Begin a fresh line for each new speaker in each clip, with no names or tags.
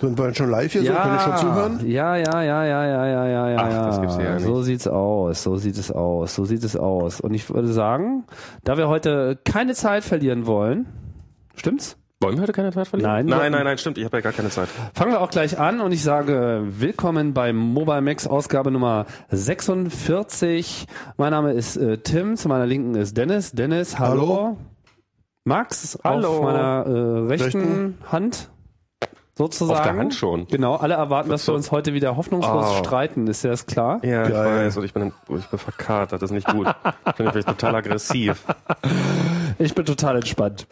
Sind wir schon live hier? So? Können wir schon zuhören?
Ja, ja, ja, ja, ja, ja, ja, ja.
Ach,
ja.
das gibt's ja nicht.
So sieht's aus, so sieht es aus, so sieht es aus. Und ich würde sagen, da wir heute keine Zeit verlieren wollen, stimmt's?
Wollen wir heute keine Zeit verlieren?
Nein.
Nein, nein, nein, stimmt. Ich habe ja gar keine Zeit.
Fangen wir auch gleich an und ich sage willkommen bei Mobile Max Ausgabe Nummer 46. Mein Name ist äh, Tim, zu meiner Linken ist Dennis. Dennis, hallo.
Hallo.
Max, auf
Hallo.
meiner äh, rechten, Hand sozusagen.
Auf der Hand schon.
Genau, alle erwarten, dass wir uns heute wieder hoffnungslos
Oh.
streiten, ist dir das klar?
Ja, ich
Geil.
weiß. Und ich bin, ich bin verkatert. Das ist nicht gut. Ich bin natürlich total aggressiv.
Ich bin total entspannt.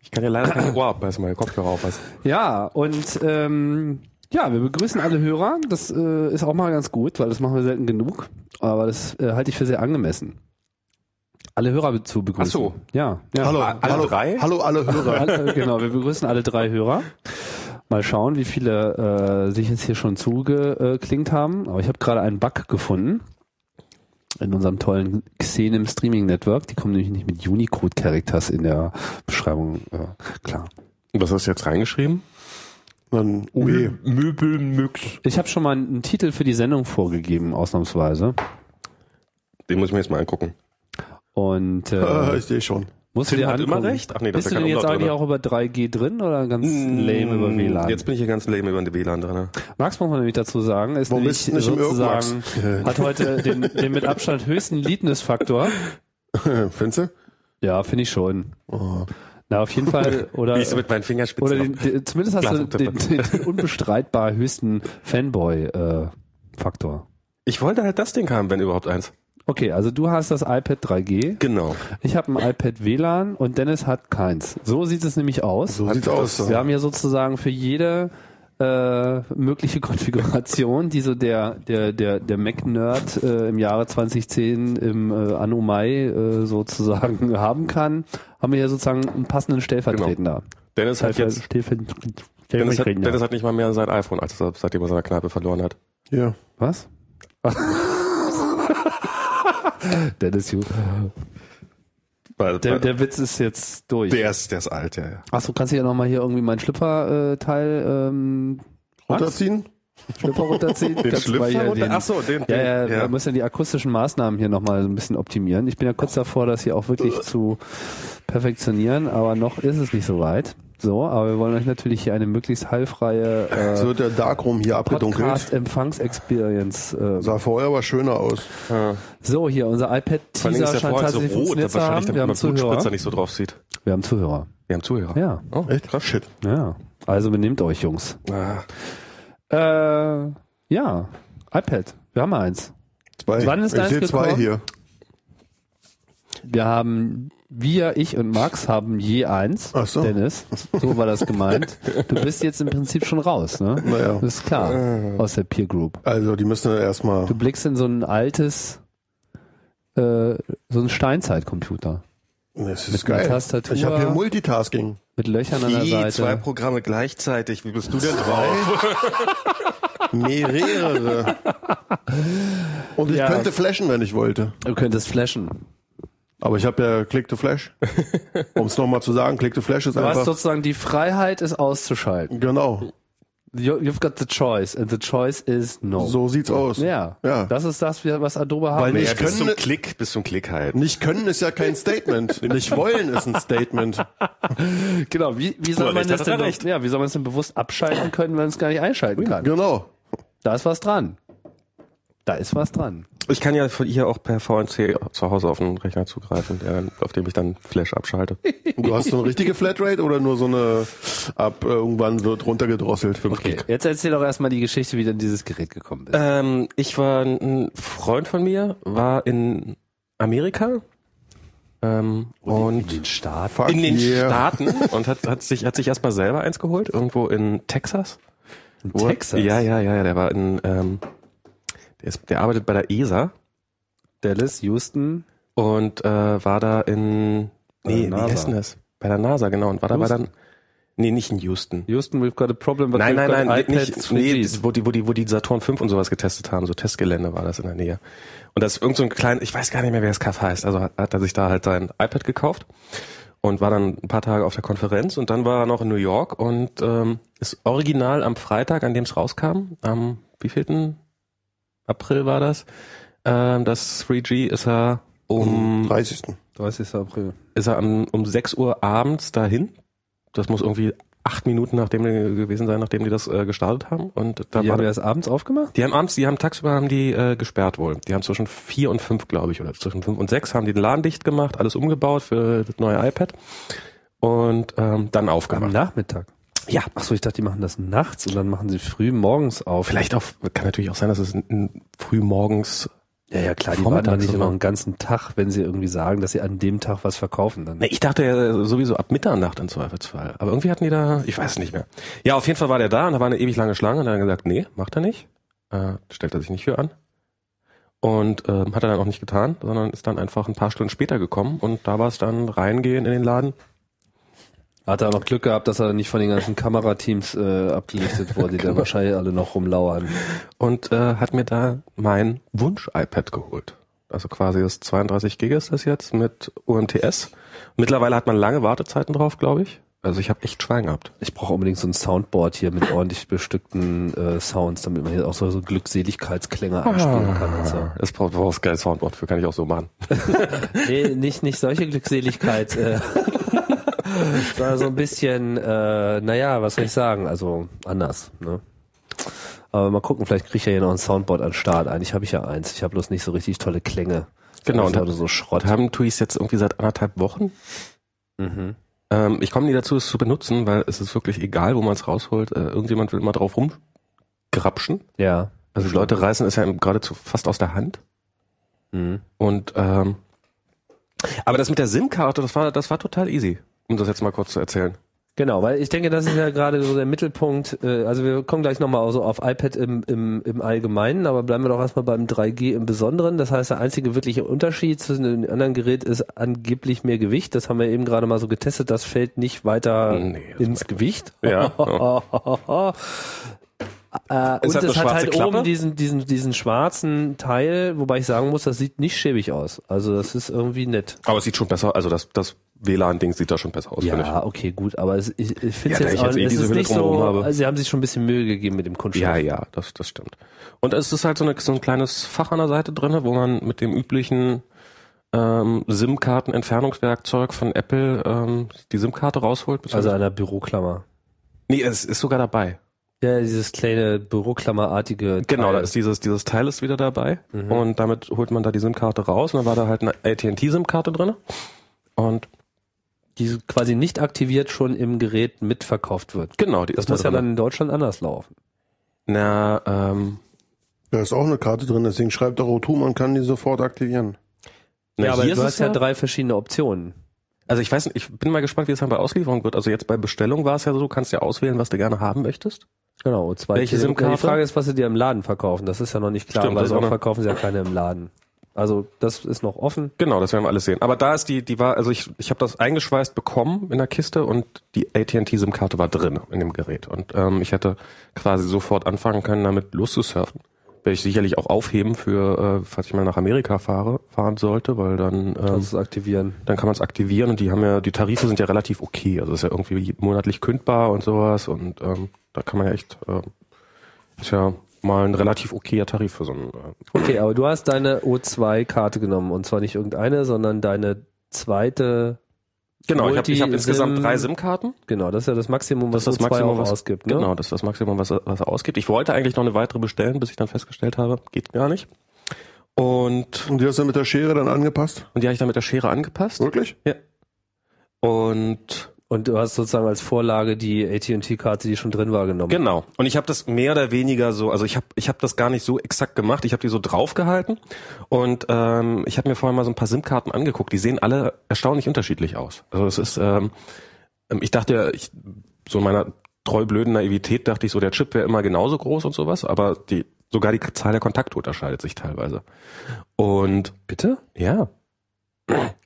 Ich kann ja leider kein Ohr abpassen, meine Kopfhörer aufpassen.
Ja, und ähm, ja, wir begrüßen alle Hörer. Das äh, ist auch mal ganz gut, weil das machen wir selten genug. Aber das äh, halte ich für sehr angemessen. Alle Hörer be- zu begrüßen.
Ach so.
Ja. ja.
Hallo,
Alle
hallo,
drei?
hallo alle Hörer.
Alle, genau, wir begrüßen alle drei Hörer. Mal schauen, wie viele äh, sich jetzt hier schon zugeklingt haben. Aber ich habe gerade einen Bug gefunden in unserem tollen Xenem Streaming Network. Die kommen nämlich nicht mit Unicode Characters in der Beschreibung. Äh, klar.
Was hast du jetzt reingeschrieben?
Dann oh UE.
Möbelmüx.
Ich habe schon mal einen Titel für die Sendung vorgegeben, ausnahmsweise.
Den muss ich mir jetzt mal angucken.
Und
Äh,
äh,
ich sehe schon.
musst du
Tim
dir
hat
angucken.
immer recht. Ach nee, das
Bist du
ist ja
denn
kein
jetzt
Umlaut
eigentlich
drin.
auch über 3G drin oder ganz lame über WLAN?
Hm. Jetzt bin ich hier ganz lame über den WLAN drin.
Max muss man nämlich dazu sagen, ist
Warum
nämlich
bist du nicht im
sozusagen,
Irrmax?
hat heute den, den mit Abstand höchsten Leadness-Faktor.
Findest du? Oh,
Ja, finde ich schon. Na, auf jeden Fall, oder,
Wie ich so mit meinen Fingerspitzen
oder den, den, zumindest hast du den, den, den unbestreitbar höchsten Fanboy-Faktor.
Ich wollte halt das Ding haben, wenn überhaupt eins.
okay, also du hast das iPad 3G.
Genau.
Ich habe ein iPad WLAN und Dennis hat keins. So sieht es nämlich aus.
So sieht's aus.
Wir haben hier sozusagen für jede äh, mögliche Konfiguration, die so der der der der Mac Nerd äh, im Jahre 2010 im äh, Anno Mai äh, sozusagen haben kann, haben wir hier sozusagen einen passenden Stellvertretender.
Dennis Genau. hat jetzt,
Stellvertretender.
Dennis hat,
Stellvertretender.
Dennis hat nicht mal mehr sein iPhone, als er, seitdem er seine Kneipe verloren hat.
Ja.
Was? Dennis, you-
Weil,
der,
weil,
der Witz ist jetzt durch.
der ist, der ist alt, ja, ja.
Achso, kannst du ja nochmal hier irgendwie meinen Schlüpperteil äh, Teil, ähm, Max?
Runterziehen?
Schlüpper runterziehen?
Den
Kannst du mal hier
Schlüpfer runter?
den-
Ach so, den,
Ja,
den-
ja, wir müssen ja die akustischen Maßnahmen hier nochmal so ein bisschen optimieren. Ich bin ja kurz davor, das hier auch wirklich zu perfektionieren, aber noch ist es nicht so weit. So, aber wir wollen euch natürlich hier eine möglichst hallfreie äh,
So wird der Darkroom hier abgedunkelt.
Podcast-Empfangs-Experience. Äh.
Sah vorher aber schöner aus.
So, hier, unser
Vor allem ist
iPad-Teaser
der
scheint
Vorhang so
tatsächlich
rot,
funktioniert
dass
zu haben.
wahrscheinlich
Wir
der
haben
Blutspritzer
Zuhörer.
nicht so drauf sieht.
Wir haben Zuhörer.
Wir haben Zuhörer.
Ja,
Oh,
Echt? Krass, shit.
ja. Also benehmt euch, Jungs.
Ah,
Äh, ja, iPad. Wir haben eins.
Zwei.
Wann ist
ich
deins
sehe zwei
gekommen?
hier.
Wir haben, wir, ich und Max haben je eins.
Ach so.
Dennis, so war das gemeint. Du bist jetzt im Prinzip schon raus, ne?
Naja.
Das ist klar, aus der Peer Group.
Also, die müssen ja erstmal.
Du blickst in so ein altes, äh, so einen Steinzeitcomputer.
Das
mit
ist
einer
geil.
Tastatur.
Ich habe hier Multitasking.
Mit Löchern an der
Die zwei
Seite.
Programme gleichzeitig. Wie bist du denn drauf?
Mehrere. Und ich
Ja.
könnte flashen, wenn ich wollte.
Du könntest flashen.
Aber ich habe ja Click to Flash. Um es nochmal zu sagen, Click to Flash ist
Du hast
einfach.
sozusagen die Freiheit, es auszuschalten.
Genau.
You- You've got the choice and the choice is no.
So sieht's aus.
Ja.
Ja.
Das ist das, was Adobe hat.
Weil
Naja,
ich
bis zum
könnte-
Klick, bis zum Klick halt.
Nicht können ist ja kein Statement. Nicht wollen ist ein Statement.
Genau, wie, wie
Du,
soll man
recht
das
hat er
denn,
recht.
ja, wie soll man es denn bewusst abschalten können, wenn man es gar nicht einschalten kann?
Genau.
Da ist was dran. Da ist was dran.
Ich kann ja von hier auch per VNC zu Hause auf einen Rechner zugreifen, der, auf dem ich dann Flash abschalte.
Und Du hast so eine richtige Flatrate oder nur so eine ab äh, irgendwann wird runtergedrosselt.
Okay, jetzt erzähl doch erstmal die Geschichte, wie du an dieses Gerät gekommen bist.
Ähm, ich war ein Freund von mir, war in Amerika ähm,
in
und
den Start.
Fuck
in den
yeah.
Staaten und hat, hat sich hat sich erstmal selber eins geholt irgendwo in Texas.
In
Wo-
Texas.
Ja, ja, ja, ja. Der war in ähm, der, ist, der arbeitet bei der ESA
Dallas, Houston.
und äh, war da in
Bei der
nee,
NASA.
wie heißt denn das? Bei der NASA genau und war dabei
Houston?
dann nee nicht in Houston.
Houston, we've got a problem, but
Nein,
we've got
nein, nein,
iPads,
nicht,
3Gs.
nee, das- wo die, wo die, wo die Saturn 5 und sowas getestet haben, so Testgelände war das in der Nähe. Und das ist irgend so ein kleiner, ich weiß gar nicht mehr, wer das Kaff heißt, also hat, hat er sich da halt sein iPad gekauft und war dann ein paar Tage auf der Konferenz und dann war er noch in New York und ähm, ist original am Freitag, an dem es rauskam, am wievielten April war das, ähm, das 3G ist er um
30.
30. April.
ist er am, um 6 Uhr abends dahin. Das muss irgendwie acht Minuten nachdem die gewesen sein, nachdem die das äh, gestartet haben. Und da
Die
war
haben erst abends aufgemacht?
die haben abends, die haben tagsüber haben die äh, gesperrt wohl. Die haben zwischen vier und fünf, glaube ich, oder zwischen fünf und sechs haben die den Laden dicht gemacht, alles umgebaut für das neue iPad und ähm, dann
Am
aufgemacht.
Nachmittag.
Ja,
Achso, ich dachte, die machen das nachts und dann machen sie früh morgens auf.
vielleicht auch, kann natürlich auch sein, dass es n- n- früh morgens.
Ja, ja, klar, die warten
Vormittags
dann nicht
oder?
immer einen ganzen Tag, wenn sie irgendwie sagen, dass sie an dem Tag was verkaufen. Dann.
Ne, ich dachte ja sowieso ab Mitternacht im Zweifelsfall. Aber irgendwie hatten die da, ich weiß nicht mehr. Ja, auf jeden Fall war der da und da war eine ewig lange Schlange und dann hat er gesagt, nee, macht er nicht. Äh, stellt er sich nicht für an. Und ähm, hat er dann auch nicht getan, sondern ist dann einfach ein paar Stunden später gekommen und da war es dann reingehen in den Laden.
Hat er auch noch Glück gehabt, dass er nicht von den ganzen Kamerateams äh, abgelichtet wurde, die da wahrscheinlich alle noch rumlauern.
und äh, hat mir da mein Wunsch-iPad geholt. Also quasi das 32 Gig ist das jetzt mit UMTS. Mittlerweile hat man lange Wartezeiten drauf, glaube ich. Also ich habe echt Schwein gehabt.
Ich brauche unbedingt so ein Soundboard hier mit ordentlich bestückten äh, Sounds, damit man hier auch so, so Glückseligkeitsklänge
Ah.
anspielen kann und so.
Das braucht braucht das geile Soundboard für, kann ich auch so machen.
Nee, nicht, nicht solche Glückseligkeit. Äh, sondern so ein bisschen, äh, naja, was soll ich sagen? Also anders. Ne? Aber mal gucken, vielleicht kriege ich ja hier noch ein Soundboard an den Start. Eigentlich habe ich ja eins. Ich habe bloß nicht so richtig tolle Klänge.
Genau,
Das
und
ist also so Schrott.
Und haben tue ich es jetzt irgendwie seit anderthalb Wochen.
Mhm.
Ähm, ich komme nie dazu, es zu benutzen, weil es ist wirklich egal, wo man es rausholt. Äh, irgendjemand will immer drauf rumgrapschen.
Ja.
Also die Leute reißen es ja geradezu fast aus der Hand.
Mhm.
Und ähm, aber das mit der SIM-Karte, das war, das war total easy, um das jetzt mal kurz zu erzählen.
Genau, weil ich denke, das ist ja gerade so der Mittelpunkt. Äh, also wir kommen gleich nochmal so auf iPad im, im, im Allgemeinen, aber bleiben wir doch erstmal beim 3G im Besonderen. Das heißt, der einzige wirkliche Unterschied zwischen dem anderen Gerät ist angeblich mehr Gewicht. Das haben wir eben gerade mal so getestet. Das fällt nicht weiter
Nee, das
ins Gewicht.
Ja.
Äh, und
Es hat eine
es hat
schwarze
halt
Klappe.
oben diesen, diesen, diesen schwarzen Teil, wobei ich sagen muss, das sieht nicht schäbig aus. Also das ist irgendwie nett.
Aber es sieht schon besser, also das, das WLAN-Ding sieht da schon besser aus, finde
Ja, okay, gut, aber es, ich, ich finde
Ja, da
jetzt,
ich
auch-
jetzt eh
es
diese
ist
Hülle
nicht
drumherum
so,
habe.
also sie haben sich schon ein bisschen Mühe gegeben mit dem
ich.
Kunststoff.
Ja, ja, das, das stimmt. Und es ist halt so, eine, so ein kleines Fach an der Seite drinne, wo man mit dem üblichen ähm, SIM-Karten-Entfernungswerkzeug von Apple ähm, die SIM-Karte rausholt.
Also einer Büroklammer. Also-
nee, es ist sogar dabei.
Ja, dieses kleine Büroklammerartige.
Genau, da
Teil.
ist dieses, dieses Teil ist wieder dabei
Mhm.
und damit holt man da die SIM-Karte raus und dann war da halt eine AT&T-SIM-Karte drinne und
die so quasi nicht aktiviert schon im Gerät mitverkauft wird.
genau, die
Das
ist da
muss ja
drinne.
dann in Deutschland anders laufen.
Na, ähm,
Da ist auch eine Karte drin, deswegen schreibt auch O2, man kann die sofort aktivieren.
na,
ja, aber
hier
du
ist
hast
es
ja drei verschiedene Optionen.
Also ich weiß nicht, ich bin mal gespannt, wie es dann bei Auslieferung wird. Also jetzt bei Bestellung war es ja so, du kannst ja auswählen, was du gerne haben möchtest.
Genau, zwei
Welche SIM-Karte?
Die Frage ist, was sie dir im Laden verkaufen. Das ist ja noch nicht klar,
Stimmt,
weil
das ist auch
noch
noch-
verkaufen sie ja keine im Laden. Also das ist noch offen.
Genau, das werden wir alles sehen. Aber da ist die, die war, also ich, ich habe das eingeschweißt bekommen in der Kiste und die AT&T-SIM-Karte war drin in dem Gerät. Und ähm, ich hätte quasi sofort anfangen können, damit loszusurfen. Werde ich sicherlich auch aufheben für, äh, falls ich mal nach Amerika fahre, fahren sollte, weil dann... Ähm,
Kannst du es aktivieren.
dann kann man es aktivieren und die haben ja, die Tarife sind ja relativ okay. Also ist ja irgendwie monatlich kündbar und sowas und ähm, da kann man ja echt, ähm, ist ja mal ein relativ okayer Tarif für so einen. Äh,
Okay, aber du hast deine O2-Karte genommen und zwar nicht irgendeine, sondern deine zweite.
genau, ich habe ich hab
Multi-SIM-
insgesamt drei SIM-Karten.
Genau, das ist ja das Maximum, was
Das ist das
O2
Maximum,
auch
was-
ausgibt. Ne?
Genau, das ist das Maximum, was er, was er ausgibt. Ich wollte eigentlich noch eine weitere bestellen, bis ich dann festgestellt habe, geht gar nicht. Und,
Und die hast du mit der Schere dann angepasst?
und die habe ich dann mit der Schere angepasst.
Wirklich?
Und
Und du hast sozusagen als Vorlage die AT&T-Karte, die schon drin war, genommen.
Genau. Und ich habe das mehr oder weniger so, also ich habe ich hab das gar nicht so exakt gemacht. Ich habe die so draufgehalten und ähm, ich habe mir vorher mal so ein paar SIM-Karten angeguckt. Die sehen alle erstaunlich unterschiedlich aus. Also es ist, ähm, ich dachte, ja, ich, so in meiner treublöden Naivität dachte ich so, der Chip wäre immer genauso groß und sowas, aber die sogar die Zahl der Kontakte unterscheidet sich teilweise. Und
Bitte?
ja.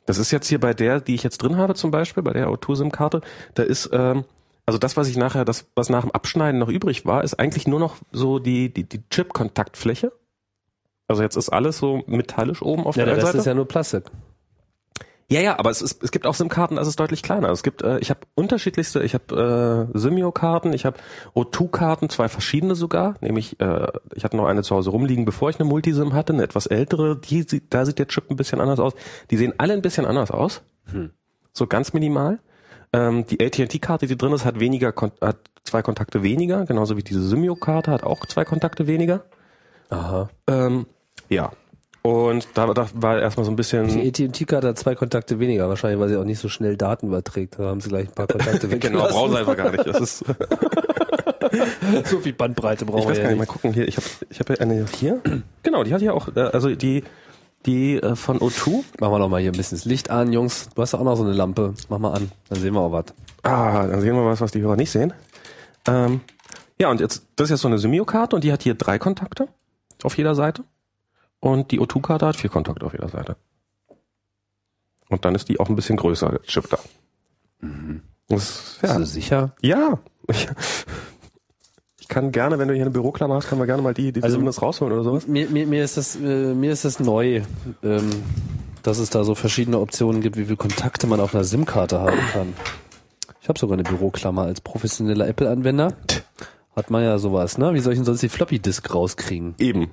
Das ist jetzt hier bei der, die ich jetzt drin habe zum Beispiel, bei der O2-SIM-Karte, da ist, ähm, also das, was ich nachher, das, was nach dem Abschneiden noch übrig war, ist eigentlich nur noch so die, die, die Chip-Kontaktfläche. Also jetzt ist alles so metallisch oben auf
Ja, der
der einen
Rest
Seite.
ist ja nur Plastik.
Ja, ja, aber es, ist, es gibt auch SIM-Karten, das ist deutlich kleiner. Es gibt, äh, ich habe unterschiedlichste, ich habe äh, Symio-Karten, ich habe O2-Karten, zwei verschiedene sogar. Nämlich, äh, ich hatte noch eine zu Hause rumliegen, bevor ich eine Multisim hatte, eine etwas ältere. Die sieht, da sieht der Chip ein bisschen anders aus. Die sehen alle ein bisschen anders aus, so ganz minimal. Ähm, die AT&T-Karte, die drin ist, hat weniger, Kon hat zwei Kontakte weniger, genauso wie diese Symio-Karte hat auch zwei Kontakte weniger. Aha. Ähm, ja. Und da, da war erstmal so ein bisschen.
Die AT&T-Karte hat zwei Kontakte weniger, wahrscheinlich, weil sie auch nicht so schnell Daten überträgt. Da haben sie gleich ein paar Kontakte
Genau,
weggelassen.
brauchen sie einfach gar nicht. Das ist, ich
So viel Bandbreite brauchen
weiß gar nicht, mal gucken hier. Ich habe ich hab ja eine hier. Genau, die hatte ich ja auch. äh, Also die, die äh, von O2.
Machen wir doch mal hier ein bisschen das Licht an, Jungs. Du hast ja auch noch so eine Lampe. Mach mal an, dann sehen wir auch was.
Ah, dann sehen wir was, was die Hörer nicht sehen. Ähm, ja, und jetzt, das ist jetzt so eine Symio-Karte und die hat hier drei Kontakte auf jeder Seite. Und die O2-Karte hat vier Kontakte auf jeder Seite. Und dann ist die auch ein bisschen größer, der Chip da. Das, ja.
Bist du sicher?
ja. Ich, ich kann gerne, wenn du hier eine Büroklammer hast, können wir gerne mal die, die
Also-
zumindest rausholen oder sowas.
Mir, mir, mir, ist das, äh, mir ist das neu, ähm, dass es da so verschiedene Optionen gibt, wie viele Kontakte man auf einer SIM-Karte haben kann. Ich habe sogar eine Büroklammer als professioneller Apple-Anwender. Hat man ja sowas, ne? Wie soll ich denn sonst die Floppy-Disk rauskriegen?
Eben.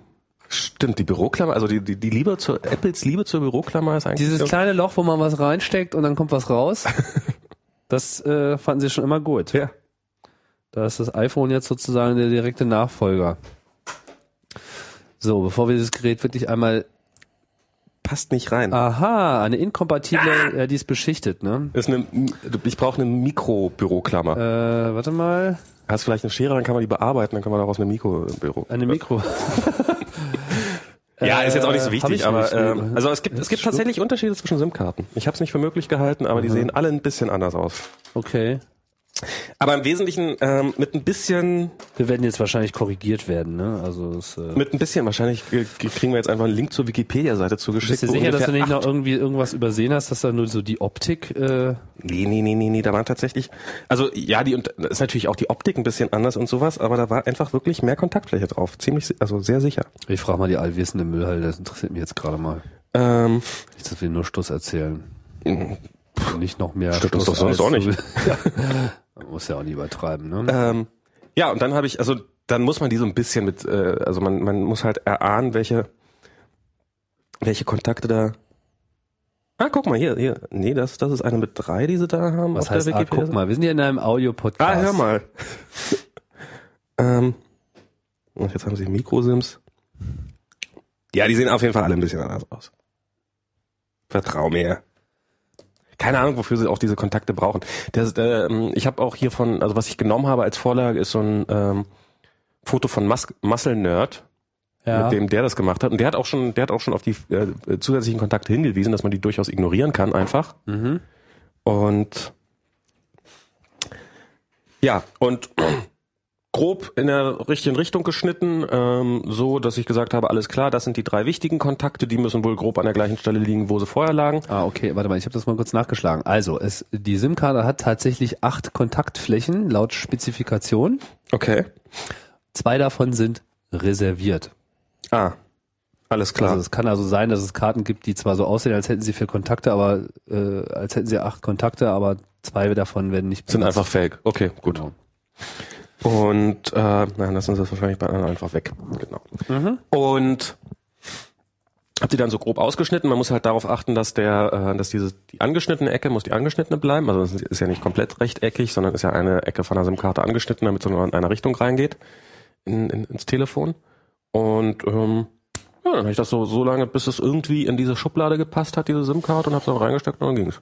Stimmt, die Büroklammer, also die, die, die Liebe zur, Apples Liebe zur Büroklammer ist eigentlich.
Dieses kleine Loch, wo man was reinsteckt und dann kommt was raus, das äh, fanden sie schon immer gut.
ja.
Da ist das iPhone jetzt sozusagen der direkte Nachfolger. So, bevor wir dieses Gerät wirklich einmal.
Passt nicht rein.
Aha, eine inkompatible, ja, die ist beschichtet, ne?
Ist eine, ich brauche eine Mikro-Büroklammer.
Äh, warte mal.
Hast vielleicht eine Schere, dann kann man die bearbeiten, dann kann man daraus eine Mikro-Büro.
Eine Mikro.
Ja, ist jetzt auch nicht so
Äh, hab ich
wichtig, aber
nicht,
ähm,
nee.
also es gibt es gibt tatsächlich Unterschiede zwischen SIM-Karten. Ich habe es nicht für möglich gehalten, aber
Mhm.
die sehen alle ein bisschen anders aus.
Okay.
Aber im Wesentlichen ähm, mit ein bisschen
Wir werden jetzt wahrscheinlich korrigiert werden, ne? Also es, äh,
mit ein bisschen wahrscheinlich äh, kriegen wir jetzt einfach einen Link zur Wikipedia-Seite zugeschickt.
bist du
wo
sicher, dass du
ungefähr
nicht
acht-
noch irgendwie irgendwas übersehen hast, dass da nur so die Optik äh,
Nee, nee, nee, nee, nee, da waren tatsächlich, also ja, die und ist natürlich auch die Optik ein bisschen anders und sowas, aber da war einfach wirklich mehr Kontaktfläche drauf. Ziemlich, si- also sehr sicher.
Ich frage mal die allwissende Müllhalde, das interessiert mich jetzt gerade mal.
Ähm,
Nicht, dass wir nur Stuss erzählen. Und nicht noch mehr
Stimmt, das
Stuss
doch sonst
als-
auch nicht.
Man muss ja auch nicht übertreiben, ne?
ähm, ja, und dann habe ich, also dann muss man die so ein bisschen mit, äh, also man, man muss halt erahnen, welche, welche Kontakte da. Ah, guck mal, hier, hier. Nee, das, das ist eine mit drei, die sie da haben.
Was heißt, ah, guck mal, wir sind ja in einem Audio-Podcast.
Ah, hör mal. ähm, und jetzt haben sie Mikrosims. Ja, die sehen auf jeden Fall alle ein bisschen anders aus. Vertrau mir. Keine Ahnung, wofür sie auch diese Kontakte brauchen. Das, ähm, ich habe auch hier von, also was ich genommen habe als Vorlage, ist so ein ähm, Foto von Mus Muscle Nerd,
Ja.
mit dem der das gemacht hat. Und der hat auch schon, der hat auch schon auf die äh, zusätzlichen Kontakte hingewiesen, dass man die durchaus ignorieren kann, einfach.
Mhm.
Und ja, und grob in der richtigen Richtung geschnitten, ähm, so dass ich gesagt habe, alles klar, das sind die drei wichtigen Kontakte, die müssen wohl grob an der gleichen Stelle liegen, wo sie vorher lagen.
Ah, okay, warte mal, ich habe das mal kurz nachgeschlagen. Also, es, die SIM-Karte hat tatsächlich acht Kontaktflächen laut Spezifikation.
Okay.
Zwei davon sind reserviert.
Ah, alles klar.
Also es kann also sein, dass es Karten gibt, die zwar so aussehen, als hätten sie vier Kontakte, aber äh, als hätten sie acht Kontakte, aber zwei davon werden nicht
sind
benutzt.
einfach fake. Okay, gut.
Genau.
Und äh, nein, lassen Sie das wahrscheinlich bei anderen einfach weg. Genau.
Mhm.
Und hab die dann so grob ausgeschnitten. Man muss halt darauf achten, dass der, äh, dass diese die angeschnittene Ecke muss die angeschnittene bleiben. Also es ist ja nicht komplett rechteckig, sondern ist ja eine Ecke von der SIM-Karte angeschnitten, damit es nur in einer Richtung reingeht in, in, ins Telefon. Und ähm, ja, dann habe ich das so so lange, bis es irgendwie in diese Schublade gepasst hat, diese SIM-Karte, und habe dann reingesteckt und dann ging's.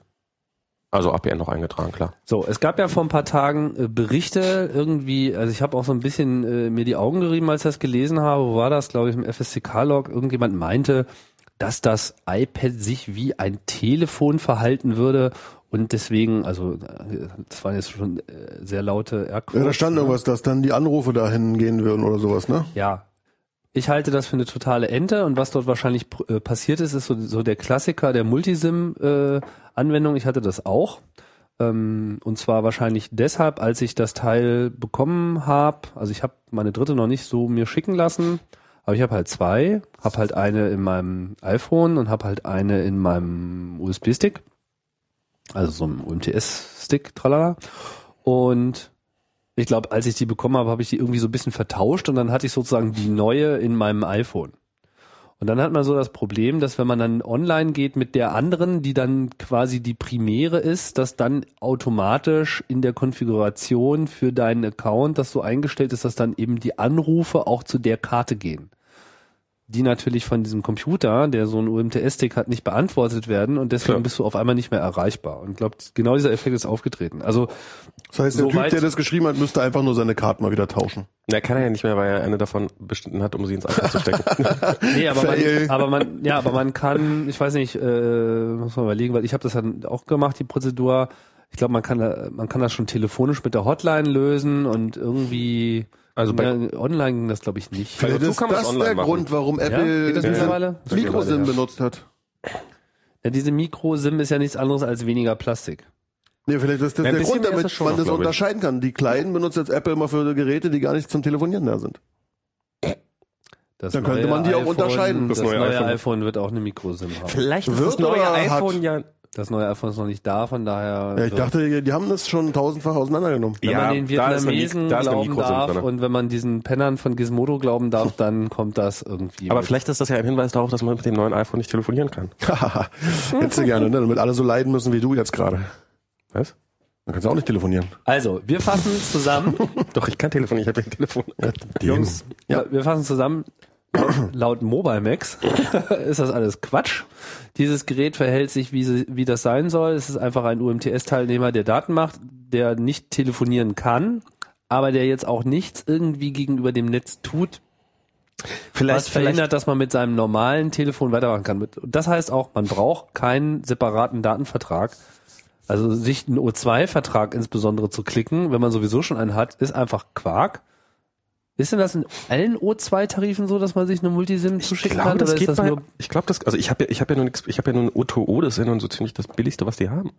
Also APN noch eingetragen, klar.
So, es gab ja vor ein paar Tagen äh, Berichte irgendwie, also ich habe auch so ein bisschen äh, mir die Augen gerieben, als ich das gelesen habe. Wo war das, glaube ich, im FSCK-Log? Irgendjemand meinte, dass das iPad sich wie ein Telefon verhalten würde und deswegen, also äh, das waren jetzt schon äh, sehr laute Airquotes,
Ja, da stand
ne?
irgendwas, dass dann die Anrufe dahin gehen würden oder sowas, ne?
Ja. Ich halte das für eine totale Ente und was dort wahrscheinlich pr- äh, passiert ist, ist so, so der Klassiker der Multisim-Anwendung. ich hatte das auch. Ähm, und zwar wahrscheinlich deshalb, als ich das Teil bekommen habe. Also ich habe meine dritte noch nicht so mir schicken lassen, aber ich habe halt zwei. Habe halt eine in meinem iPhone und habe halt eine in meinem USB-Stick. Also so ein UMTS-Stick, tralala. Und ich glaube, als ich die bekommen habe, habe ich die irgendwie so ein bisschen vertauscht und dann hatte ich sozusagen die neue in meinem iPhone. Und dann hat man so das Problem, dass wenn man dann online geht mit der anderen, die dann quasi die primäre ist, dass dann automatisch in der Konfiguration für deinen Account das so eingestellt ist, dass dann eben die Anrufe auch zu der Karte gehen. Die natürlich von diesem Computer, der so einen UMTS-Stick hat, nicht beantwortet werden und deswegen
Klar.
bist du auf einmal nicht mehr erreichbar. Und glaubt, genau dieser Effekt ist aufgetreten. Also
Das heißt, der
So
Typ,
weit-
der das geschrieben hat, müsste einfach nur seine Karten mal wieder tauschen.
Na, kann er ja nicht mehr, weil er eine davon beschnitten hat, um sie ins iPhone zu stecken.
Nee, aber
Fail.
man, aber man, ja, aber man kann, ich weiß nicht, äh, muss man überlegen, weil ich habe das dann auch gemacht, die Prozedur. Ich glaube, man kann, da- man kann das schon telefonisch mit der Hotline lösen und irgendwie.
Also bei-
ne, online ging das, glaube ich, nicht.
Vielleicht
dazu
ist
kann man's
das
online
der
machen.
Grund, warum
geht
Apple
das mittlerweile?
diesen Microsim benutzt hat.
Ja, diese Mikro-SIM ist ja nichts anderes als weniger Plastik.
Nee, vielleicht ist das der
Ein bisschen
Grund,
mehr ist
damit
das schon
man
noch,
das
glaub ich.
unterscheiden kann. Die Kleinen benutzt jetzt Apple immer für Geräte, die gar nicht zum Telefonieren da sind.
Das
Dann könnte
neue
man die auch
iPhone-
unterscheiden.
Das,
Das neue
neue
iPhone.
iPhone. wird auch eine Mikro-SIM haben.
Vielleicht
Wird oder hat?
ja.
Das neue iPhone ist noch nicht da, von daher.
Ja, ich
wird-
dachte, die, die haben das schon tausendfach auseinandergenommen.
Wenn man den
da ist eine Mik-
Vietnamesen
da ist eine
glauben
Mikrosim
darf
drinne.
und wenn man diesen Pennern von Gizmodo glauben darf, dann kommt das irgendwie.
Aber
mit.
vielleicht ist das ja ein Hinweis darauf, dass man mit dem neuen iPhone nicht telefonieren kann.
Hahaha. Hättest du gerne, ne? damit alle so leiden müssen wie du jetzt gerade.
Was?
Dann kannst du auch nicht telefonieren.
also, wir fassen es zusammen.
Doch, ich kann telefonieren, ich habe ein Telefon.
Jungs. Ja.
Wir fassen es zusammen. Laut Mobile Max ist das alles Quatsch. Dieses Gerät verhält sich, wie, sie, wie das sein soll. Es ist einfach ein UMTS-Teilnehmer, der Daten macht, der nicht telefonieren kann, aber der jetzt auch nichts irgendwie gegenüber dem Netz tut,
Vielleicht,
was verhindert, dass man mit seinem normalen Telefon weitermachen kann. Mit- Und das heißt auch, man braucht keinen separaten Datenvertrag. Also sich einen O2-Vertrag insbesondere zu klicken, wenn man sowieso schon einen hat, ist einfach Quark. Ist denn das in allen O2-Tarifen so, dass man sich eine Multisim
Ich
zuschicken
glaube,
kann?
das
oder
geht
ist das
bei,
nur,
ich glaube, das, also ich habe ja, ich habe ja nur nix, ich habe ja nur ein O2O, das ist ja nun so ziemlich das billigste, was die haben.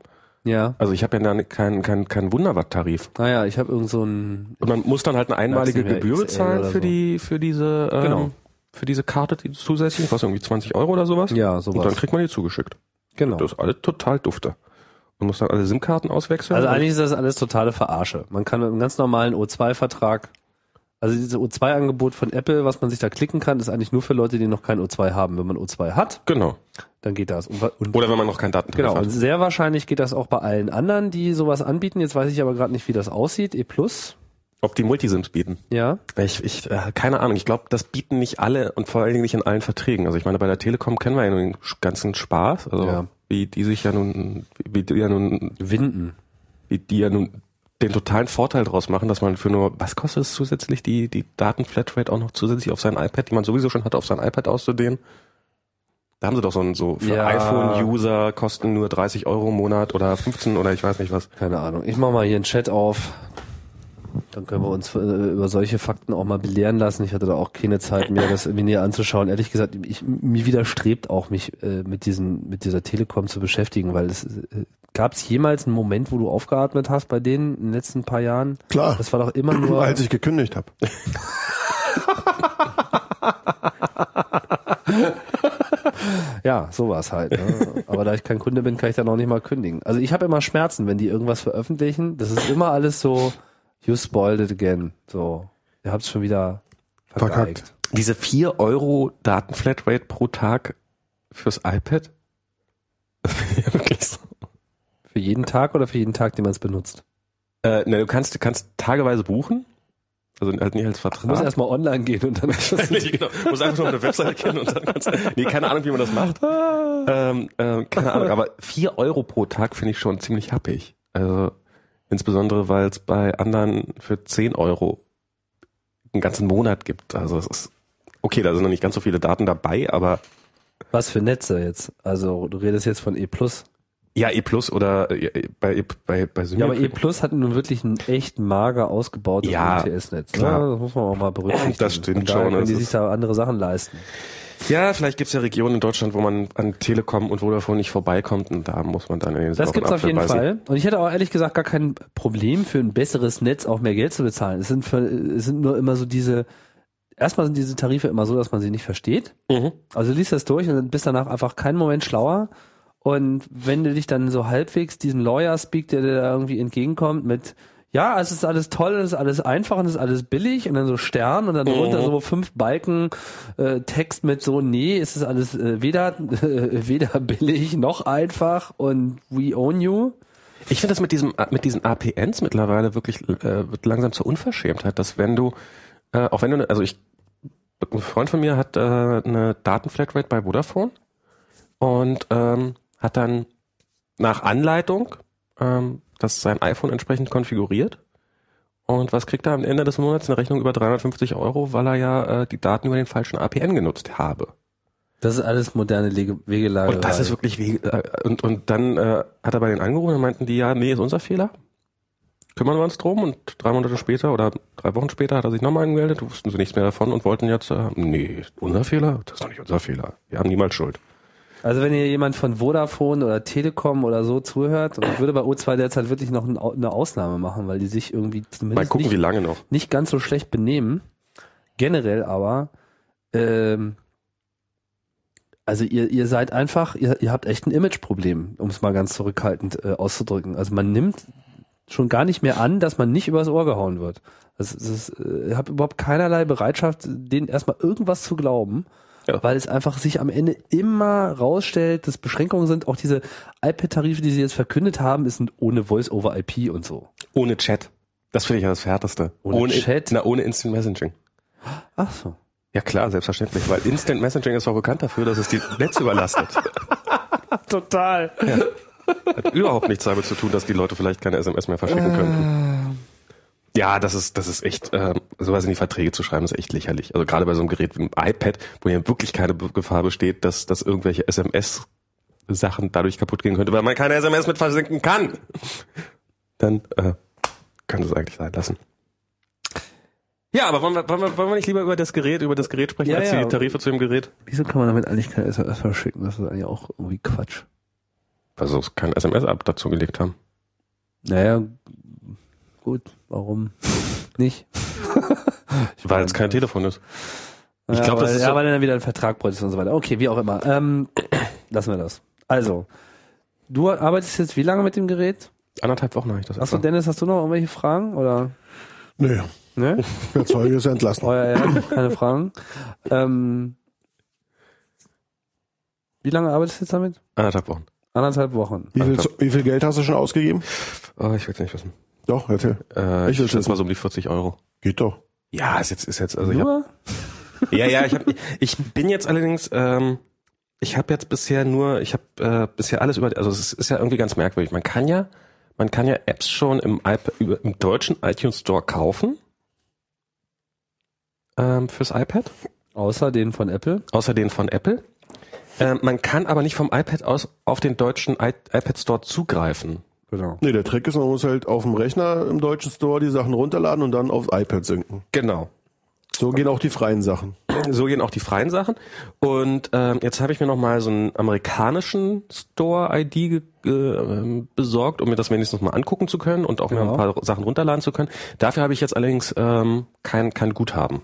ja.
Also ich habe ja dann keinen keinen keinen Wunderwatt-Tarif.
Naja, ich habe irgend so ein,
Und man muss dann halt eine einmalige
Maximal
Gebühr
XL
zahlen
oder
für
so.
die für diese ähm,
Genau.
für diese Karte die zusätzlich, was irgendwie 20 Euro oder sowas.
ja,
Und dann
sowas.
kriegt man die zugeschickt.
Genau.
Das ist alles total dufte. Man muss dann alle SIM-Karten auswechseln.
Also
Und-
eigentlich ist das alles totale Verarsche. Man kann mit einem ganz normalen O2-Vertrag, also dieses O2-Angebot von Apple, was man sich da klicken kann, ist eigentlich nur für Leute, die noch kein O2 haben. Wenn man O2 hat,
genau.
dann geht das. Und, wa- und
Oder wenn man noch keinen Datentarif
genau.
hat.
Und sehr wahrscheinlich geht das auch bei allen anderen, die sowas anbieten. Jetzt weiß ich aber gerade nicht, wie das aussieht. E Plus,
Ob die Multisims bieten?
ja.
Ich, ich äh, keine Ahnung. Ich glaube, das bieten nicht alle und vor allen Dingen nicht in allen Verträgen. Also ich meine, bei der Telekom kennen wir ja nun den ganzen Spaß, also
Ja.
wie die sich ja nun, wie die ja nun,
Winden.
wie die ja nun den totalen Vorteil draus machen, dass man für nur, was kostet es zusätzlich, die, die Datenflatrate auch noch zusätzlich auf sein iPad, die man sowieso schon hat, auf sein iPad auszudehnen? Da haben sie doch so ein, so für
Ja.
iPhone-User kosten nur 30 Euro im Monat oder 15 oder ich weiß nicht was.
Keine Ahnung. Ich mache mal hier einen Chat auf. Dann können wir uns äh, über solche Fakten auch mal belehren lassen. Ich hatte da auch keine Zeit mehr, das irgendwie näher anzuschauen. Ehrlich gesagt, ich, mir widerstrebt auch, mich äh, mit, diesen, mit dieser Telekom zu beschäftigen, weil es äh, gab es jemals einen Moment, wo du aufgeatmet hast bei denen in den letzten paar Jahren?
Klar.
Das war doch immer nur.
Als ich gekündigt habe.
Ja, sowas halt. Ne? Aber da ich kein Kunde bin, kann ich dann auch nicht mal kündigen. Also ich habe immer Schmerzen, wenn die irgendwas veröffentlichen. Das ist immer alles so, you spoiled it again. So, ihr habt's schon wieder vergeigt.
Verkackt.
Diese 4 Euro Datenflatrate pro Tag fürs iPad? ja, wirklich so.
Für jeden Tag oder für jeden Tag, den man es benutzt?
Äh, ne, du kannst, du kannst tageweise buchen. Also halt nicht als
Du musst
Vertrag.
erstmal online gehen und dann ist das
Nee, genau. Du musst einfach nur eine Webseite kennen und dann kannst Nee, keine Ahnung, wie man das macht.
Ah.
Ähm, ähm, keine Ahnung, aber 4 Euro pro Tag finde ich schon ziemlich happig. Also insbesondere, weil es bei anderen für 10 Euro einen ganzen Monat gibt. Also es ist okay, da sind noch nicht ganz so viele Daten dabei, aber
Was für Netze jetzt? Also du redest jetzt von E+.
Ja, E Plus oder äh, bei E- bei bei Symbian-
Ja, aber E hat nun wirklich ein echt mager ausgebautes E
Ja,
UMTS-Netz.
klar.
ne? Das muss man auch mal berücksichtigen.
Das stimmt
Und daher
schon, Also
Können
das
die
ist-
sich da andere Sachen leisten.
ja, vielleicht gibt's ja Regionen in Deutschland, wo man an Telekom und Vodafone nicht vorbeikommt und da muss man dann in den
Das
sauren
gibt's auf
Apfel
jeden
beißen.
Fall. Und ich hätte auch ehrlich gesagt gar kein Problem für ein besseres Netz auch mehr Geld zu bezahlen. Es sind, für, es sind nur immer so diese, erstmal sind diese Tarife immer so, dass man sie nicht versteht.
Mhm.
Also liest das durch und dann bist danach einfach keinen Moment schlauer. Und wenn du dich dann so halbwegs diesem Lawyer speak, der dir da irgendwie entgegenkommt mit, ja, es ist alles toll, es ist alles einfach und es ist alles billig und dann so Stern und dann
Mhm.
drunter so fünf Balken äh, Text mit so, nee, es ist alles äh, weder, äh, weder billig noch einfach und we own you.
Ich finde das mit diesem mit diesen APNs mittlerweile wirklich äh, wird langsam zur Unverschämtheit, halt, dass wenn du äh, auch wenn du also ich ein Freund von mir hat äh, eine Datenflatrate bei Vodafone und ähm, hat dann nach Anleitung ähm, das sein iPhone entsprechend konfiguriert und was kriegt er am Ende des Monats eine Rechnung über 350 Euro, weil er ja äh, die Daten über den falschen APN genutzt habe.
Das ist alles moderne Lege- Wegelage.
Und das ist wirklich wie, äh, und, und dann äh, hat er bei den angerufen und meinten die, ja, nee, ist unser Fehler. Kümmern wir uns drum und drei Monate später oder drei Wochen später hat er sich nochmal angemeldet, wussten sie nichts mehr davon und wollten jetzt, äh, nee, unser Fehler? Das ist doch nicht unser Fehler. Wir haben niemals Schuld.
Also wenn hier jemand von Vodafone oder Telekom oder so zuhört, und ich würde bei O2 derzeit wirklich noch ein Au- eine Ausnahme machen, weil die sich irgendwie
Mal
zumindest
gucken, wie
nicht,
lange noch.
nicht ganz so schlecht benehmen. Generell aber, ähm, also ihr, ihr seid einfach, ihr, ihr habt echt ein Imageproblem, um es mal ganz zurückhaltend äh, auszudrücken. Also man nimmt schon gar nicht mehr an, dass man nicht übers Ohr gehauen wird. Das, das ist, äh, ihr habt überhaupt keinerlei Bereitschaft, denen erstmal irgendwas zu glauben,
Ja.
weil es einfach sich am Ende immer rausstellt, dass Beschränkungen sind. Auch diese iPad-Tarife, die sie jetzt verkündet haben, ist ohne Voice-over-IP und so.
Ohne Chat. Das finde ich ja das Härteste.
Ohne Chat?
Na, ohne Instant Messaging.
Ach so.
Ja klar, selbstverständlich, weil Instant Messaging ist auch bekannt dafür, dass es die Netze überlastet.
Total.
Hat überhaupt nichts damit zu tun, dass die Leute vielleicht keine SMS mehr verschicken könnten.
Äh.
Ja, das ist, das ist echt, äh, sowas in die Verträge zu schreiben, ist echt lächerlich. Also gerade bei so einem Gerät wie einem iPad, wo ja wirklich keine Be- Gefahr besteht, dass, dass irgendwelche SMS-Sachen dadurch kaputt gehen könnte, weil man keine SMS mit versenken kann. Dann äh, kann das eigentlich sein lassen. Ja, aber wollen wir, wollen, wir, wollen wir nicht lieber über das Gerät, über das Gerät sprechen,
Ja,
als
ja.
die Tarife zu dem Gerät?
Wieso kann man damit eigentlich kein SMS verschicken? Das ist eigentlich auch irgendwie Quatsch.
Also es kann SMS ab dazu gelegt haben.
Naja, gut, warum nicht?
Weil es kein Telefon ist. Ich glaub,
ja,
das
weil,
ist
ja,
so-
weil er dann wieder einen Vertrag bräuchtest und so weiter. Okay, wie auch immer. Ähm, lassen wir das. Also, du arbeitest jetzt wie lange mit dem Gerät?
Anderthalb Wochen habe ich das
Achso,
etwa.
Dennis, hast du noch irgendwelche Fragen? Oder? Oh,
Nee,
Ne?
der Zeuge ist entlassen.
Euer Ehren, keine Fragen. Ähm, wie lange arbeitest du jetzt damit?
Anderthalb Wochen.
Anderthalb Wochen.
Wie viel, wie viel Geld hast du schon ausgegeben?
Oh, ich will es nicht wissen.
Doch, erzähl.
Äh,
Ich
ich
will's
schätze
wissen.
mal so um die 40 Euro.
Geht doch.
Ja, ist jetzt, ist jetzt, also ich hab,
Nur?
ja, ja, ich, hab, ich bin jetzt allerdings, ähm, ich habe jetzt bisher nur, ich habe äh, bisher alles über, also es ist ja irgendwie ganz merkwürdig. Man kann ja, man kann ja Apps schon im, iP über, im deutschen iTunes Store kaufen ähm, fürs iPad,
Außer den von Apple.
außer den von Apple. Ähm, man kann aber nicht vom iPad aus auf den deutschen I iPad Store zugreifen.
Genau.
Nee, der Trick ist, man muss halt auf dem Rechner im deutschen Store die Sachen runterladen und dann aufs iPad sinken.
Genau.
So gehen auch die freien Sachen.
So gehen auch die freien Sachen. Und ähm, jetzt habe ich mir noch mal so einen amerikanischen Store-ID ge- ge- ähm, besorgt, um mir das wenigstens mal angucken zu können und auch mir
Genau.
ein paar Sachen runterladen zu können. Dafür habe ich jetzt allerdings ähm, kein, kein Guthaben.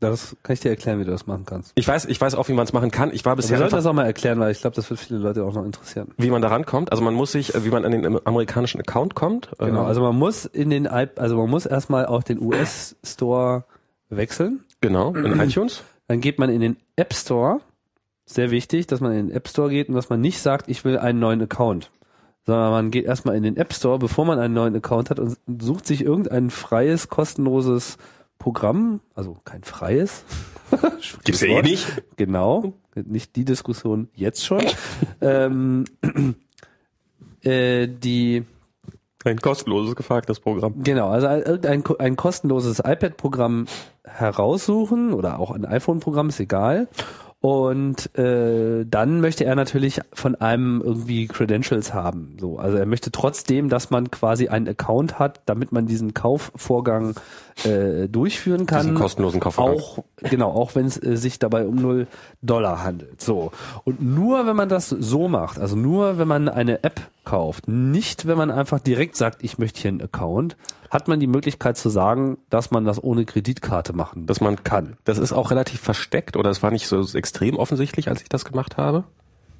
Das kann ich dir erklären, wie du das machen kannst.
Ich weiß, ich weiß auch, wie man es machen kann. Ich war
Wir
bisher
sollten
einfach,
das auch mal erklären, weil ich glaube, das wird viele Leute auch noch interessieren.
wie man da rankommt. Also man muss sich, äh, wie man an den amerikanischen Account kommt.
Genau,
Ähm,
also man muss in den iP- also man muss erstmal auf den US Store wechseln,
genau, in iTunes.
dann geht man in den App Store. Sehr wichtig, dass man in den App Store geht und dass man nicht sagt, ich will einen neuen Account, sondern man geht erstmal in den App Store, bevor man einen neuen Account hat und sucht sich irgendein freies kostenloses Programm, also kein freies.
Gibt's
ja eh
nicht.
Genau, nicht die Diskussion jetzt schon. ähm, äh, die
Ein kostenloses, gefragtes Programm.
Genau, also ein- irgendein ko- ein kostenloses iPad-Programm heraussuchen oder auch ein iPhone-Programm, ist egal. Und äh, dann möchte er natürlich von einem irgendwie Credentials haben. So, also er möchte trotzdem, dass man quasi einen Account hat, damit man diesen Kaufvorgang äh, durchführen kann.
Diesen kostenlosen Kaufvorgang.
Auch genau, auch wenn es äh, sich dabei um 0 Dollar handelt. So. Und nur wenn man das so macht, also nur wenn man eine App kauft, nicht wenn man einfach direkt sagt, ich möchte hier einen Account, hat man die Möglichkeit zu sagen, dass man das ohne Kreditkarte machen
dass man
kann.
Das ist auch relativ versteckt oder es war nicht so extrem offensichtlich, als ich das gemacht habe.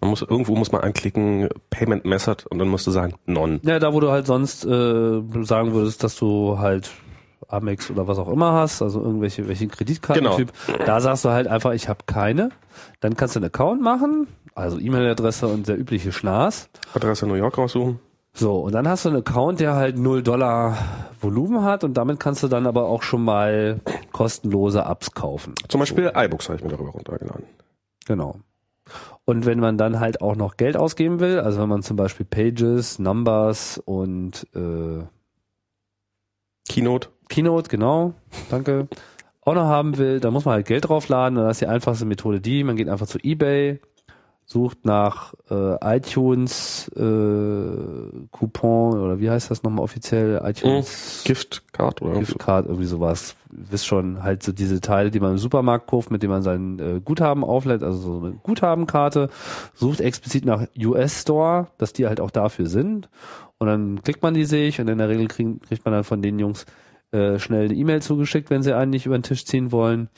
Man muss, irgendwo muss man anklicken, Payment Method und dann musst du sagen, non.
Ja, da wo du halt sonst äh, sagen würdest, dass du halt Amex oder was auch immer hast, also irgendwelche welchen Kreditkartentyp, da sagst du halt einfach, ich habe keine. Dann kannst du einen Account machen, also E-Mail-Adresse und der übliche Schnaß.
Adresse New York raussuchen.
So, und dann hast du einen Account, der halt 0 Dollar Volumen hat und damit kannst du dann aber auch schon mal kostenlose Apps kaufen.
Zum Beispiel iBooks habe ich mir darüber runtergeladen.
Genau. Und wenn man dann halt auch noch Geld ausgeben will, also wenn man zum Beispiel Pages, Numbers und äh,
Keynote.
Keynote, genau, danke, auch noch haben will, dann muss man halt Geld draufladen. Und das ist die einfachste Methode die, man geht einfach zu Ebay, sucht nach äh, iTunes äh, Coupon oder wie heißt das nochmal offiziell?
Mhm.
iTunes
Giftcard oder irgendwie so.
Giftcard, irgendwie sowas. Wisst schon, halt so diese Teile, die man im Supermarkt kauft, mit denen man sein äh, Guthaben auflädt, also so eine Guthabenkarte, sucht explizit nach US-Store, dass die halt auch dafür sind. Und dann klickt man die sich und in der Regel kriegen, kriegt man dann von den Jungs äh, schnell eine E-Mail zugeschickt, wenn sie einen nicht über den Tisch ziehen wollen.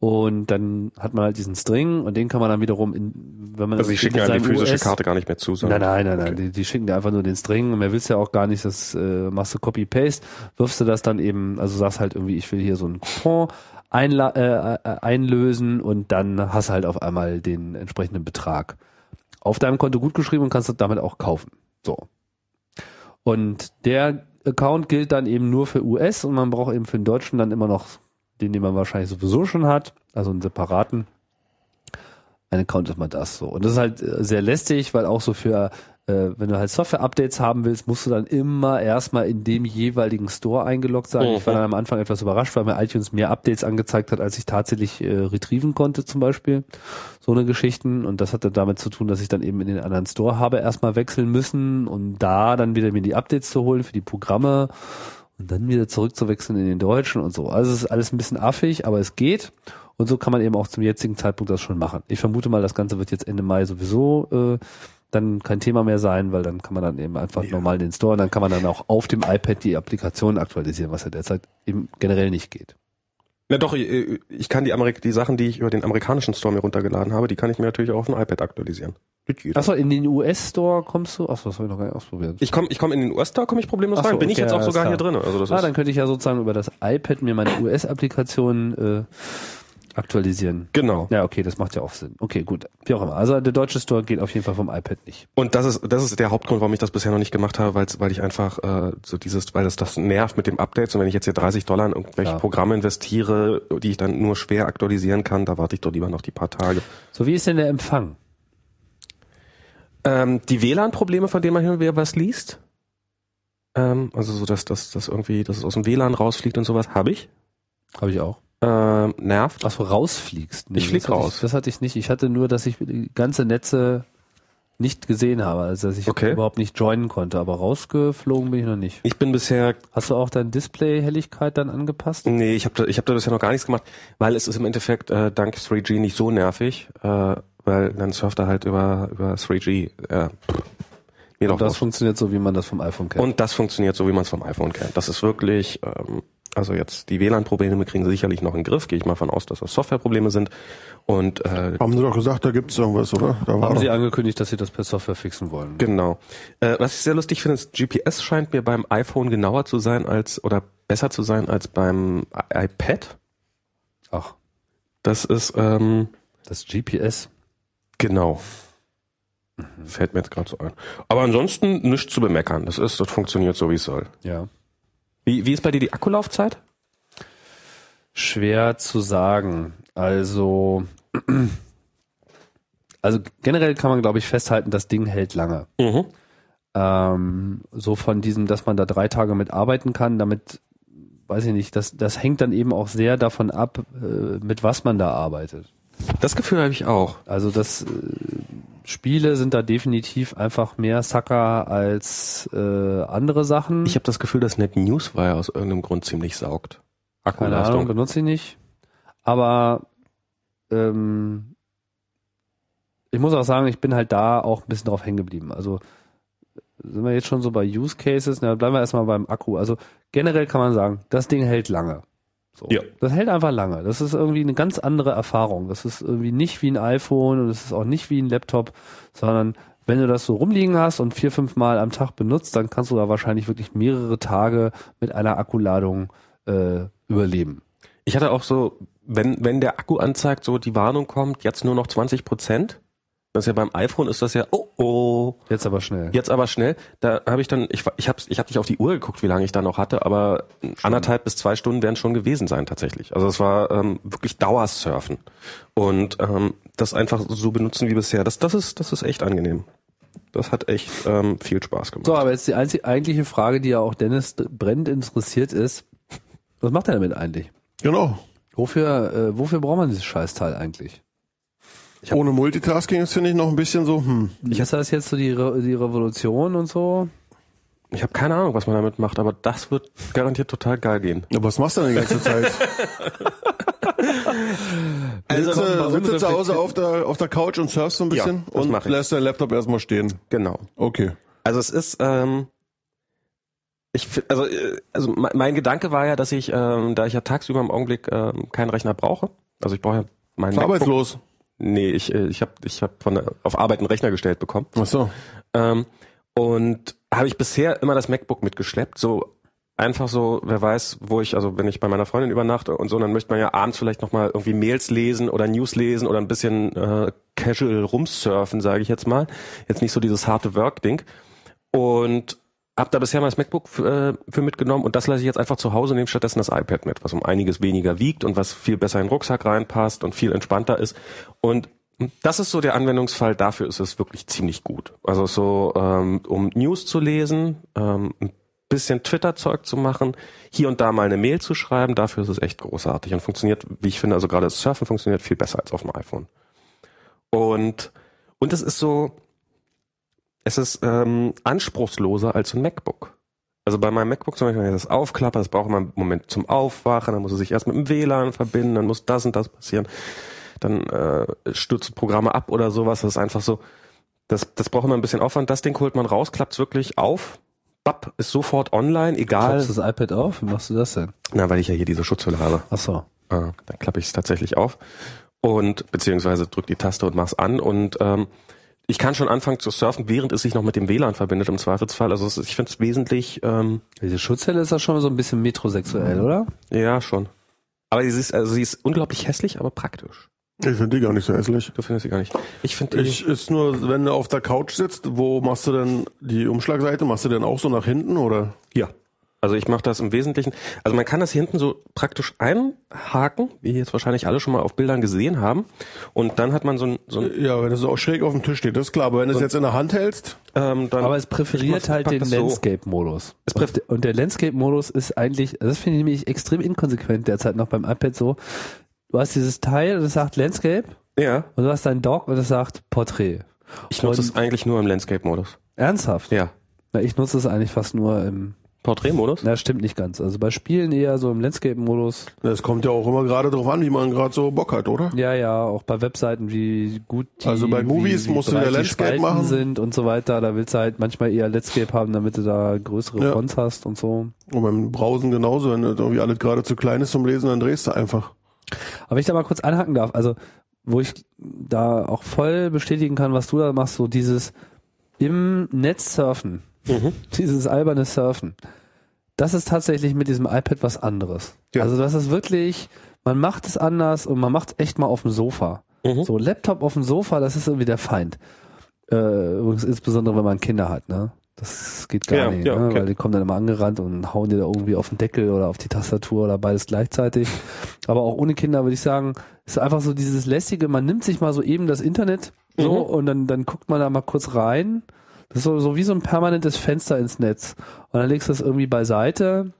Und dann hat man halt diesen String und den kann man dann wiederum, in, wenn man
Also die
mit
schicken einem die
seinem
physische
US
Karte gar nicht mehr zu,
Nein,
sondern
nein, nein, nein. Die, die schicken dir einfach nur den String und mehr willst du ja auch gar nicht. Das äh, machst du Copy-Paste, wirfst du das dann eben, also sagst halt irgendwie, ich will hier so einen Coupon einla- äh, äh, einlösen und dann hast du halt auf einmal den entsprechenden Betrag auf deinem Konto gut geschrieben und kannst das damit auch kaufen. So. Und der Account gilt dann eben nur für US und man braucht eben für den Deutschen dann immer noch den, den man wahrscheinlich sowieso schon hat, also einen separaten. Ein Account ist mal das so. Und das ist halt äh, sehr lästig, weil auch so für, äh, wenn du halt Software-Updates haben willst, musst du dann immer erstmal in dem jeweiligen Store eingeloggt sein. Ich war dann am Anfang etwas überrascht, weil mir iTunes mehr Updates angezeigt hat, als ich tatsächlich äh, retrieven konnte zum Beispiel. So eine Geschichten. Und das hatte damit zu tun, dass ich dann eben in den anderen Store habe erstmal wechseln müssen, um da dann wieder mir die Updates zu holen für die Programme und dann wieder zurückzuwechseln in den Deutschen und so. Also es ist alles ein bisschen affig, aber es geht. Und so kann man eben auch zum jetzigen Zeitpunkt das schon machen. Ich vermute mal, das Ganze wird jetzt Ende Mai sowieso äh, dann kein Thema mehr sein, weil dann kann man dann eben einfach normal in den Store und dann kann man dann auch auf dem iPad die Applikation aktualisieren, was ja derzeit eben generell nicht geht.
Na doch, ich, ich kann die, Amerik die Sachen, die ich über den amerikanischen Store mir runtergeladen habe, die kann ich mir natürlich auch auf dem iPad aktualisieren. Das geht.
Achso, in den US-Store kommst du? Achso, das habe ich noch gar nicht ausprobiert.
Ich komme ich komm in den US-Store, komme ich problemlos
Ach so,
rein. Bin ich
okay,
jetzt auch
alles
sogar
klar.
hier drin. Also das
Ah,
ist,
dann könnte ich ja sozusagen über das iPad mir meine US-Applikation äh, aktualisieren.
genau.
Ja, okay, das macht ja auch Sinn. Okay, gut. Wie auch immer. Also der deutsche Store geht auf jeden Fall vom iPad nicht.
Und das ist, das ist der Hauptgrund, warum ich das bisher noch nicht gemacht habe, weil, weil ich einfach äh, so dieses, weil das, das nervt mit dem Updates und wenn ich jetzt hier 30 Dollar in irgendwelche
Klar.
Programme investiere, die ich dann nur schwer aktualisieren kann, da warte ich doch lieber noch die paar Tage.
So, wie ist denn der Empfang?
Ähm, die WLAN-Probleme, von denen man hin und wieder was liest, ähm, also so, dass das dass irgendwie, dass es aus dem WLAN rausfliegt und sowas, habe ich.
Habe ich auch.
Ähm, nervt.
Achso, rausfliegst. Nee,
Ich flieg
das hatte
raus.
Ich, das hatte ich nicht. Ich hatte nur, dass ich die ganze Netze nicht gesehen habe, also dass ich
Okay.
überhaupt nicht joinen konnte, aber rausgeflogen bin ich noch nicht.
Ich bin bisher
Hast du auch deine Display-Helligkeit dann angepasst?
Nee, ich habe da, ich hab da bisher noch gar nichts gemacht, weil es ist im Endeffekt äh, dank 3G nicht so nervig, äh, weil dann surft er halt über, über 3G. Äh, pff, mir doch
Und das
wurscht.
funktioniert so, wie man das vom iPhone kennt.
Und das funktioniert so, wie man es vom iPhone kennt. Das ist wirklich, ähm, also jetzt die WLAN-Probleme kriegen sie sicherlich noch in den Griff, gehe ich mal von aus, dass das Softwareprobleme sind. Und äh,
Haben sie doch gesagt, da gibt's irgendwas, oder? Da war
haben
doch.
sie angekündigt, dass sie das per Software fixen wollen.
Genau. Äh, was ich sehr lustig finde, ist, GPS scheint mir beim iPhone genauer zu sein als oder besser zu sein als beim I iPad.
Ach,
Das ist ähm,
das GPS.
Genau. Fällt mir jetzt gerade so ein. Aber ansonsten nichts zu bemeckern. Das ist, das funktioniert so, wie es soll.
Ja.
Wie, wie ist bei dir die Akkulaufzeit?
Schwer zu sagen. Also, also generell kann man, glaube ich, festhalten, das Ding hält lange.
Mhm.
Ähm, so von diesem, dass man da drei Tage mit arbeiten kann, damit, weiß ich nicht, das, das hängt dann eben auch sehr davon ab, äh, mit was man da arbeitet.
Das Gefühl habe ich auch.
Also das äh, Spiele sind da definitiv einfach mehr Sucker als äh, andere Sachen.
Ich habe das Gefühl, dass Net Newswire aus irgendeinem Grund ziemlich saugt.
Keine Ahnung,
Akkuleistung.
benutze ich nicht. Aber ähm, ich muss auch sagen, ich bin halt da auch ein bisschen drauf hängen geblieben. Also sind wir jetzt schon so bei Use Cases, na, bleiben wir erstmal beim Akku. Also generell kann man sagen, das Ding hält lange. So.
Ja.
Das hält einfach lange. Das ist irgendwie eine ganz andere Erfahrung. Das ist irgendwie nicht wie ein iPhone und es ist auch nicht wie ein Laptop, sondern wenn du das so rumliegen hast und vier, fünf Mal am Tag benutzt, dann kannst du da wahrscheinlich wirklich mehrere Tage mit einer Akkuladung äh, überleben.
Ich hatte auch so, wenn, wenn der Akku anzeigt, so die Warnung kommt, jetzt nur noch 20 Prozent. Das ist ja beim iPhone ist das ja, oh, oh,
Jetzt aber schnell.
jetzt aber schnell. Da habe ich dann, ich, wa- ich habe ich hab nicht auf die Uhr geguckt, wie lange ich da noch hatte, aber anderthalb bis zwei Stunden werden schon gewesen sein tatsächlich. Also es war ähm, wirklich Dauersurfen. Und ähm, das einfach so benutzen wie bisher, das, das, ist, das ist echt angenehm. Das hat echt ähm, viel Spaß gemacht.
So,
So.
aber jetzt die einzig, eigentliche Frage, die ja auch Dennis brennt interessiert ist, was macht er damit eigentlich?
Genau.
Wofür, äh, wofür braucht man dieses Scheißteil eigentlich?
Ohne Multitasking ist, finde ich, noch ein bisschen so, hm.
ist das jetzt so die, Re die Revolution und so?
Ich habe keine Ahnung, was man damit macht, aber das wird garantiert total geil gehen.
Ja, was machst du denn die ganze Zeit? Also, sitzt, äh, sitzt du zu Hause auf der, auf der Couch und surfst so ein
Ja,
bisschen
das mach
und
ich.
lässt deinen Laptop erstmal stehen.
Genau.
Okay.
Also es ist, ähm, ich, fi- also, äh, also me- mein Gedanke war ja, dass ich, ähm, da ich ja tagsüber im Augenblick ähm, keinen Rechner brauche, also ich brauche ja meinen
Ist
MacBook.
arbeitslos.
Nee, ich, äh, ich habe ich hab von der, auf Arbeit einen Rechner gestellt bekommen.
Ach so.
Ähm, und habe ich bisher immer das MacBook mitgeschleppt, so einfach so, wer weiß, wo ich, also wenn ich bei meiner Freundin übernachte und so, dann möchte man ja abends vielleicht nochmal irgendwie Mails lesen oder News lesen oder ein bisschen äh, casual rumsurfen, sage ich jetzt mal. Jetzt nicht so dieses harte Work-Ding. Und habe da bisher mal das MacBook f- äh, für mitgenommen und das lasse ich jetzt einfach zu Hause nehmen, stattdessen das iPad mit, was um einiges weniger wiegt und was viel besser in den Rucksack reinpasst und viel entspannter ist. Und das ist so der Anwendungsfall, dafür ist es wirklich ziemlich gut. Also so, ähm, um News zu lesen, ähm, ein bisschen Twitter-Zeug zu machen, hier und da mal eine Mail zu schreiben, dafür ist es echt großartig und funktioniert, wie ich finde, also gerade das Surfen funktioniert viel besser als auf dem iPhone. Und, und es ist so, es ist ähm, anspruchsloser als ein MacBook. Also bei meinem MacBook zum Beispiel, wenn ich das aufklappe, das braucht immer einen Moment zum Aufwachen, dann muss es sich erst mit dem WLAN verbinden, dann muss das und das passieren, dann äh, stürzen Programme ab oder sowas. Das ist einfach so, das, das braucht immer ein bisschen Aufwand. Das Ding holt man raus, klappt es wirklich auf, bapp, ist sofort online, egal.
Klappst du das iPad auf? Wie machst du das denn?
Na, weil ich ja hier diese Schutzhülle habe.
Ach so.
Äh, dann klappe ich es tatsächlich auf und beziehungsweise drück die Taste und mach's an und ähm, ich kann schon anfangen zu surfen, während es sich noch mit dem WLAN verbindet im Zweifelsfall. Also es, ist- ich finde es wesentlich, ähm,
Diese Schutzhelle ist ja schon so ein bisschen metrosexuell, oder?
ja schon. Aber sie ist, also sie ist unglaublich hässlich, aber praktisch.
Ich finde die gar nicht so hässlich.
Du findest sie gar nicht. Ich finde
Ich ist nur, wenn du auf der Couch sitzt, wo machst du denn die Umschlagseite? Machst du denn auch so nach hinten oder?
ja. Also ich mache das im Wesentlichen. Also man kann das hier hinten so praktisch einhaken, wie jetzt wahrscheinlich alle schon mal auf Bildern gesehen haben. Und dann hat man so ein, so ein
Ja, wenn es auch schräg auf dem Tisch steht, das ist klar. Aber wenn du es jetzt in der Hand hältst,
ähm, dann
Aber es
Ich
präferiert
mach-
halt
pack
den
das so.
Landscape-Modus.
Es
Und,
präf-
und der Landscape-Modus ist eigentlich, das finde ich nämlich extrem inkonsequent derzeit noch beim iPad so. Du hast dieses Teil und es sagt Landscape
ja.
und du hast deinen Dock und es sagt Porträt.
Ich nutze es eigentlich nur im Landscape-Modus.
Ernsthaft?
Ja.
Na, ich nutze es eigentlich fast nur im,
Porträtmodus?
na, stimmt nicht ganz. Also bei Spielen eher so im Landscape-Modus.
das kommt ja auch immer gerade drauf an, wie man gerade so Bock hat, oder?
Ja, ja, auch bei Webseiten, wie gut die,
Also bei
wie-
Movies
wie
musst du wieder
breit die
Landscape
Spalten
machen.
sind und so weiter. Da willst du halt manchmal eher Landscape haben, damit du da größere
Ja.
Fonts hast und so.
Und beim Brausen genauso, wenn das irgendwie alles gerade zu klein ist zum Lesen, dann drehst du einfach.
Aber wenn ich da mal kurz einhaken darf, also wo ich da auch voll bestätigen kann, was du da machst, so dieses im Netz surfen,
Mhm.
dieses alberne Surfen, das ist tatsächlich mit diesem iPad was anderes.
Ja.
Also das ist wirklich, man macht es anders und man macht es echt mal auf dem Sofa.
Mhm.
So Laptop auf dem Sofa, das ist irgendwie der Feind. Äh, übrigens insbesondere, wenn man Kinder hat, ne? Das geht gar
Ja,
nicht,
ja,
ne?
okay.
weil die kommen dann immer angerannt und hauen dir da irgendwie auf den Deckel oder auf die Tastatur oder beides gleichzeitig. Aber auch ohne Kinder würde ich sagen, ist einfach so dieses lässige, man nimmt sich mal so eben das Internet so
Mhm.
und dann, dann guckt man da mal kurz rein. Das ist so, so wie so ein permanentes Fenster ins Netz. Und dann legst du das irgendwie beiseite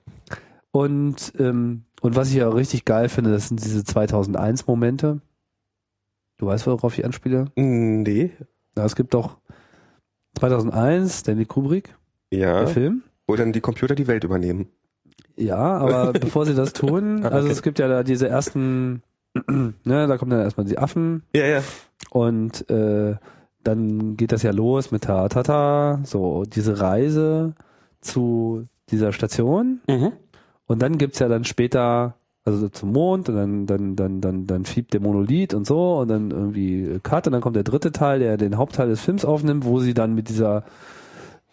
und, ähm, und was ich ja richtig geil finde, das sind diese 2001 Momente. Du weißt, worauf ich anspiele?
Nee.
Na, es gibt doch 2001, Stanley Kubrick,
Ja.
der Film.
Wo dann die Computer die Welt übernehmen.
Ja, aber bevor sie das tun,
Ah,
also
okay.
es gibt ja da diese ersten, ne, da kommen dann erstmal die Affen
Ja, ja.
und äh, dann geht das ja los mit Tatata, so diese Reise zu dieser Station
Mhm.
und dann gibt's ja dann später Also zum Mond und dann, dann, dann, dann, dann schiebt der Monolith und so und dann irgendwie Cut und dann kommt der dritte Teil, der den Hauptteil des Films aufnimmt, wo sie dann mit dieser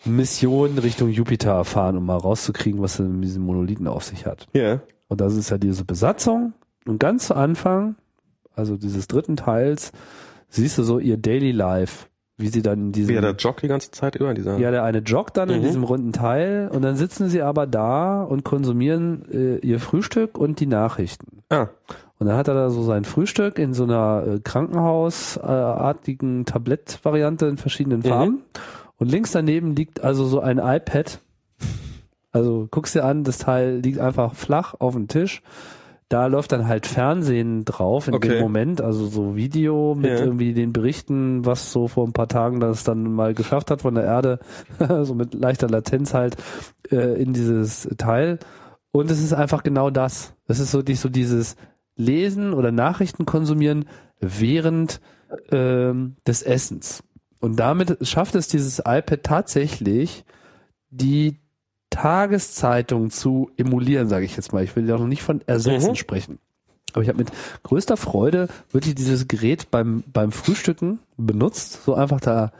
Mission Richtung Jupiter fahren, um mal rauszukriegen, was er mit diesen Monolithen auf sich hat.
Ja.
Und das ist ja diese Besatzung. Und ganz zu Anfang, also dieses dritten Teils, siehst du so ihr Daily Life, wie sie dann in diesem,
Wie er da joggt die ganze Zeit über, dieser.
ja, der eine joggt dann in
Mhm.
diesem runden Teil und dann sitzen sie aber da und konsumieren äh, ihr Frühstück und die Nachrichten.
Ah,
Und dann hat er da so sein Frühstück in so einer äh, Krankenhausartigen Tablettvariante in verschiedenen Farben. Und links daneben liegt also so ein iPad. Also guckst dir an, das Teil liegt einfach flach auf dem Tisch. Da läuft dann halt Fernsehen drauf in
Okay.
dem Moment, also so Video mit
Ja.
irgendwie den Berichten, was so vor ein paar Tagen das dann mal geschafft hat von der Erde, so mit leichter Latenz halt äh, in dieses Teil. Und es ist einfach genau das. Es ist so, die, so dieses Lesen oder Nachrichten konsumieren während ähm, des Essens. Und damit schafft es dieses iPad tatsächlich, die Tageszeitung zu emulieren, sage ich jetzt mal. Ich will ja noch nicht von ersetzen
Mhm.
sprechen. Aber ich habe mit größter Freude wirklich dieses Gerät beim, beim Frühstücken benutzt, so einfach da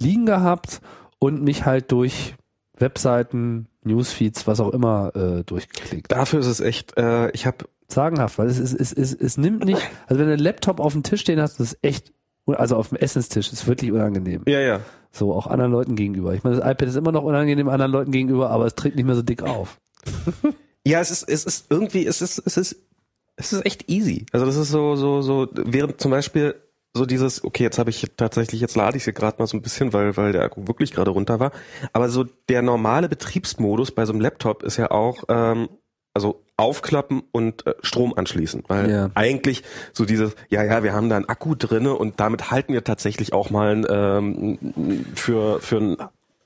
liegen gehabt und mich halt durch Webseiten, Newsfeeds, was auch immer äh, durchgeklickt.
dafür ist es echt, äh, ich habe
Sagenhaft, weil es, es, es, es, es nimmt nicht, also wenn du einen Laptop auf dem Tisch stehen hast, das ist echt, also auf dem Essenstisch, ist wirklich unangenehm.
ja, ja.
So auch anderen Leuten gegenüber. Ich meine, das iPad ist immer noch unangenehm anderen Leuten gegenüber, aber es trägt nicht mehr so dick auf.
Ja, es ist, es ist irgendwie, es ist, es ist, es ist echt easy. Also das ist so, so, so, während zum Beispiel so dieses, okay, jetzt habe ich tatsächlich, jetzt lade ich sie gerade mal so ein bisschen, weil, weil der Akku wirklich gerade runter war. Aber so der normale Betriebsmodus bei so einem Laptop ist ja auch, ähm, also aufklappen und äh, Strom anschließen. Weil
Ja.
eigentlich so dieses, ja, ja, wir haben da einen Akku drinne und damit halten wir tatsächlich auch mal ein, ähm, für, für einen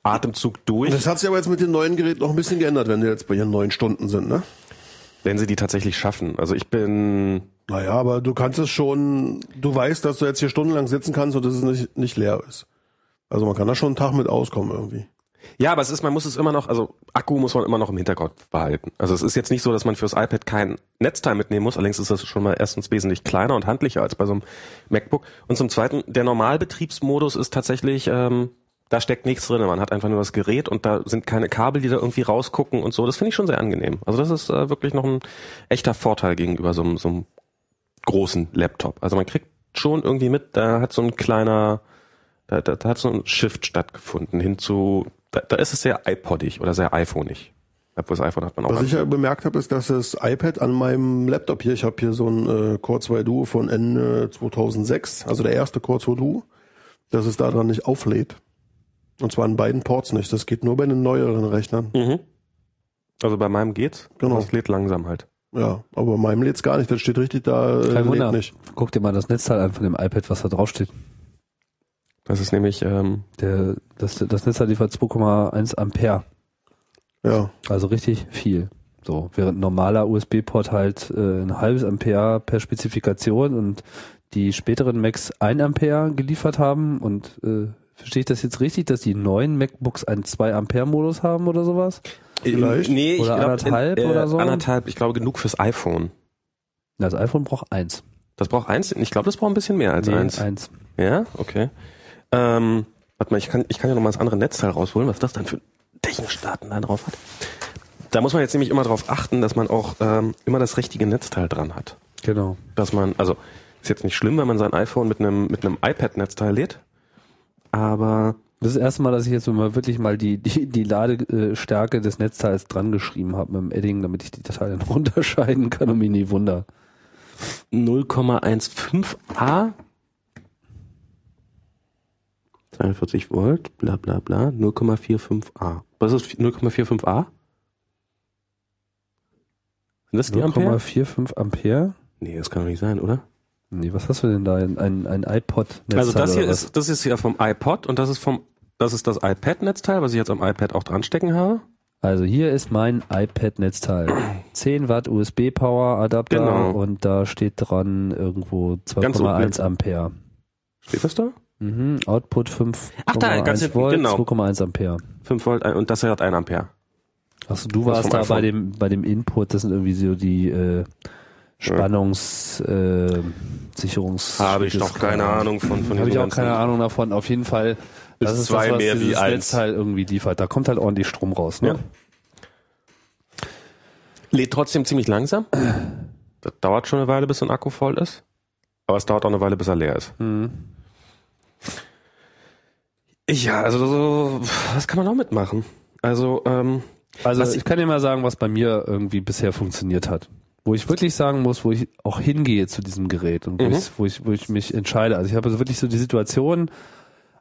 Atemzug durch.
Das hat sich aber jetzt mit dem neuen Gerät noch ein bisschen geändert, wenn die jetzt bei ihren neun Stunden sind, ne?
Wenn sie die tatsächlich schaffen. Also ich bin
Naja, aber du kannst es schon, du weißt, dass du jetzt hier stundenlang sitzen kannst und dass es nicht, nicht leer ist. Also man kann da schon einen Tag mit auskommen irgendwie.
Ja, aber es ist, man muss es immer noch, also Akku muss man immer noch im Hintergrund behalten. Also es ist jetzt nicht so, dass man fürs iPad kein Netzteil mitnehmen muss. Allerdings ist das schon mal erstens wesentlich kleiner und handlicher als bei so einem MacBook. Und zum Zweiten, der Normalbetriebsmodus ist tatsächlich, ähm, da steckt nichts drin. Man hat einfach nur das Gerät und da sind keine Kabel, die da irgendwie rausgucken und so. Das finde ich schon sehr angenehm. Also das ist äh, wirklich noch ein echter Vorteil gegenüber so, einem- so einem großen Laptop. Also man kriegt schon irgendwie mit, da hat so ein kleiner da, da, da hat so ein Shift stattgefunden hin zu, da, da ist es sehr iPodig oder sehr iPhoneig. Obwohl das iPhone hat man auch.
Was ich ja bemerkt habe, ist, dass das iPad an meinem Laptop hier, ich habe hier so ein äh, Core 2 Duo von Ende 2006, also der erste Core 2 Duo, dass es daran nicht auflädt. Und zwar an beiden Ports nicht. Das geht nur bei den neueren Rechnern.
Mhm. Also bei meinem geht's.
Genau.
Das lädt langsam halt.
Ja, aber bei meinem lädt's gar nicht. Das steht richtig da, äh,
Kein Wunder.
lädt nicht.
Guck dir mal das Netzteil an von dem iPad, was da draufsteht.
Das ist nämlich, ähm,
Der, das, das Netzteil liefert 2,1 Ampere.
Ja.
Also richtig viel. So, während ein normaler USB-Port halt äh, ein halbes Ampere per Spezifikation und die späteren Macs ein Ampere geliefert haben und äh, verstehe ich das jetzt richtig, dass die neuen MacBooks einen 2 Ampere Modus haben oder sowas?
Äh, Vielleicht.
Nee,
Oder
glaub, äh,
anderthalb oder so?
Anderthalb, ich glaube genug fürs iPhone.
Na, Das iPhone braucht eins.
Das braucht eins, ich glaube, das braucht ein bisschen mehr als
Nee,
eins.
eins.
Ja, okay. Ähm, warte mal, ich kann, ich kann ja nochmal das andere Netzteil rausholen, was das dann für Technikdaten da drauf hat. Da muss man jetzt nämlich immer darauf achten, dass man auch ähm, immer das richtige Netzteil dran hat.
Genau.
dass man, also ist jetzt nicht schlimm, wenn man sein iPhone mit einem mit einem iPad-Netzteil lädt, aber
Das ist das erste Mal, dass ich jetzt mal wirklich mal die, die, die Ladestärke des Netzteils dran geschrieben habe mit dem Edding, damit ich die Datei dann runterscheiden kann und mich nie wunder.
0,15a 42 Volt, bla bla bla, 0,45a. Was ist 0,45a? Sind das die Ampere?
0,45 Ampere?
Nee, das kann doch nicht sein, oder?
Nee, was hast du denn da? Ein, ein, ein iPod-Netzteil?
Also das hier
oder was?
ist das ist ja vom iPod und das ist vom das ist das iPad-Netzteil, was ich jetzt am iPad auch dran stecken habe.
Also hier ist mein iPad-Netzteil. 10 Watt USB-Power-Adapter
Genau.
und da steht dran irgendwo
Ganz unten
2,1 Ampere.
Steht das da?
Mhm, Output 5
Ach, da, ganz hinten,
Volt,
genau.
2,1 Ampere.
5 Volt ein- und das hat 1 Ampere.
Achso, du
Was
warst
vom
da
iPhone.
bei dem, bei dem Input, das sind irgendwie so die äh, Spannungs, äh, Sicherungs.
Habe ich doch keine Ahnung von, von
Habe ich
diesem
auch keine Ahnung davon. Auf jeden Fall das
Ist
ist
zwei
das, was
mehr wie
dieses
eins.
Netzteil irgendwie liefert. Da kommt halt ordentlich Strom raus. Ne?
Ja. Lädt trotzdem ziemlich langsam. Das dauert schon eine Weile, bis so ein Akku voll ist. Aber es dauert auch eine Weile, bis er leer ist.
Mhm.
Ja, also so, was kann man noch mitmachen? Also, ähm,
Also
Was
ich kann dir mal sagen, was bei mir irgendwie bisher funktioniert hat. Wo ich wirklich sagen muss, wo ich auch hingehe zu diesem Gerät und wo,
Mhm.
ich, wo, ich, wo ich mich entscheide. Also ich habe so wirklich so die Situation,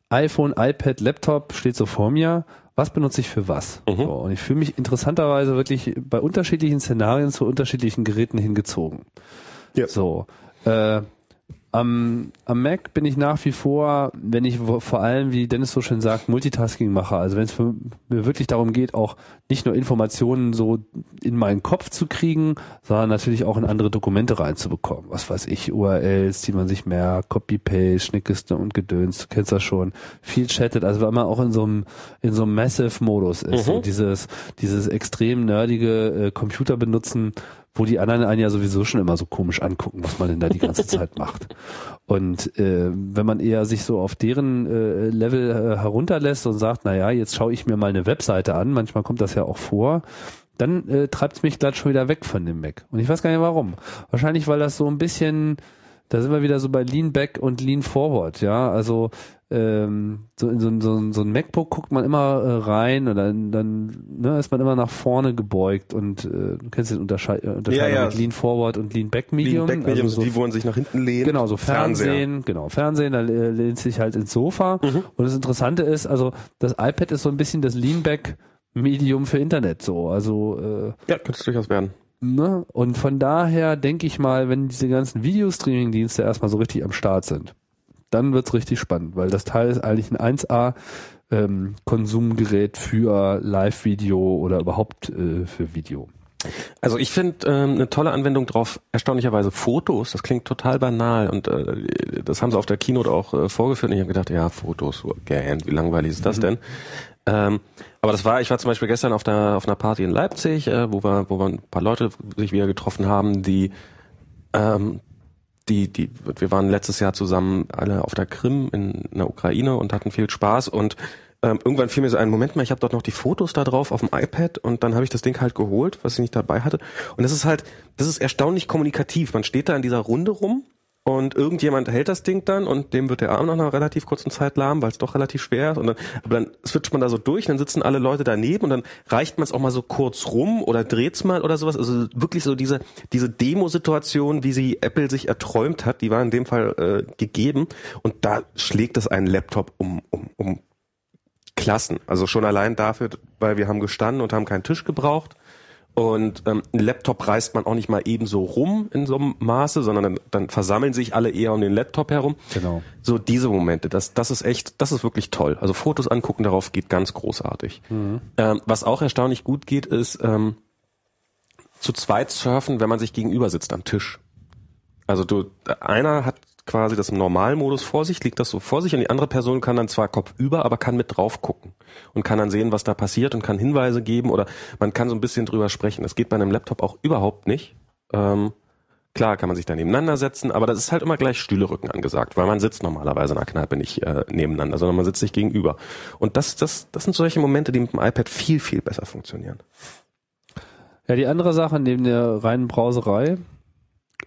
iPhone, iPad, Laptop steht so vor mir. Was benutze ich für was?
Mhm.
So, und ich fühle mich interessanterweise wirklich bei unterschiedlichen Szenarien zu unterschiedlichen Geräten hingezogen.
Ja.
So. Äh, am, am Mac bin ich nach wie vor, wenn ich wo- vor allem, wie Dennis so schön sagt, Multitasking mache. Also wenn es für- mir wirklich darum geht, auch nicht nur Informationen so in meinen Kopf zu kriegen, sondern natürlich auch in andere Dokumente reinzubekommen. Was weiß ich, URLs, die man sich merkt, Copy-Paste, Schnickeste und Gedöns, du kennst das schon, viel chattet, also wenn man auch in so einem, in so einem Massive-Modus ist, so dieses, dieses extrem nerdige äh, Computer benutzen, wo die anderen einen ja sowieso schon immer so komisch angucken, was man denn da die ganze Zeit macht. Und äh, wenn man eher sich so auf deren äh, Level äh, herunterlässt und sagt, na ja, jetzt schaue ich mir mal eine Webseite an, manchmal kommt das ja auch vor, dann äh, treibt es mich glatt schon wieder weg von dem Mac. Und ich weiß gar nicht warum. Wahrscheinlich, weil das so ein bisschen, da sind wir wieder so bei Lean Back und Lean Forward, ja. Also ähm, so in so, ein- so, ein- so ein MacBook guckt man immer äh, rein und dann, dann ne, ist man immer nach vorne gebeugt und äh, du kennst den Unterschied, äh, Unterscheidung
ja.
mit Lean Forward und Lean Back Medium.
Medium, Back Medium,
also so
die wollen sich nach hinten lehnen.
Genau, so Fernsehen, genau, Fernsehen, da äh, lehnt sich halt ins Sofa. Und das Interessante ist, also das iPad ist so ein bisschen das Leanback-Medium für Internet so. Also,
Ja, könnte es durchaus werden.
äh, ne? Und von daher denke ich mal, wenn diese ganzen Videostreaming-Dienste erstmal so richtig am Start sind, dann wird's richtig spannend, weil das Teil ist eigentlich ein 1A ähm, Konsumgerät für Live-Video oder überhaupt äh, für Video.
Also ich finde ähm, eine tolle Anwendung drauf, erstaunlicherweise Fotos. Das klingt total banal und äh, das haben sie auf der Keynote auch äh, vorgeführt. Und ich habe gedacht, ja, Fotos, okay, wie langweilig ist das denn? Ähm, aber das war, ich war zum Beispiel gestern auf, der, auf einer Party in Leipzig, äh, wo, wir, wo wir ein paar Leute sich wieder getroffen haben, die, ähm, die, die, wir waren letztes Jahr zusammen alle auf der Krim in, in der Ukraine und hatten viel Spaß und ähm, irgendwann fiel mir so ein Moment mal, ich habe dort noch die Fotos da drauf auf dem iPad und dann habe ich das Ding halt geholt, was ich nicht dabei hatte. Und das ist halt, das ist erstaunlich kommunikativ. Man steht da in dieser Runde rum und irgendjemand hält das Ding dann und dem wird der Arm nach einer relativ kurzen Zeit lahm, weil es doch relativ schwer ist. Und dann, aber dann switcht man da so durch, dann sitzen alle Leute daneben und dann reicht man es auch mal so kurz rum oder dreht's mal oder sowas. Also wirklich so diese, diese Demo-Situation, wie sie Apple sich erträumt hat, die war in dem Fall äh, gegeben. Und da schlägt es einen Laptop um, um, um Klassen. Also schon allein dafür, weil wir haben gestanden und haben keinen Tisch gebraucht. Und ähm, einen Laptop reißt man auch nicht mal eben so rum in so einem Maße, sondern dann, dann versammeln sich alle eher um den Laptop herum.
Genau.
So diese Momente, das, das ist echt, das ist wirklich toll. Also Fotos angucken darauf geht ganz großartig. Ähm, was auch erstaunlich gut geht, ist ähm, zu zweit surfen, wenn man sich gegenüber sitzt am Tisch. Also du, einer hat quasi das im Normalmodus vor sich, liegt das so vor sich und die andere Person kann dann zwar Kopf über, aber kann mit drauf gucken und kann dann sehen, was da passiert und kann Hinweise geben oder man kann so ein bisschen drüber sprechen. Das geht bei einem Laptop auch überhaupt nicht. Ähm, klar kann man sich da nebeneinander setzen, aber das ist halt immer gleich Stühlerücken angesagt, weil man sitzt normalerweise in der Kneipe nicht äh, nebeneinander, sondern man sitzt sich gegenüber. Und das, das, das sind solche Momente, die mit dem iPad viel, viel besser funktionieren.
Ja, die andere Sache neben der reinen Brauserei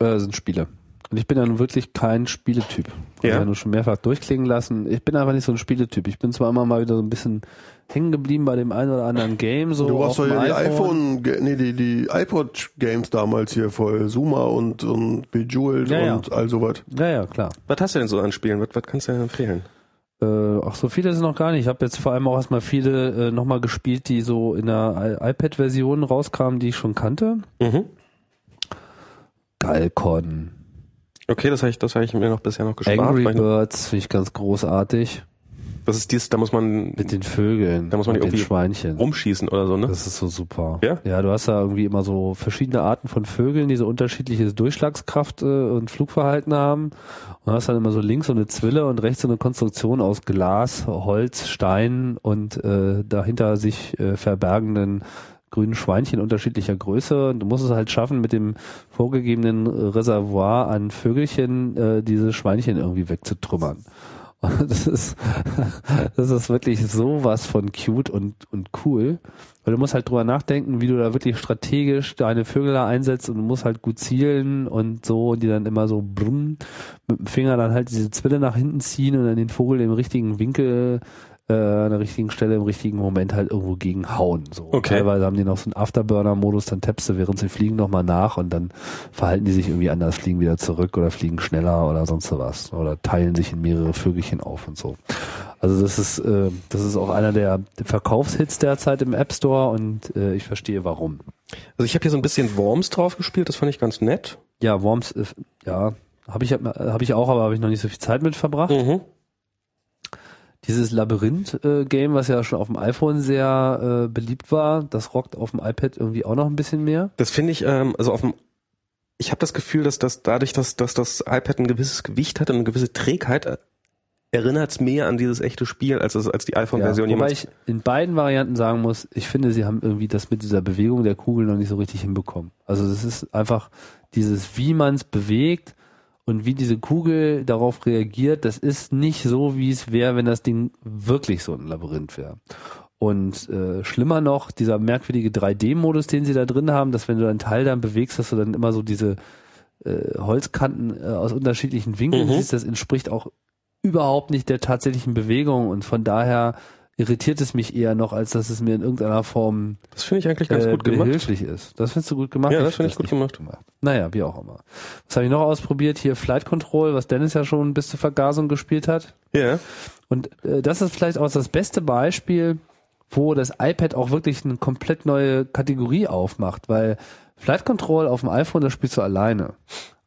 äh, sind Spiele. Und ich bin ja nun wirklich kein Spieletyp. Hab
Ja.
Ich nur schon mehrfach durchklingen lassen. Ich bin einfach nicht so ein Spieletyp. Ich bin zwar immer mal wieder so ein bisschen hängen geblieben bei dem einen oder anderen Game. So
Du warst doch
auf dem
ja die iPhone, Ga- nee, die, die iPod-Games damals hier voll. Zuma und, und Bejeweled
Ja, ja.
und all sowas.
Ja, ja, klar.
Was hast du denn so an Spielen? Was, was kannst du denn empfehlen?
Äh, ach, so viele sind noch gar nicht. Ich habe jetzt vor allem auch erstmal viele äh, nochmal gespielt, die so in der I- iPad-Version rauskamen, die ich schon kannte.
Mhm.
Galcon,
Okay, das habe ich, das hab ich mir noch bisher noch gespart.
Angry
weil ich-
Birds finde ich ganz großartig.
Das ist dies, da muss man
Mit den Vögeln,
Hm. Da muss man die
mit den
irgendwie
Schweinchen.
rumschießen oder so, ne?
Das ist so super.
Ja?
ja, du hast da irgendwie immer so verschiedene Arten von Vögeln, die so unterschiedliche Durchschlagskraft äh, und Flugverhalten haben. Und hast dann immer so links so eine Zwille und rechts so eine Konstruktion aus Glas, Holz, Stein und äh, dahinter sich äh, verbergenden grünen Schweinchen unterschiedlicher Größe. Und Du musst es halt schaffen, mit dem vorgegebenen äh, Reservoir an Vögelchen äh, diese Schweinchen irgendwie wegzutrümmern. Und das ist, das ist wirklich sowas von cute und, und cool. Weil du musst halt drüber nachdenken, wie du da wirklich strategisch deine Vögel da einsetzt und du musst halt gut zielen und so, und die dann immer so brumm mit dem Finger dann halt diese Zwille nach hinten ziehen und dann den Vogel im richtigen Winkel äh, an der richtigen Stelle im richtigen Moment halt irgendwo gegenhauen. So. Und
Okay.
Teilweise haben die noch so einen Afterburner-Modus, dann tappst du, während sie fliegen, nochmal nach und dann verhalten die sich irgendwie anders, fliegen wieder zurück oder fliegen schneller oder sonst was. Oder teilen sich in mehrere Vögelchen auf und so. Also das ist, äh, das ist auch einer der Verkaufshits derzeit im App Store und äh, ich verstehe warum.
Also ich habe hier so ein bisschen Worms drauf gespielt, das fand ich ganz nett.
Ja, Worms, äh, ja, habe ich, hab ich auch, aber habe ich noch nicht so viel Zeit mit verbracht.
Mhm.
Dieses Labyrinth-Game, was ja schon auf dem iPhone sehr äh, beliebt war, das rockt auf dem iPad irgendwie auch noch ein bisschen mehr.
Das finde ich, ähm, also auf dem, ich habe das Gefühl, dass das dadurch, dass, dass das iPad ein gewisses Gewicht hat und eine gewisse Trägheit, äh, erinnert es mehr an dieses echte Spiel, als, es- als die iPhone-Version
wobei
jemals.
ich in beiden Varianten sagen muss, ich finde, sie haben irgendwie das mit dieser Bewegung der Kugel noch nicht so richtig hinbekommen. Also das ist einfach dieses, wie man es bewegt und wie diese Kugel darauf reagiert, das ist nicht so, wie es wäre, wenn das Ding wirklich so ein Labyrinth wäre. Und äh, schlimmer noch, dieser merkwürdige 3D-Modus, den sie da drin haben, dass wenn du einen Teil dann bewegst, dass du dann immer so diese äh, Holzkanten äh, aus unterschiedlichen Winkeln
Mhm.
siehst, das entspricht auch überhaupt nicht der tatsächlichen Bewegung und von daher irritiert es mich eher noch, als dass es mir in irgendeiner Form
das finde ich eigentlich ganz
äh,
gut gemacht.
behilflich ist. Das findest du gut gemacht?
Ja, das find ich
find's
gut
nicht Naja, wie auch immer. Was habe ich noch ausprobiert? Hier Flight Control, was Dennis ja schon bis zur Vergasung gespielt hat.
Ja.
Und äh, das ist vielleicht auch das beste Beispiel, wo das iPad auch wirklich eine komplett neue Kategorie aufmacht, weil Flight Control auf dem iPhone, das spielst du alleine.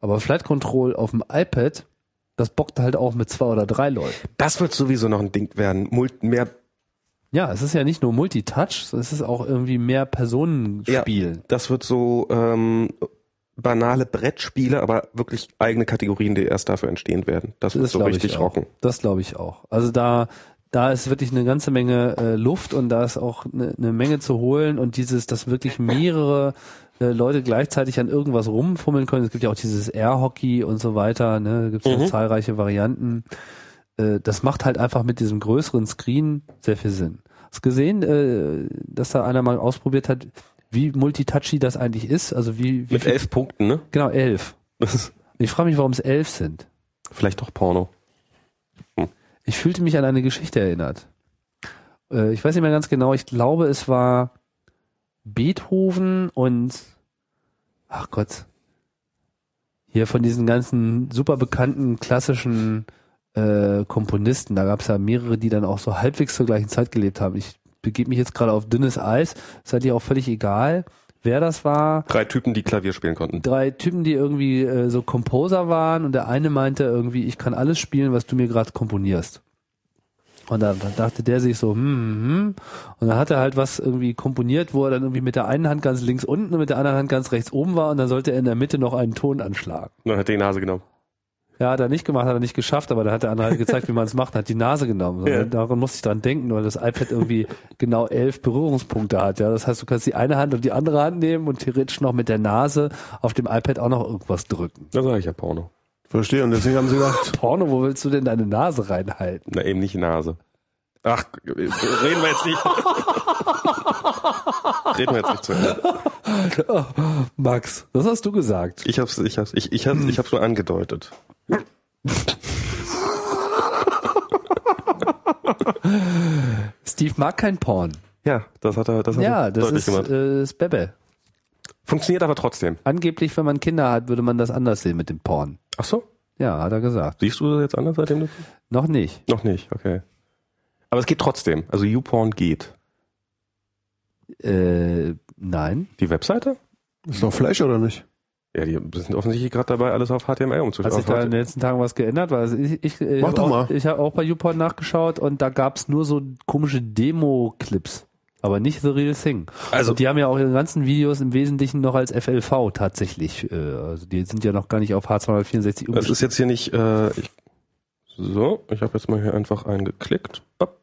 Aber Flight Control auf dem iPad, das bockt halt auch mit zwei oder drei Leuten.
Das wird sowieso noch ein Ding werden. Mul mehr,
Ja, es ist ja nicht nur Multitouch, es ist auch irgendwie mehr Personenspiel.
das wird so ähm, banale Brettspiele, aber wirklich eigene Kategorien, die erst dafür entstehen werden. Das wird so
glaub
richtig
ich auch.
rocken.
Das glaube ich auch. Also da, da ist wirklich eine ganze Menge äh, Luft und da ist auch eine, eine Menge zu holen und dieses, dass wirklich mehrere äh, Leute gleichzeitig an irgendwas rumfummeln können. Es gibt ja auch dieses Air-Hockey und so weiter, ne? Da gibt es ja
Mhm.
zahlreiche Varianten. Äh, das macht halt einfach mit diesem größeren Screen sehr viel Sinn. Hast gesehen, äh, dass da einer mal ausprobiert hat, wie multitouchy das eigentlich ist? Also wie, wie
Mit
viel-
elf Punkten, ne?
Genau, elf.
Das ist
Ich frage mich, warum es elf sind.
vielleicht doch Porno.
Ich fühlte mich an eine Geschichte erinnert. Äh, ich weiß nicht mehr ganz genau, ich glaube, es war Beethoven und ach Gott. Hier von diesen ganzen super bekannten klassischen äh, Komponisten, da gab es ja mehrere, die dann auch so halbwegs zur gleichen Zeit gelebt haben. Ich begebe mich jetzt gerade auf dünnes Eis, ist halt hier auch völlig egal, wer das war
Drei Typen, die Klavier spielen konnten.
drei Typen, die irgendwie äh, so Composer waren und der eine meinte irgendwie, ich kann alles spielen, was du mir gerade komponierst. Und dann, dann dachte der sich so, hm, hm, hm. Und dann hat er halt was irgendwie komponiert, wo er dann irgendwie mit der einen Hand ganz links unten und mit der anderen Hand ganz rechts oben war und dann sollte er in der Mitte noch einen Ton anschlagen.
Dann hat er die Nase genommen.
Ja, hat er nicht gemacht, hat er nicht geschafft, aber dann hat der andere halt gezeigt, wie man es macht, hat die Nase genommen. So, ne?
Ja.
Daran musste ich dran denken, weil das iPad irgendwie genau elf Berührungspunkte hat. Ja, Das heißt, du kannst die eine Hand und die andere Hand nehmen und theoretisch noch mit der Nase auf dem iPad auch noch irgendwas drücken.
Da sage ich ja Porno.
Verstehe. Und deswegen haben sie gedacht,
Porno, wo willst du denn deine Nase reinhalten?
Na, eben nicht Nase. Ach, reden wir jetzt nicht. reden wir jetzt nicht zu Ende.
Max, das hast du gesagt.
Ich hab's, ich hab's, ich, ich hab's, ich hab's nur angedeutet.
Steve mag kein Porn.
Ja, das hat er, das hat
Ja,
er
das ist,
deutlich gemacht.
äh, ist Bebe.
Funktioniert aber trotzdem.
Angeblich, wenn man Kinder hat, würde man das anders sehen mit dem Porn.
Ach so.
Ja, hat er gesagt.
Siehst du das jetzt anders seitdem du?
Noch nicht.
Noch nicht, okay. Aber es geht trotzdem. Also YouPorn geht.
Äh, nein.
Die Webseite?
ist doch Flash oder nicht?
Ja, die sind offensichtlich gerade dabei, alles auf HTML
Hat
umzustellen.
sich da in den letzten Tagen was geändert? Weil ich ich, ich
Mach
hab
doch
auch,
mal.
Ich habe auch bei YouPorn nachgeschaut und da gab's nur so komische Demo-Clips. Aber nicht The Real Thing.
Also-
Also die haben ja auch ihre ganzen Videos im Wesentlichen noch als FLV tatsächlich. äh, Also die sind ja noch gar nicht auf H264
Das ist
umgestellt.
jetzt hier nicht. Äh, ich, so, ich habe jetzt mal hier einfach einen geklickt. Bap.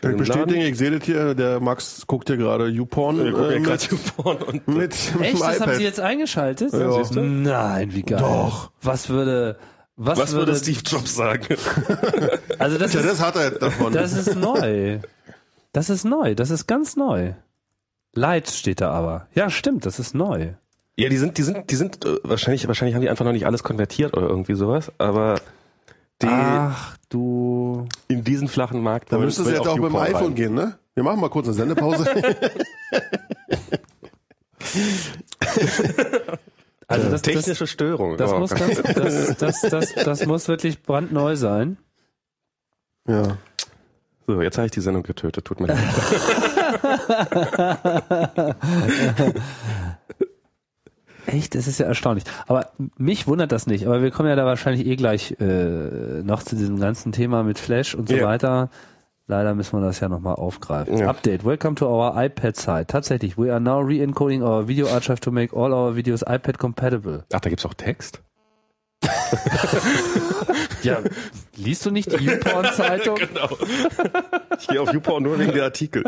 Kann ich bestätigen, ich sehe das hier, der Max guckt hier gerade YouPorn äh, mit,
und
mit, mit dem
Echt? Das haben
iPad.
sie jetzt eingeschaltet?
Ja. Siehst du?
Nein, wie geil.
Doch.
Was würde, was,
was
würde,
würde Steve Jobs sagen?
also das
ja,
ist,
das hat er jetzt davon.
das ist neu. Das ist neu. Das ist ganz neu. Light steht da aber. Ja, stimmt. Das ist neu.
Ja, die sind, die sind, die sind äh, wahrscheinlich, wahrscheinlich haben die einfach noch nicht alles konvertiert oder irgendwie sowas. Aber die
Ach, du.
in diesen flachen Markt.
da
wollen-
müsste es
will
jetzt auch mit dem
YouPorn
iPhone
rein.
gehen, ne? Wir machen mal kurz eine Sendepause.
Also das, das,
Technische Störung. Oh,
das
ja.
muss ganz, das, das, das, das muss wirklich brandneu sein.
ja.
so, jetzt habe ich die Sendung getötet. Tut mir leid.
Echt, das ist ja erstaunlich. Aber mich wundert das nicht. Aber wir kommen ja da wahrscheinlich eh gleich äh, noch zu diesem ganzen Thema mit Flash und so
Ja.
weiter. Leider müssen wir das ja nochmal aufgreifen.
Ja.
Update. Welcome to our iPad site. Tatsächlich, we are now re-encoding our video archive to make all our videos iPad compatible.
Ach, da gibt's auch Text.
Ja, liest du nicht die YouPorn-Zeitung?
Genau. Ich gehe auf YouPorn nur wegen der Artikel.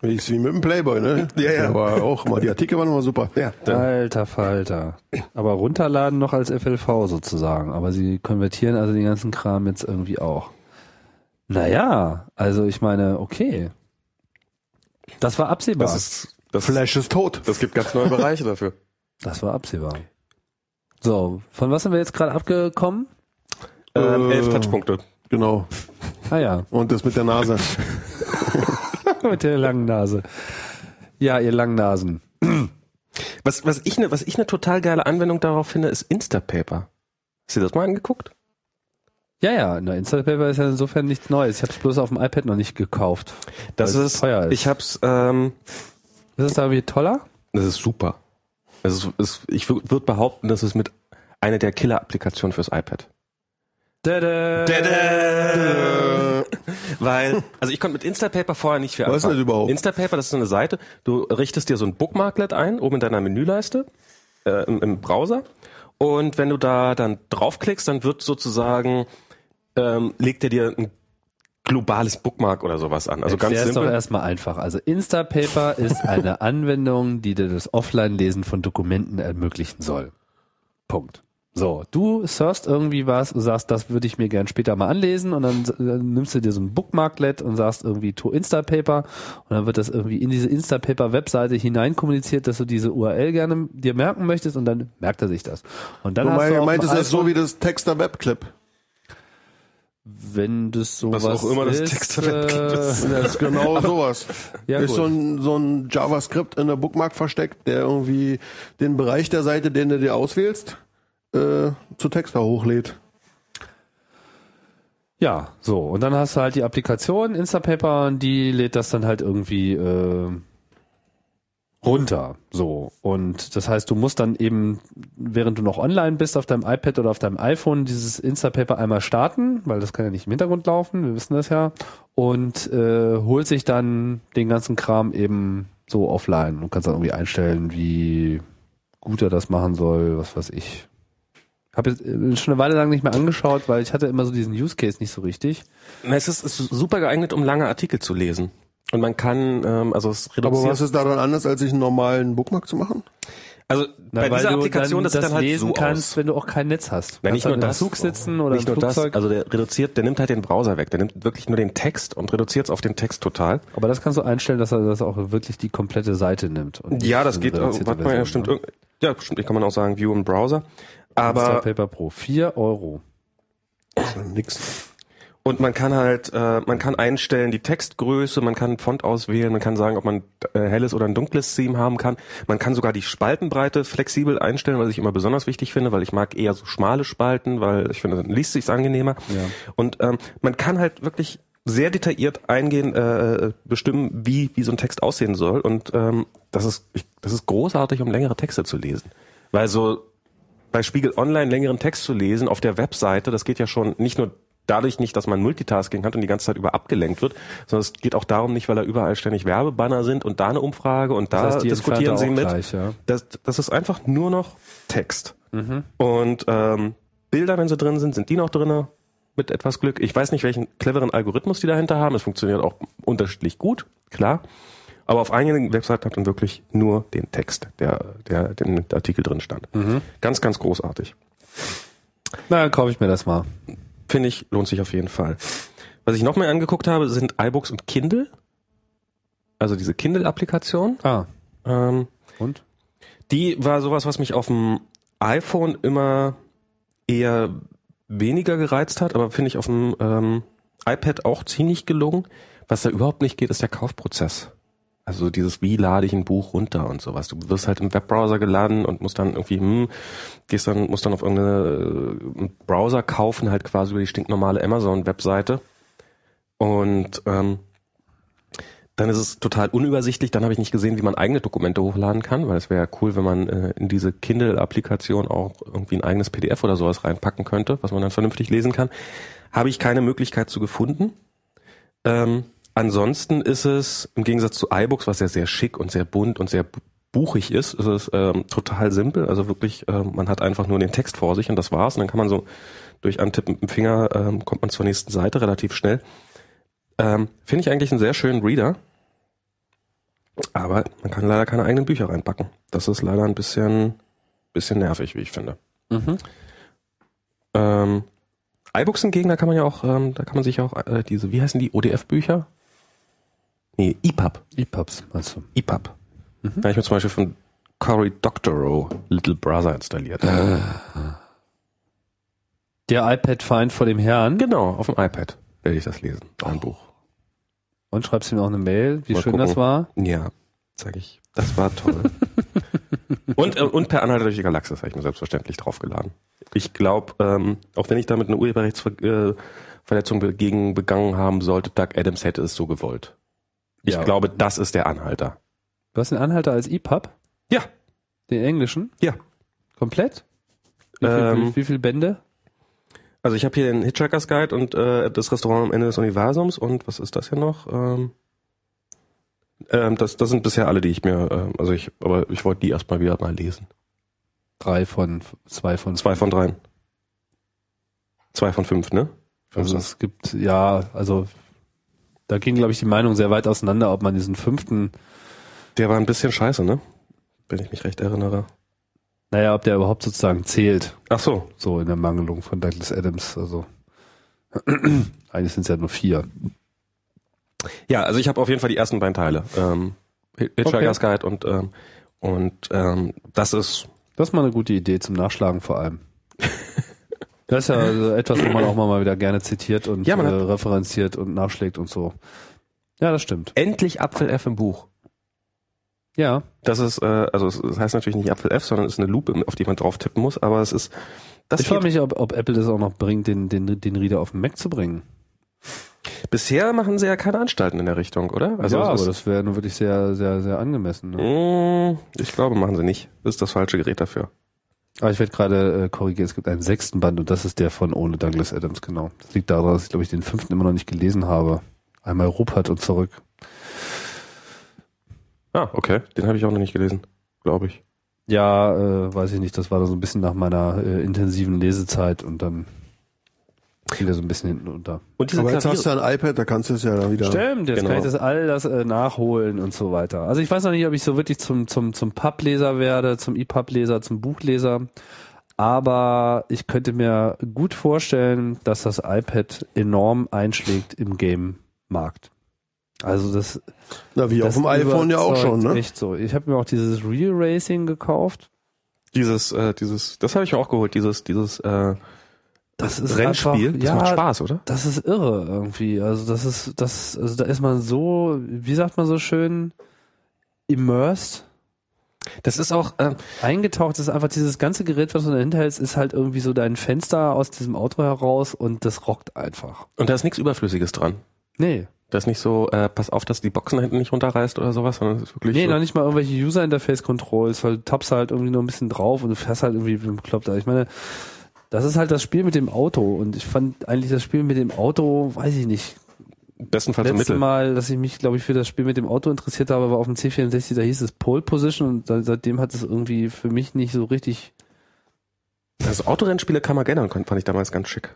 Ist wie mit dem Playboy, ne?
Ja, ja.
Aber auch mal, die Artikel waren immer super. Äh,
Ja, dann,
Alter Falter. Aber runterladen noch als FLV sozusagen. Aber sie konvertieren also den ganzen Kram jetzt irgendwie auch. Naja, also ich meine, okay. Das war absehbar.
das ist, das,
Flash ist tot.
das gibt ganz neue Bereiche dafür.
das war absehbar. So, von was sind wir jetzt gerade abgekommen?
Ähm,
Äh.
elf Touchpunkte.
Genau.
Ah ja,
Und das mit der Nase.
mit der langen Nase. Ja, ihr langen Nasen.
Was, was ich eine, was ich eine total geile Anwendung darauf finde, ist Instapaper. Hast du dir das mal angeguckt?
Ja, ja, na, Instant Paper ist ja insofern nichts Neues. Ich habe es bloß auf dem iPad noch nicht gekauft.
Das
Weil es
ist,
teuer ist.
ich hab's, ähm,
Ist es da irgendwie toller?
Das ist super. Es ist, es, ich würde behaupten, das ist mit einer der Killer-Applikationen fürs iPad.
Tada.
Weil, also ich konnte mit Instapaper vorher nicht viel
Was ist das überhaupt?
Instapaper, das ist so eine Seite, du richtest dir so ein Bookmarklet ein, oben in deiner Menüleiste, äh, im, im Browser. Und wenn du da dann draufklickst, dann wird sozusagen, ähm, legt er dir ein globales Bookmark oder sowas an. Also ganz
Erklär's doch
simpel.
erstmal einfach. Also Instapaper ist eine Anwendung, die dir das Offline-Lesen von Dokumenten ermöglichen soll. Punkt. So, du surfst irgendwie was und sagst, das würde ich mir gern später mal anlesen und dann, äh, nimmst du dir so ein Bookmarklet und sagst irgendwie to Instapaper und dann wird das irgendwie in diese Instapaper-Webseite hineinkommuniziert, dass du diese URL gerne dir merken möchtest und dann merkt er sich das. Und dann
Du
hast du
mein,
auf
meintest
dem
das so
iPhone-
wie das Texter Webclip.
wenn das sowas
auch immer das
ist,
Textwebclip
äh,
ist.
Das ist genau sowas.
Ja,
ist
gut.
so ein, so ein JavaScript in der Bookmark versteckt, der irgendwie den Bereich der Seite, den du dir auswählst, äh, zu Texter hochlädt.
Ja, so. Und dann hast du halt die Applikation Instapaper und die lädt das dann halt irgendwie äh, runter. So. Und das heißt, du musst dann eben, während du noch online bist, auf deinem iPad oder auf deinem iPhone dieses Instapaper einmal starten, weil das kann ja nicht im Hintergrund laufen, wir wissen das ja. Und äh, holt sich dann den ganzen Kram eben so offline und kannst dann irgendwie einstellen, wie gut er das machen soll, was weiß ich. Habe jetzt äh, schon eine Weile lang nicht mehr angeschaut, weil ich hatte immer so diesen Use Case nicht so richtig.
Na, Es ist, es ist super geeignet, um lange Artikel zu lesen. Und man kann, ähm, also es reduziert.
Aber was ist daran anders, als sich einen normalen Bookmark zu machen?
Also bei
weil
dieser
du dann
Applikation, das sieht dann halt
lesen
so
kannst,
aus.
wenn du auch kein Netz hast.
Na,
Kannst
nicht nur
dann im
das.
Zug sitzen oder
nicht
im
nur das,
Flugzeug.
also der reduziert, der nimmt halt den Browser weg, der nimmt wirklich nur den Text und reduziert es auf den Text total.
aber das kannst du einstellen, dass er das auch wirklich die komplette Seite nimmt. und
Ja,
nicht
das
eine
geht, also,
reduzierte
warte mal, ja,
Version,
stimmt.
ne?
irg- Ja, stimmt, ich kann man auch sagen, View im Browser. Aber,
Instapaper Pro, 4 Euro.
Nix.
und man kann halt, äh, man kann einstellen die Textgröße, man kann Font auswählen, man kann sagen, ob man äh, helles oder ein dunkles Theme haben kann. Man kann sogar die Spaltenbreite flexibel einstellen, was ich immer besonders wichtig finde, weil ich mag eher so schmale Spalten, weil ich finde, dann liest sich's angenehmer.
Ja.
Und ähm, man kann halt wirklich sehr detailliert eingehen, äh, bestimmen, wie, wie so ein Text aussehen soll. Und ähm, das, ist, ich, das ist großartig, um längere Texte zu lesen. Weil so bei Spiegel Online längeren Text zu lesen auf der Webseite, das geht ja schon nicht nur dadurch nicht, dass man Multitasking hat und die ganze Zeit über abgelenkt wird, sondern es geht auch darum nicht, weil da überall ständig Werbebanner sind und da eine Umfrage und da
Das heißt, die
diskutieren
entfernt er
sie
auch
mit.
gleich, ja.
Das, das ist einfach Mhm. nur noch Text. Und ähm, Bilder, wenn sie drin sind, sind die noch drinne. mit etwas Glück. Ich weiß nicht, welchen cleveren Algorithmus die dahinter haben. Es funktioniert auch unterschiedlich gut, klar. Aber auf einigen Webseiten hat man wirklich nur den Text, der, der, der im Artikel drin stand.
Mhm.
Ganz, ganz großartig.
Na, dann kaufe ich mir das mal.
Finde ich, lohnt sich auf jeden Fall. Was ich noch mehr angeguckt habe, sind iBooks und Kindle. Also diese Kindle-Applikation.
Ah,
Ähm,
und?
Die war sowas, was mich auf dem iPhone immer eher weniger gereizt hat, aber finde ich auf dem ähm, iPad auch ziemlich gelungen. Was da überhaupt nicht geht, ist der Kaufprozess. Also dieses, wie lade ich ein Buch runter und sowas. Du wirst halt im Webbrowser geladen und musst dann irgendwie, hm, gehst dann, musst dann auf irgendeine äh, einen Browser kaufen, halt quasi über die stinknormale Amazon-Webseite. Und ähm, dann ist es total unübersichtlich. Dann habe ich nicht gesehen, wie man eigene Dokumente hochladen kann, weil es wäre ja cool, wenn man äh, in diese Kindle-Applikation auch irgendwie ein eigenes PDF oder sowas reinpacken könnte, was man dann vernünftig lesen kann. Habe ich keine Möglichkeit zu gefunden. Ähm, ansonsten ist es im Gegensatz zu iBooks, was ja sehr schick und sehr bunt und sehr bu- buchig ist, ist es ähm, total simpel. Also wirklich, ähm, man hat einfach nur den Text vor sich und das war's. Und dann kann man so durch Antippen mit dem Finger ähm, kommt man zur nächsten Seite relativ schnell. Ähm, Finde ich eigentlich einen sehr schönen Reader. Aber man kann leider keine eigenen Bücher reinpacken. Das ist leider ein bisschen, bisschen nervig, wie ich finde.
Mhm.
Ähm, iBooks hingegen, da kann man ja auch, ähm, da kann man sich auch äh, diese, wie heißen die, ODF-Bücher? Nee, E EPUB.
EPUBs, meinst du?
EPUB. Da habe ich mir zum Beispiel von Cory Doctorow Little Brother installiert.
Der iPad-Feind vor dem Herrn.
Genau, auf dem iPad werde ich das lesen. Ein Buch.
Und schreibst ihm auch eine Mail, wie
Mal
schön
gucken.
das war.
Ja, sag ich. Das war toll. und, äh, und per Anhalter durch die Galaxis habe ich mir selbstverständlich draufgeladen. Ich glaube, ähm, auch wenn ich damit eine Urheberrechtsverletzung be gegen begangen haben sollte, Doug Adams hätte es so gewollt. Ich
Ja.
glaube, das ist der Anhalter.
Du hast den Anhalter als EPUB?
Ja.
Den englischen?
Ja.
Komplett? Wie viel,
Ähm.
wie, wie viel Bände?
Also ich habe hier den Hitchhiker's Guide und äh, das Restaurant am Ende des Universums und was ist das hier noch? Ähm, ähm, das, das sind bisher alle, die ich mir, ähm, also ich, aber ich wollte die erstmal wieder mal lesen.
Drei von, zwei von
Zwei von dreien. Zwei von fünf, ne?
Also es gibt, ja, also da ging, glaube ich, die Meinung sehr weit auseinander, ob man diesen fünften,
Der war ein bisschen scheiße, ne? Wenn ich mich recht erinnere.
naja, ob der überhaupt sozusagen zählt,
Ach so.
so in der Mangelung von Douglas Adams. Also eigentlich sind es ja nur vier.
Ja, also ich habe auf jeden Fall die ersten beiden Teile. Ähm, Hitchhiker's Guide und ähm, und ähm, das ist
Das ist mal eine gute Idee zum Nachschlagen vor allem. Das ist ja also etwas, wo man auch mal wieder gerne zitiert und
Ja, man
äh,
hat-
referenziert und nachschlägt und so. Ja, das stimmt.
endlich Apfel F im Buch.
Ja,
Das ist, äh, also es es heißt natürlich nicht Apfel F, sondern es ist eine Lupe, auf die man drauf tippen muss, aber es ist, das
ich frage
geht,
mich, ob, ob Apple das auch noch bringt, den, den, den Reader auf den Mac zu bringen.
bisher machen sie ja keine Anstalten in der Richtung, oder?
ja,
Also es
aber
ist, Mhm.
das wäre nun wirklich sehr, sehr, sehr angemessen. Ne?
mh, mm, ich glaube, machen sie nicht. Das ist das falsche Gerät dafür.
Aber ich werde gerade äh, korrigiert, es gibt einen sechsten Band und das ist der von ohne Douglas Adams, genau. Das liegt daran, dass ich, glaube ich, den fünften immer noch nicht gelesen habe. Einmal Rupert und zurück.
Ah, okay, den habe ich auch noch nicht gelesen, glaube ich.
Ja, äh, weiß ich nicht, das war da so ein bisschen nach meiner äh, intensiven Lesezeit und dann fiel der so ein bisschen hinten unter.
Und
Aber jetzt hast du ja ein iPad, da kannst du es ja dann wieder.
Stimmt, jetzt
Genau.
kann ich das all das äh, nachholen und so weiter. Also ich weiß noch nicht, ob ich so wirklich zum zum zum Pub-Leser werde, zum EPUB-Leser, zum Buchleser, aber ich könnte mir gut vorstellen, dass das iPad enorm einschlägt im Game-Markt. Also das
Na, wie auf
das
dem iPhone ja auch schon,
überzeugt
ne?
Echt so. Ich habe mir auch dieses Real Racing gekauft.
Dieses, äh, dieses, das habe ich mir auch geholt, dieses, dieses äh,
Das ist
Rennspiel.
Einfach,
das
ja,
macht Spaß, oder?
Das ist irre irgendwie. Also das ist, das, also da ist man so, wie sagt man so schön, immersed.
Das ist auch, äh,
eingetaucht ist, einfach dieses ganze Gerät, was du dahinter hältst, ist halt irgendwie so dein Fenster aus diesem Auto heraus und das rockt einfach.
und da ist nichts Überflüssiges dran.
Nee.
Da ist nicht so, äh, pass auf, dass die Boxen hinten nicht runterreißt oder sowas, sondern es ist wirklich
Nee,
so,
noch nicht mal irgendwelche User-Interface-Controls, weil du tappst halt irgendwie nur ein bisschen drauf und du fährst halt irgendwie wie ein Bekloppter. Ich meine, das ist halt das Spiel mit dem Auto und ich fand eigentlich das Spiel mit dem Auto, weiß ich nicht.
bestenfalls im
Letztes
Mittel.
Mal, dass ich mich, glaube ich, für das Spiel mit dem Auto interessiert habe, war auf dem C64, da hieß es Pole Position und da, seitdem hat es irgendwie für mich nicht so richtig
Also Autorennspiele kam man gerne, fand ich damals ganz schick.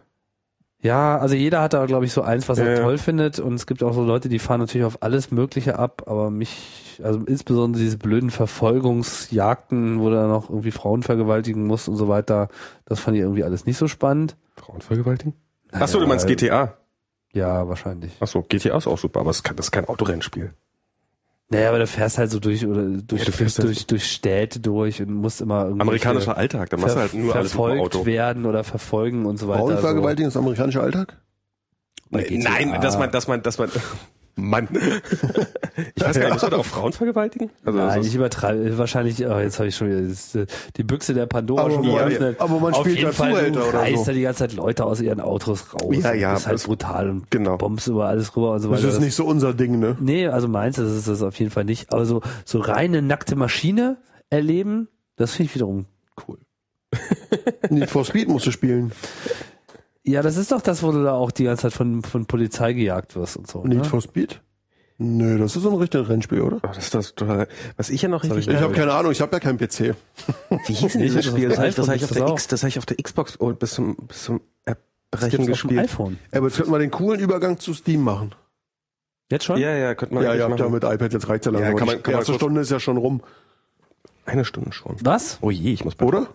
Ja, also jeder hat da, glaube ich, so eins, was
Ja,
er
ja.
toll findet. Und es gibt auch so Leute, die fahren natürlich auf alles Mögliche ab, aber mich, also insbesondere diese blöden Verfolgungsjagden, wo du dann noch irgendwie Frauen vergewaltigen musst und so weiter, das fand ich irgendwie alles nicht so spannend.
Frauenvergewaltigung?
Naja,
Achso, du meinst
weil-
GTA.
Ja, wahrscheinlich.
Achso, GTA ist auch super, aber es ist kein- das ist kein Autorennspiel.
Naja, aber du fährst halt so durch oder durch,
Ja, du fährst halt-
durch, durch Städte durch und musst immer irgendwie
Amerikanischer Alltag, da machst du halt nur alles mit dem
verfolgt
Auto.
werden oder verfolgen und so weiter.
Frauenvergewaltigung ist amerikanischer Alltag?
Bei GTA.
Nein, dass man, dass man, dass man. Mann. Ich weiß gar nicht, muss man da auch Frauen vergewaltigen? Also, das
Nein,
ist-
ich übertreibe. Wahrscheinlich, oh, jetzt habe ich schon wieder das, äh, die Büchse der Pandora
Aber
schon
man-
geöffnet.
aber man
Auf
spielt
jeden
ja
Fall,
Zuhälter
du
oder
reißt
so.
da die ganze Zeit Leute aus ihren Autos raus.
Ja,
und
ja,
Das ist halt
das-
brutal und
genau.
bombst über alles rüber und so
Das
weiter.
ist nicht so unser Ding, ne?
nee, also meins ist es das auf jeden Fall nicht. Aber so, so reine nackte Maschine erleben, das finde ich wiederum cool.
Need for Speed musst du spielen.
Ja, das ist doch das, wo du da auch die ganze Zeit von, von Polizei gejagt wirst und so.
Need
Ne?
for Speed? Nö, das ist so ein richtiges Rennspiel, oder?
Oh, das ist das, total- was ich ja noch richtig
Ich habe keine Ahnung, ich habe ja keinen PC.
Wie hieß denn
Nee,
dieses
das
Spiel?
ist
Das habe ich, das
iPhone,
hab ich auf
das
der
auch.
X, das hab ich auf der Xbox oh, bis zum, bis zum
Das
Erbrechen
gibt's auf dem
gespielt.
iPhone.
Aber jetzt könnten wir den coolen Übergang zu Steam machen.
Jetzt schon?
Ja, ja, könnte man
ja,
eigentlich
ja,
machen.
ja, mit iPad, jetzt reicht's ja langsam.
Ja, kann
Aber
man-
die
kann man
erste
kurz-
Stunde ist ja schon rum,
Eine Stunde schon.
Was?
Oh je, ich muss bald-
oder?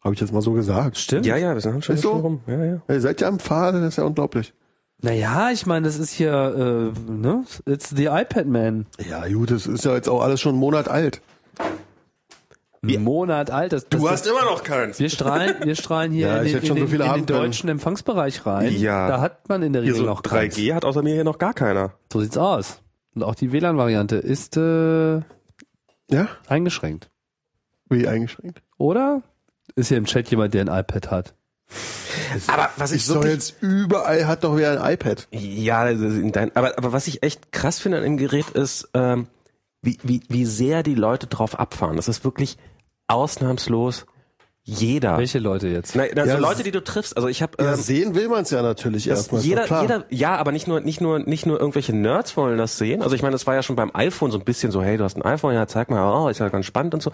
Habe ich jetzt mal so gesagt.
Stimmt.
Ja, ja, wir sind schon
Ist so?
schon rum. Ja, ja.
Ihr seid ja am Pfahl, das ist ja unglaublich.
Naja, ich meine, das ist hier, äh, ne? It's the iPad Man.
Ja, gut, das ist ja jetzt auch alles schon einen Monat alt.
Ein Monat alt. Das, das ist,
immer noch keins.
wir strahlen, wir strahlen hier
Ja,
in,
ich
den,
hätte
in,
schon so
den,
viele
in
haben
den
können.
deutschen Empfangsbereich rein.
Ja.
Da hat man in der
Hier
Regel
so
noch keins.
3G hat außer mir hier noch gar keiner.
So sieht's aus. Und auch die WLAN-Variante ist äh,
Ja?
eingeschränkt.
Wie eingeschränkt.
Oder? Ist hier im Chat jemand, der ein iPad hat?
Aber was
Ich soll jetzt überall, hat doch wer ein iPad.
Ja, das ist in dein, aber, aber was ich echt krass finde an dem Gerät ist, ähm, wie, wie, wie sehr die Leute drauf abfahren. Das ist wirklich ausnahmslos jeder.
Welche Leute jetzt?
Nein, also
Ja,
Leute, die du triffst. Also ich habe
Ja, sehen will man es ja natürlich erstmal. ist doch
jeder,
klar.
jeder, ja, aber nicht nur, nicht nur, nicht nur irgendwelche Nerds wollen das sehen. Also ich meine, das war ja schon beim iPhone so ein bisschen so, hey, du hast ein iPhone, ja, zeig mal, oh, ist ja ganz spannend und so.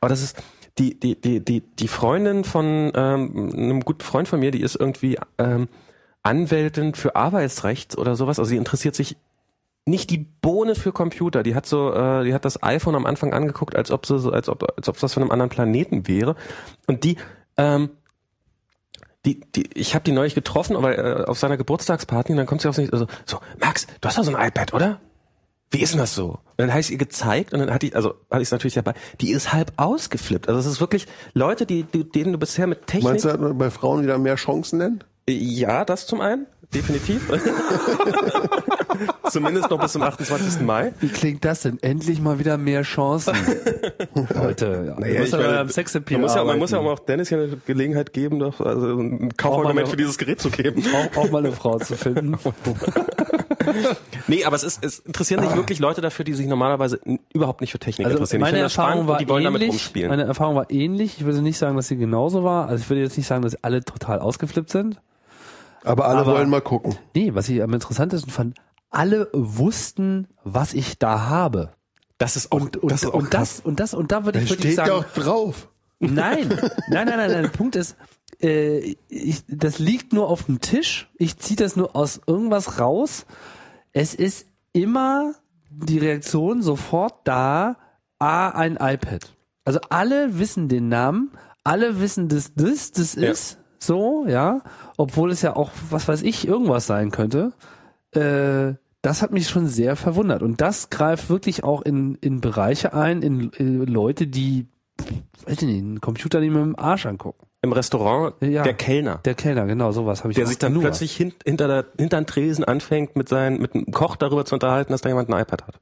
Aber das ist die, die, die, die, die Freundin von ähm, einem guten Freund von mir, die ist irgendwie ähm, Anwältin für Arbeitsrecht oder sowas. Also sie interessiert sich nicht die Bohne für Computer. Die hat so, äh, die hat das iPhone am Anfang angeguckt, als ob sie, so- als ob, als ob das von einem anderen Planeten wäre. Und die, ähm, die, die, ich habe die neulich getroffen, aber äh, auf seiner Geburtstagsparty und dann kommt sie auf mich also, so, Max, du hast doch so ein iPad, oder? Wie ist denn das so? Und dann habe ich ihr gezeigt und dann hatte ich, also hatte ich es natürlich dabei, die ist halb ausgeflippt. Also es ist wirklich Leute, die, die, denen du bisher mit Technik.
Meinst du, hat man bei Frauen wieder mehr Chancen denn?
Ja, das zum einen, definitiv. Zumindest noch bis zum 28. Mai.
Wie klingt das denn? Endlich mal wieder mehr Chancen. Leute, ja.
Ja,
Naja,
ich
muss ja
meine,
mal am Sexappeal
man muss ja, man muss ja
arbeiten.
auch Dennis ja eine Gelegenheit geben, doch, also ein Kaufargument
mal-
für dieses Gerät zu geben.
auch, auch mal eine Frau zu finden.
Nee, aber es ist, es interessieren sich wirklich Leute dafür, die sich normalerweise n- überhaupt nicht für Technik
Also
interessieren.
meine
ich finde das
Erfahrung
spannend
war
und die wollen
ähnlich.
damit rumspielen.
Meine Erfahrung war ähnlich. Ich würde nicht sagen, dass sie genauso war. Also ich würde jetzt nicht sagen, dass alle total ausgeflippt sind.
Aber alle
Aber-
wollen mal gucken.
Nee, was ich am interessantesten fand, alle wussten, was ich da habe.
das ist auch,
Und, und,
ist auch
und
krass.
das, und das, und da würde ich, würde ich
Steht ja
sagen,
auch drauf.
nein, nein, nein, nein, nein, der Punkt ist, äh, ich, das liegt nur auf dem Tisch. Ich ziehe das nur aus irgendwas raus. Es ist immer die Reaktion sofort da, ah, ein iPad. Also alle wissen den Namen, alle wissen, dass das, das
Ja.
ist, so, ja, obwohl es ja auch, was weiß ich, irgendwas sein könnte. Äh, das hat mich schon sehr verwundert. Und das greift wirklich auch in, in Bereiche ein, in, äh, Leute, die, weiß ich nicht, einen Computer nicht mit dem Arsch angucken.
Im Restaurant,
Ja.
der Kellner.
Der Kellner, genau, sowas habe ich
Der
auch
sich dann
nur.
plötzlich hin, hinter der, hinter den Tresen anfängt, mit seinen, mit einem Koch darüber zu unterhalten, dass da jemand ein iPad hat.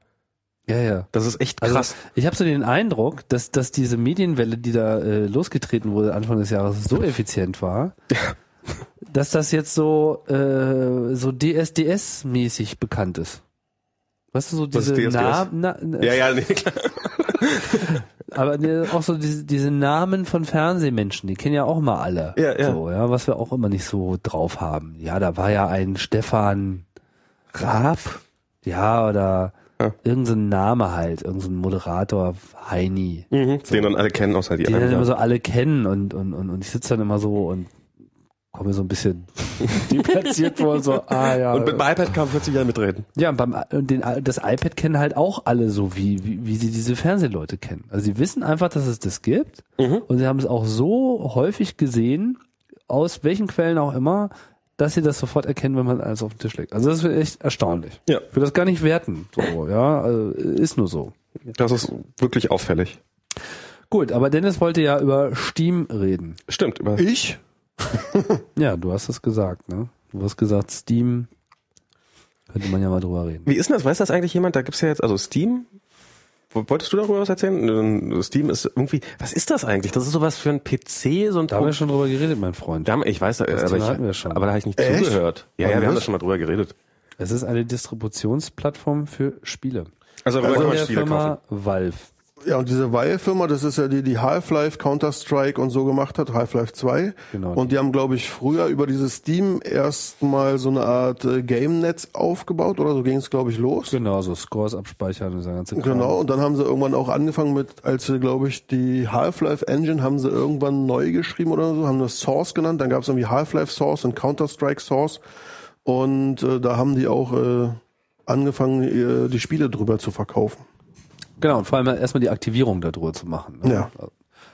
Ja, ja.
Das ist echt
Also
krass.
ich habe so den Eindruck, dass, dass diese Medienwelle, die da äh, losgetreten wurde Anfang des Jahres, so effizient war, dass das jetzt so, äh, so DSDS-mäßig bekannt ist. Weißt du, so
Was
diese
ist DSDS?
Namen, na, na-
ja, ja, nee, klar.
aber ne, auch so diese, diese Namen von Fernsehmenschen, die kennen ja auch mal alle.
Ja, ja.
So, ja, was wir auch immer nicht so drauf haben. Ja, da war ja ein Stefan Raab, ja, oder
Ja.
irgendein Name halt, irgendein Moderator, Heini.
Mhm, Den dann alle kennen, außer die
die dann
anderen.
immer so alle kennen und, und, und, und ich sitze dann immer so und komme mir so ein bisschen Die platziert wohl so, ah ja.
Und mit dem iPad kann man plötzlich wieder mitreden.
Ja, und beim, und den, äh, das iPad kennen halt auch alle so, wie, wie, wie sie diese Fernsehleute kennen. Also sie wissen einfach, dass es das gibt und sie haben es auch so häufig gesehen, aus welchen Quellen auch immer, dass sie das sofort erkennen, wenn man alles auf den Tisch legt. Also das ist echt erstaunlich.
Ja.
Ich will das gar nicht werten. So, ja, also, ist nur so.
Das ist wirklich auffällig.
Gut, aber Dennis wollte ja über Steam reden.
Stimmt. Über
Ich?
Ja, du hast es gesagt, ne? Du hast gesagt, Steam könnte man ja mal drüber reden.
Wie ist denn das? Weiß das eigentlich jemand? Da gibt's ja jetzt, also Steam. Wo- Wolltest du darüber was erzählen? Ähm, Steam ist irgendwie, was ist das eigentlich? Das ist sowas für ein PC, so ein
Da haben wir schon drüber geredet, mein Freund.
Da haben- Ich weiß, äh, aber,
Thema
ich,
hatten wir schon.
aber da habe ich nicht
Echt?
zugehört. Ja,
Wann
ja, wir haben
das?
da schon mal drüber geredet.
Es ist eine Distributionsplattform für Spiele.
Also, wir
Von
wollen
der
Spiele kaufen.
Firma Valve.
Ja, und diese Valve-Firma, das ist ja die, die Half-Life, Counter-Strike und so gemacht hat, Half-Life 2.
Genau.
Und die haben, glaube ich, früher über dieses Steam erstmal so eine Art äh, Game-Netz aufgebaut oder so ging es, glaube ich, los.
Genau, so Scores abspeichern und dieser ganze Kram.
Genau, und dann haben sie irgendwann auch angefangen mit, als sie, glaube ich, die Half-Life Engine haben sie irgendwann neu geschrieben oder so, haben das Source genannt, dann gab es irgendwie Half-Life Source und Counter-Strike Source und äh, da haben die auch äh, angefangen, äh, die Spiele drüber zu verkaufen.
Genau, und vor allem erstmal die Aktivierung darüber zu machen. ne?
Ja.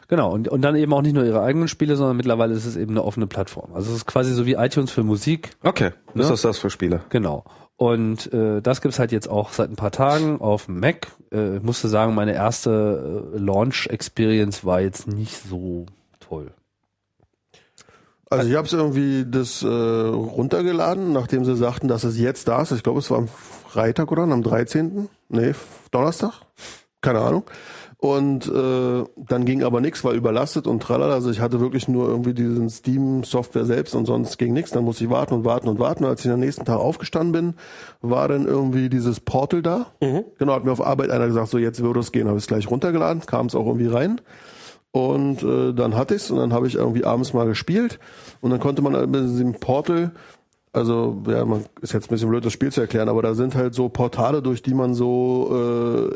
Genau, und, und dann eben auch nicht nur ihre eigenen Spiele, sondern mittlerweile ist es eben eine offene Plattform. Also es ist quasi so wie iTunes für Musik.
Okay, was
Ja.
ist das für Spiele?
Genau. Und äh, das gibt's halt jetzt auch seit ein paar Tagen auf dem Mac. Äh, ich musste sagen, meine erste äh, Launch-Experience war jetzt nicht so toll.
Also ich habe es irgendwie das äh, runtergeladen, nachdem sie sagten, dass es jetzt da ist. Ich glaube, es war am Freitag oder am 13. Nee, F- Donnerstag. Keine Ahnung. Und äh, dann ging aber nichts, war überlastet und tralala. Also ich hatte wirklich nur irgendwie diesen Steam-Software selbst und sonst ging nichts. Dann musste ich warten und warten und warten. Als ich am nächsten Tag aufgestanden bin, war dann irgendwie dieses Portal da. Genau, hat mir auf Arbeit einer gesagt, so jetzt würde es gehen. Habe ich es gleich runtergeladen, kam es auch irgendwie rein. Und äh, dann hatte ich es und dann habe ich irgendwie abends mal gespielt und dann konnte man halt mit diesem Portal, also ja, man ist jetzt ein bisschen blöd, das Spiel zu erklären, aber da sind halt so Portale, durch die man so,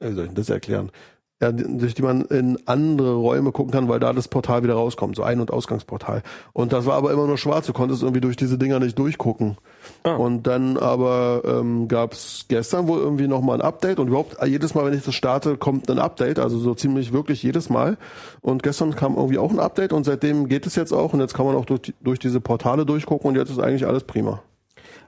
äh, wie soll ich denn das erklären? Ja, die- durch die man in andere Räume gucken kann, weil da das Portal wieder rauskommt, so Ein- und Ausgangsportal. Und das war aber immer nur schwarz, du konntest irgendwie durch diese Dinger nicht durchgucken. Und dann aber ähm, gab es gestern wohl irgendwie nochmal ein Update und überhaupt äh, jedes Mal, wenn ich das starte, kommt ein Update, also so ziemlich wirklich jedes Mal. Und gestern kam irgendwie auch ein Update und seitdem geht es jetzt auch und jetzt kann man auch durch, die- durch diese Portale durchgucken und jetzt ist eigentlich alles prima.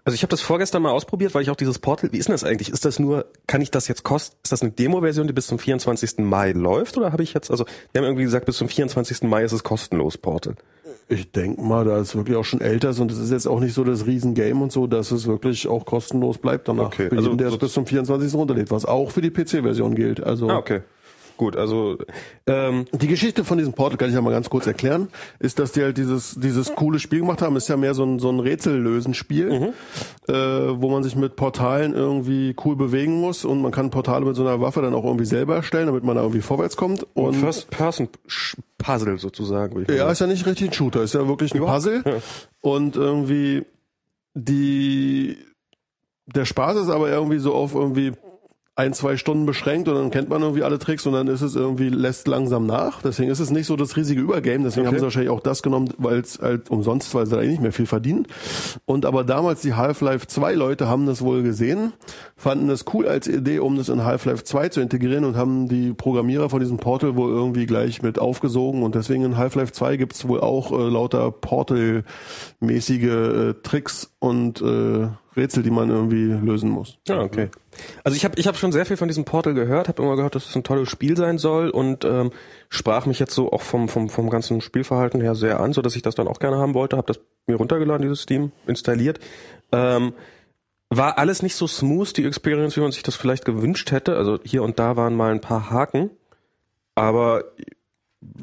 Also ich habe das vorgestern mal ausprobiert, weil ich auch dieses Portal, wie ist denn das eigentlich? Ist das nur, kann ich das jetzt kosten? Ist das eine Demo-Version, die bis zum 24. Mai läuft? Oder habe ich jetzt, also die haben irgendwie gesagt, bis zum 24. Mai ist es kostenlos, Portal.
Ich denk mal, da es wirklich auch schon älter ist und es ist jetzt auch nicht so das Riesengame und so, dass es wirklich auch kostenlos bleibt danach.
Okay,
für
also
jeden, der es
so-
bis zum 24. runterlädt, was auch für die PC-Version gilt. Also
Ah, okay. Gut, also ähm,
Die Geschichte von diesem Portal kann ich ja mal ganz kurz erklären, ist, dass die halt dieses, dieses coole Spiel gemacht haben. Ist ja mehr so ein, so ein Rätsellösen-Spiel, äh, wo man sich mit Portalen irgendwie cool bewegen muss und man kann Portale mit so einer Waffe dann auch irgendwie selber erstellen, damit man da irgendwie vorwärts kommt. Und
First-Person-Puzzle sozusagen. würde ich
ja,
mal
ist ja nicht richtig ein Shooter, ist ja wirklich ein Puzzle. Und irgendwie die der Spaß ist aber irgendwie so auf irgendwie ein, zwei Stunden beschränkt und dann kennt man irgendwie alle Tricks und dann ist es irgendwie, lässt langsam nach. Deswegen ist es nicht so das riesige Übergame, deswegen haben sie wahrscheinlich auch das genommen, weil es halt umsonst, weil sie da eh nicht mehr viel verdienen. Und aber damals die Half-Life 2 Leute haben das wohl gesehen, fanden das cool als Idee, um das in Half-Life 2 zu integrieren und haben die Programmierer von diesem Portal wohl irgendwie gleich mit aufgesogen und deswegen in Half-Life 2 gibt's wohl auch äh, lauter Portal-mäßige äh, Tricks und äh, Rätsel, die man irgendwie lösen muss.
Ja, okay. Also ich habe ich hab schon sehr viel von diesem Portal gehört, habe immer gehört, dass es ein tolles Spiel sein soll und ähm, sprach mich jetzt so auch vom, vom, vom ganzen Spielverhalten her sehr an, so dass ich das dann auch gerne haben wollte, habe das mir runtergeladen, dieses Steam, installiert. Ähm, war alles nicht so smooth, die Experience, wie man sich das vielleicht gewünscht hätte. Also hier und da waren mal ein paar Haken, aber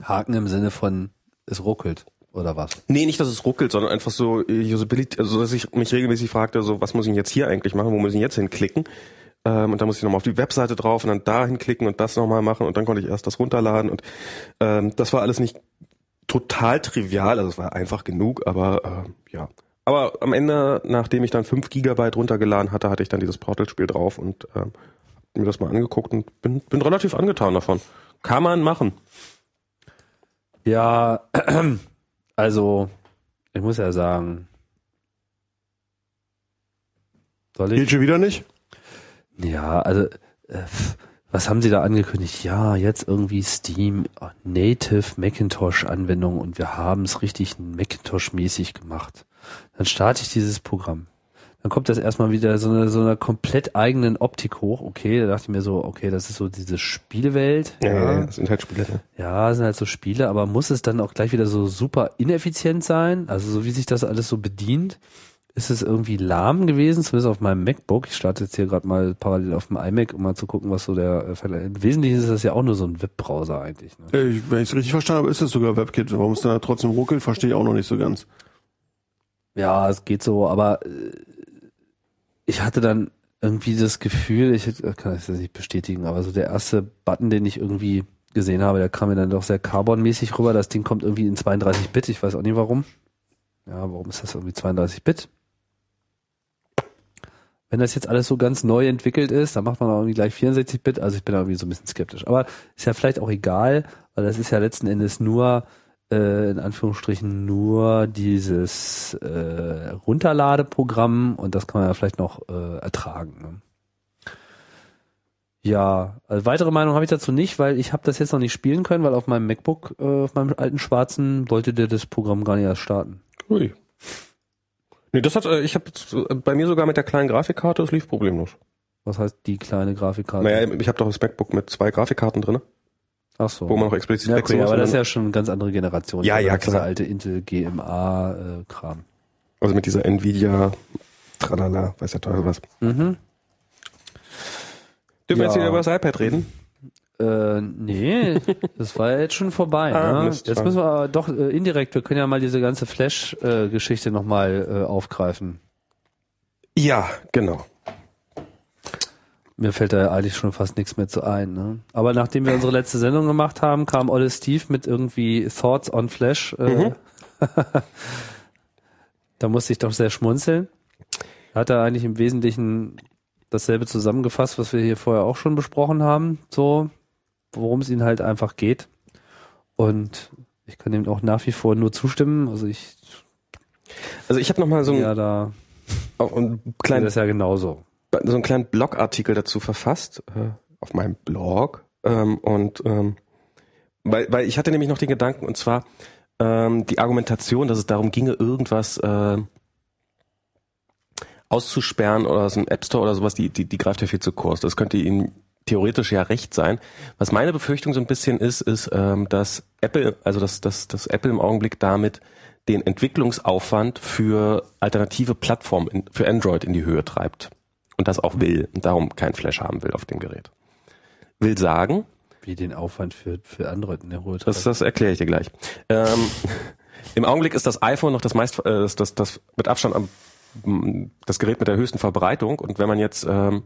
Haken im Sinne von, es ruckelt oder was?
Nee, nicht, dass es ruckelt, sondern einfach so äh, Usability, also dass ich mich regelmäßig fragte, so was muss ich jetzt hier eigentlich machen, wo muss ich jetzt hinklicken? Ähm, und dann muss ich nochmal auf die Webseite drauf und dann da hinklicken und das nochmal machen und dann konnte ich erst das runterladen und ähm, das war alles nicht total trivial, also es war einfach genug, aber äh, ja. Aber am Ende, nachdem ich dann 5 Gigabyte runtergeladen hatte, hatte ich dann dieses Portal-Spiel drauf und ähm, hab mir das mal angeguckt und bin, bin relativ angetan davon. Kann man machen.
Ja, also Ich muss ja sagen. Soll ich?
Geht schon wieder nicht?
Ja, also äh, pff, was haben sie da angekündigt? Ja, jetzt irgendwie Steam äh, Native Macintosh Anwendung und wir haben es richtig Macintosh mäßig gemacht. Dann starte ich dieses Programm. Dann kommt das erstmal wieder so eine so einer komplett eigenen Optik hoch. Okay, da dachte ich mir so, okay, das ist so diese Spielewelt.
das sind halt Spiele. Ne?
Ja, sind halt so Spiele, aber muss es dann auch gleich wieder so super ineffizient sein? Also so wie sich das alles so bedient, ist es irgendwie lahm gewesen, zumindest auf meinem MacBook. Ich starte jetzt hier gerade mal parallel auf dem iMac, um mal zu gucken, was so der äh, Vergleich- Im Wesentlichen ist das ja auch nur so ein Webbrowser eigentlich. Ne?
Äh, Ich, wenn ich es richtig verstanden habe, ist das sogar WebKit. Warum es dann da trotzdem ruckelt, verstehe ich auch noch nicht so ganz.
Ja, es geht so, aber äh, ich hatte dann irgendwie das Gefühl, ich hätte- äh, kann das jetzt nicht bestätigen, aber so der erste Button, den ich irgendwie gesehen habe, der kam mir dann doch sehr Carbon-mäßig rüber. Das Ding kommt irgendwie in 32-Bit, ich weiß auch nicht warum. Ja, warum ist das irgendwie 32-Bit? Wenn das jetzt alles so ganz neu entwickelt ist, dann macht man auch irgendwie gleich 64-Bit, also ich bin da irgendwie so ein bisschen skeptisch. Aber ist ja vielleicht auch egal, weil das ist ja letzten Endes nur äh, in Anführungsstrichen nur dieses äh, Runterladeprogramm und das kann man ja vielleicht noch äh, ertragen. Ne? Ja, also weitere Meinung habe ich dazu nicht, weil ich habe das jetzt noch nicht spielen können, weil auf meinem MacBook, äh, auf meinem alten schwarzen, wollte der das Programm gar nicht erst starten.
Ui. Nee, das hat, äh, ich habe bei mir sogar mit der kleinen Grafikkarte, das lief problemlos.
Was heißt die kleine Grafikkarte?
Naja, ich habe doch das MacBook mit zwei Grafikkarten drin,
Ach so.
wo man auch explizit
ja,
wechseln
okay,
muss.
aber
ne? und
das ist
dann-
ja schon eine ganz andere Generation.
Ja,
Also
ja,
dieser
klar.
alte Intel GMA-Kram.
also mit dieser Nvidia, tralala, weiß der Teufel was.
mhm.
Dürfen wir
Ja.
jetzt wieder über das iPad reden?
Äh, nee, das war ja jetzt schon vorbei.
Ah,
ne?
Mist,
Jetzt
schade.
müssen wir aber doch äh, indirekt, wir können ja mal diese ganze äh, Flash-Geschichte nochmal äh, aufgreifen.
Ja, genau.
Mir fällt da ja eigentlich schon fast nichts mehr zu ein. Ne? Aber nachdem wir unsere letzte Sendung gemacht haben, kam Olle Steve mit irgendwie Thoughts on Flash. Äh, da musste ich doch sehr schmunzeln. Hat er eigentlich im Wesentlichen dasselbe zusammengefasst, was wir hier vorher auch schon besprochen haben, so worum es ihn halt einfach geht. Und ich kann ihm auch nach wie vor nur zustimmen. Also ich
Also ich habe noch mal so einen,
ja da
auch einen
sehe
kleinen
das ja genauso.
so einen kleinen Blogartikel dazu verfasst äh, auf meinem Blog ähm, und ähm, weil, weil ich hatte nämlich noch den Gedanken und zwar ähm, die Argumentation, dass es darum ginge, irgendwas äh, auszusperren oder aus dem App Store oder sowas, die, die, die greift ja viel zu kurz. Das könnte ihnen theoretisch ja recht sein. Was meine Befürchtung so ein bisschen ist, ist, ähm, dass Apple, also dass, dass, dass Apple im Augenblick damit den Entwicklungsaufwand für alternative Plattformen in, für Android in die Höhe treibt und das auch will und darum kein Flash haben will auf dem Gerät. Will sagen,
Wie den Aufwand für, für Android in der Ruhe
das, das erkläre ich dir gleich. Ähm, Im Augenblick ist das iPhone noch das meist, äh, das, das, das mit Abstand am, m, das Gerät mit der höchsten Verbreitung und wenn man jetzt ähm,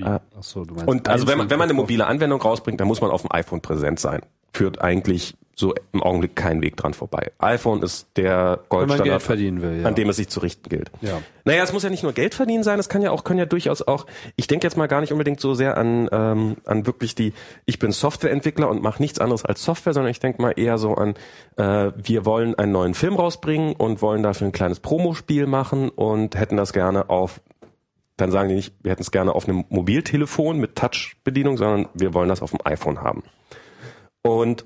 Ah.
äh,
Achso, du meinst
und also wenn man wenn man eine
einzeln
mobile Anwendung rausbringt, dann muss man auf dem iPhone präsent sein. Führt eigentlich so im Augenblick kein Weg dran vorbei. iPhone ist der
Wenn man Geld
Goldstandard,
verdienen will, ja.
an dem es sich zu richten gilt.
ja.
Naja, es muss ja nicht nur Geld verdienen sein, es kann ja auch, können ja durchaus auch, ich denke jetzt mal gar nicht unbedingt so sehr an, ähm, an wirklich die, ich bin Softwareentwickler und mache nichts anderes als Software, sondern ich denke mal eher so an, äh, wir wollen einen neuen Film rausbringen und wollen dafür ein kleines Promospiel machen und hätten das gerne auf, dann sagen die nicht, wir hätten es gerne auf einem Mobiltelefon mit Touch-Bedienung, sondern wir wollen das auf dem iPhone haben. Und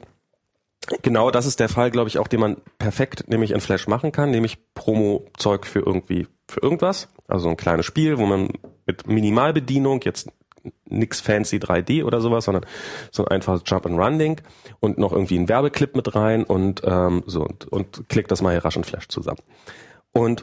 genau das ist der Fall, glaube ich, auch den man perfekt nämlich in Flash machen kann, nämlich Promo-Zeug für irgendwie, für irgendwas. Also ein kleines Spiel, wo man mit Minimalbedienung jetzt nix fancy 3D oder sowas, sondern so ein einfaches Jump-and-Run-Ding und noch irgendwie einen Werbeclip mit rein und ähm, so und, und klickt das mal hier rasch in Flash zusammen. Und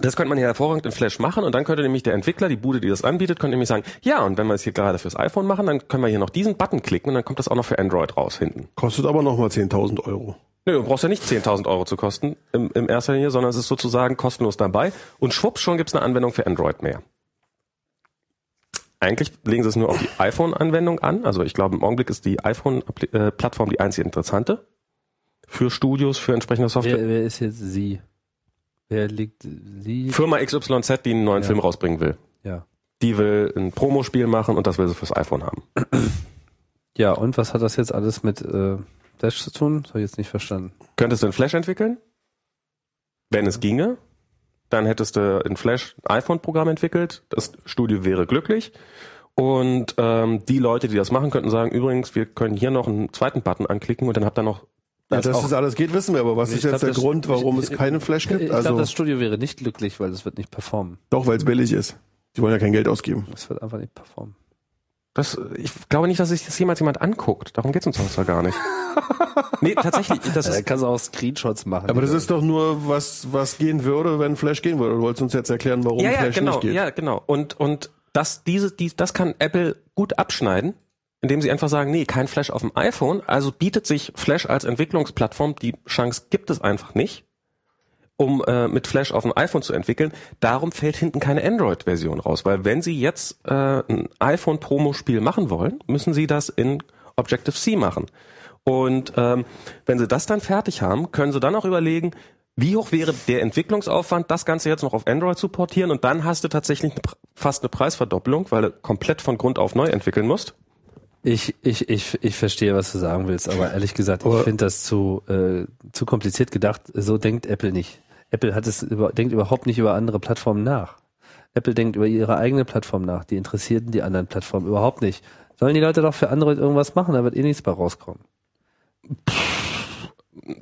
das könnte man ja hervorragend in Flash machen und dann könnte nämlich der Entwickler, die Bude, die das anbietet, könnte nämlich sagen, ja, und wenn wir es hier gerade fürs iPhone machen, dann können wir hier noch diesen Button klicken und dann kommt das auch noch für Android raus hinten.
Kostet aber nochmal 10.000 Euro.
Nö, du brauchst ja nicht 10.000 Euro zu kosten im, im erster Linie, sondern es ist sozusagen kostenlos dabei und schwupps, schon gibt's eine Anwendung für Android mehr. Eigentlich legen sie es nur auf die iPhone-Anwendung an. Also ich glaube, im Augenblick ist die iPhone-Plattform die einzige interessante für Studios, für entsprechende Software.
Wer, wer ist jetzt sie? Wer liegt sie?
Firma XYZ, die einen neuen
Ja.
Film rausbringen will.
Ja.
Die will ein Promospiel machen und das will sie fürs iPhone haben.
Ja, und was hat das jetzt alles mit äh, Dash zu tun? Das habe ich jetzt nicht verstanden.
Könntest du einen Flash entwickeln? Wenn es ginge, dann hättest du in Flash ein iPhone-Programm entwickelt, das Studio wäre glücklich. Und ähm, die Leute, die das machen, könnten sagen, übrigens, wir können hier noch einen zweiten Button anklicken und dann habt ihr noch
Ja,
das
dass
auch-
das alles geht, wissen wir, aber was
Nee,
ist
ich glaub,
jetzt der
das-
Grund, warum
ich-
es keine Flash
Ich
gibt?
glaube,
Also
das Studio wäre nicht glücklich, weil es wird nicht performen.
doch, weil es billig ist. Die wollen ja kein Geld ausgeben.
Es wird einfach nicht performen.
Das, ich glaube nicht, dass sich das jemals jemand anguckt. Darum geht's uns zwar gar nicht. nee, tatsächlich. Das
Da
Äh,
ist,
Äh, kannst du auch Screenshots machen.
Aber das ist doch nur, was, was gehen würde, wenn Flash gehen würde. Du wolltest uns jetzt erklären, warum
ja, ja,
Flash
genau.
nicht geht.
Ja, genau. Und, und das, diese, die, das kann Apple gut abschneiden, indem sie einfach sagen, nee, kein Flash auf dem iPhone. Also bietet sich Flash als Entwicklungsplattform, die Chance gibt es einfach nicht, um äh, mit Flash auf dem iPhone zu entwickeln. Darum fällt hinten keine Android-Version raus. Weil wenn sie jetzt äh, ein iPhone-Promo-Spiel machen wollen, müssen sie das in Objective-C machen. Und ähm, wenn sie das dann fertig haben, können sie dann auch überlegen, wie hoch wäre der Entwicklungsaufwand, das Ganze jetzt noch auf Android zu portieren und dann hast du tatsächlich eine, Pre- fast eine Preisverdoppelung, weil du komplett von Grund auf neu entwickeln musst.
Ich, ich, ich, ich verstehe, was du sagen willst, aber ehrlich gesagt, ich
Aber-
finde das zu, äh, zu kompliziert gedacht. So denkt Apple nicht. Apple hat es über, denkt überhaupt nicht über andere Plattformen nach. Apple denkt über ihre eigene Plattform nach. Die interessierten die anderen Plattformen überhaupt nicht. Sollen die Leute doch für Android irgendwas machen, da wird eh nichts bei rauskommen.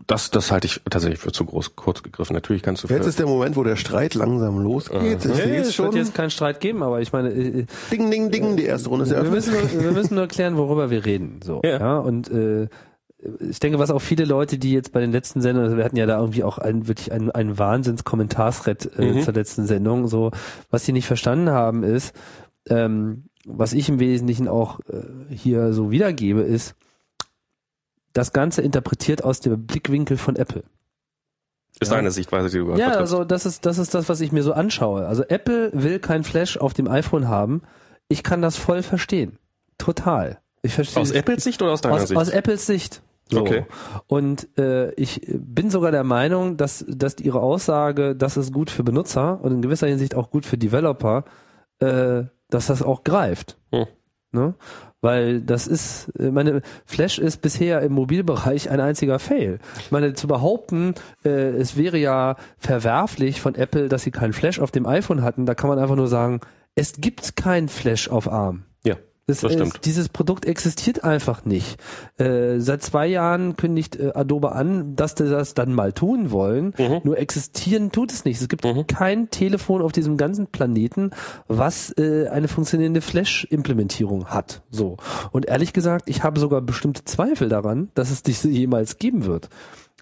Das, das halte ich tatsächlich für zu groß, kurz gegriffen. Natürlich kannst du
Jetzt
für-
ist der Moment, wo der Streit langsam losgeht. Ich sehe es
es wird
schon.
jetzt keinen Streit geben, aber ich meine, äh,
Ding, ding, ding. Die erste Runde ist
wir
eröffnet.
müssen, nur, wir müssen nur klären, worüber wir reden. So,
Ja.
ja. und äh, ich denke, was auch viele Leute, die jetzt bei den letzten Sendungen, also wir hatten ja da irgendwie auch einen, wirklich einen, einen Wahnsinns-Kommentarsred äh,
Mhm.
zur letzten Sendung, so, was die nicht verstanden haben, ist, ähm, was ich im Wesentlichen auch äh, hier so wiedergebe, ist, das Ganze interpretiert aus dem Blickwinkel von Apple.
ist
ja.
eine Sichtweise, die du gerade
Ja,
vertrittst.
also das ist, das ist das, was ich mir so anschaue. Also Apple will kein Flash auf dem iPhone haben. Ich kann das voll verstehen. Total. Ich verstehe
Aus Apples Sicht oder aus deiner
aus,
Sicht?
aus Apples Sicht. So.
Okay.
Und äh, ich bin sogar der Meinung, dass, dass ihre Aussage, das ist gut für Benutzer und in gewisser Hinsicht auch gut für Developer, äh, dass das auch greift.
Hm.
Ne? Weil das ist, äh, meine, Flash ist bisher im Mobilbereich ein einziger Fail. Ich meine, zu behaupten, äh, es wäre ja verwerflich von Apple, dass sie keinen Flash auf dem iPhone hatten, da kann man einfach nur sagen, es gibt keinen Flash auf ARM.
ja,
Das,
Das
ist-
stimmt.
dieses Produkt existiert einfach nicht. Äh, seit zwei Jahren kündigt äh, Adobe an, dass sie das dann mal tun wollen.
Mhm.
Nur existieren tut es nicht. Es gibt kein Telefon auf diesem ganzen Planeten, was äh, eine funktionierende Flash-Implementierung hat. So. Und ehrlich gesagt, ich habe sogar bestimmte Zweifel daran, dass es dich jemals geben wird.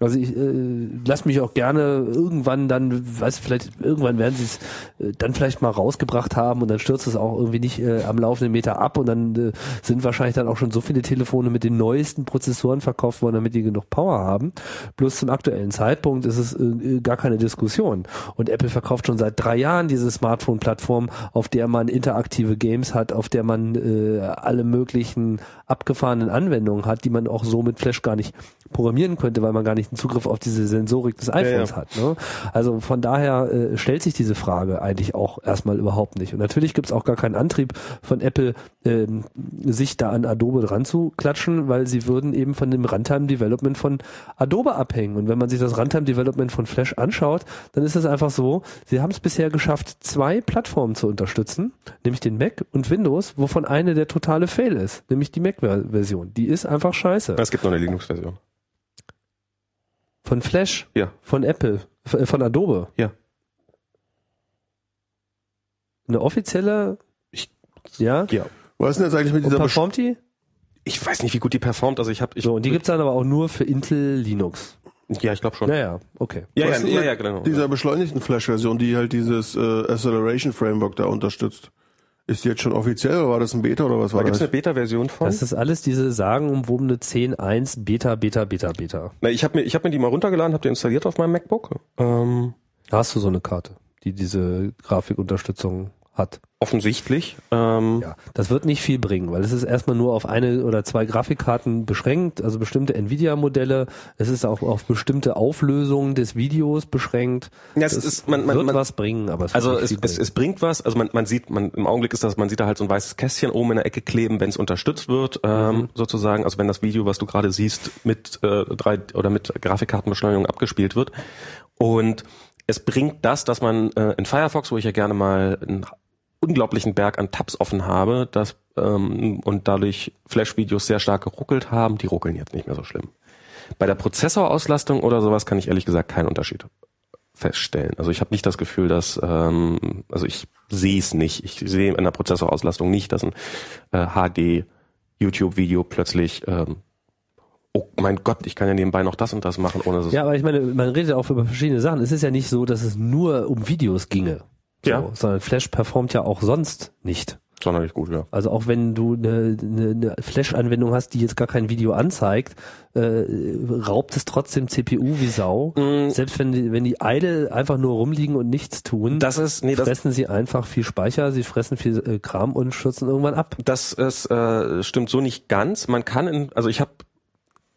Also ich äh, lass mich auch gerne irgendwann dann, weiß vielleicht irgendwann werden sie es äh, dann vielleicht mal rausgebracht haben und dann stürzt es auch irgendwie nicht äh, am laufenden Meter ab und dann äh, sind wahrscheinlich dann auch schon so viele Telefone mit den neuesten Prozessoren verkauft worden, damit die genug Power haben. Bloß zum aktuellen Zeitpunkt ist es äh, äh, gar keine Diskussion und Apple verkauft schon seit drei Jahren diese Smartphone-Plattform, auf der man interaktive Games hat, auf der man äh, alle möglichen abgefahrenen Anwendungen hat, die man auch so mit Flash gar nicht programmieren könnte, weil man gar nicht einen Zugriff auf diese Sensorik des iPhones
ja.
hat. Ne? Also von daher äh, stellt sich diese Frage eigentlich auch erstmal überhaupt nicht. Und natürlich gibt es auch gar keinen Antrieb von Apple, ähm, sich da an Adobe dran zu klatschen, weil sie würden eben von dem Runtime Development von Adobe abhängen. Und wenn man sich das Runtime Development von Flash anschaut, dann ist es einfach so, sie haben es bisher geschafft, zwei Plattformen zu unterstützen, nämlich den Mac und Windows, wovon eine der totale Fail ist, nämlich die Mac-Version. Die ist einfach scheiße.
es gibt noch eine Linux-Version.
Von Flash,
Ja.
von Apple, f- äh, von Adobe.
Ja.
Eine offizielle.
Ich-
ja.
Was ist denn jetzt eigentlich mit
Und
dieser Besch
performt die?
Ich weiß nicht, wie gut die performt. Also ich habe, ich,
So, und die gibt's dann aber auch nur für Intel Linux.
ja, ich glaube schon.
Naja, okay.
ja,
was ist mit
genau.
dieser beschleunigten Flash-Version, die halt dieses äh, Acceleration Framework da unterstützt? Ist die jetzt schon offiziell oder war das ein Beta oder was
da
war
gibt's
das?
eine Beta-Version von.
Das ist alles diese sagenumwobene 10.1 Beta, Beta, Beta, Beta.
Na, ich habe mir, ich hab mir die mal runtergeladen, habe die installiert auf meinem MacBook. Ähm,
Da hast du so eine Karte, die diese Grafikunterstützung hat.
offensichtlich. Ähm,
Ja, das wird nicht viel bringen, weil es ist erstmal nur auf eine oder zwei Grafikkarten beschränkt, also bestimmte Nvidia-Modelle. Es ist auch auf bestimmte Auflösungen des Videos beschränkt.
Ja, es ist- man- man-
wird
man-
was bringen, aber es
Also
wird
es,
nicht
es,
viel
es bringt was. Also man, man sieht, man im Augenblick ist das, man sieht da halt so ein weißes Kästchen oben in der Ecke kleben, wenn es unterstützt wird, ähm, sozusagen. Also wenn das Video, was du gerade siehst, mit äh, drei oder mit Grafikkartenbeschleunigung abgespielt wird. Und es bringt das, dass man äh, in Firefox, wo ich ja gerne mal einen unglaublichen Berg an Tabs offen habe, dass ähm, und dadurch Flash-Videos sehr stark geruckelt haben, die ruckeln jetzt nicht mehr so schlimm. Bei der Prozessorauslastung oder sowas kann ich ehrlich gesagt keinen Unterschied feststellen. Also ich habe nicht das Gefühl, dass, ähm, also ich sehe es nicht. Ich sehe in der Prozessorauslastung nicht, dass ein äh, HD YouTube-Video plötzlich, ähm, oh mein Gott, ich kann ja nebenbei noch das und das machen, ohne dass es
Ja, aber ich meine, man redet ja auch über verschiedene Sachen. Es ist ja nicht so, dass es nur um Videos ginge. So,
Ja.
Sondern Flash performt ja auch sonst nicht.
sonderlich gut wäre.
Also auch wenn du eine, eine, eine Flash-Anwendung hast, die jetzt gar kein Video anzeigt, äh, raubt es trotzdem CPU wie Sau.
Mm.
Selbst wenn die, wenn die idle einfach nur rumliegen und nichts tun,
Das ist, nee, das,
fressen sie einfach viel Speicher, sie fressen viel äh, Kram und schürzen irgendwann ab.
Das ist, äh, stimmt so nicht ganz. Man kann, in, also ich habe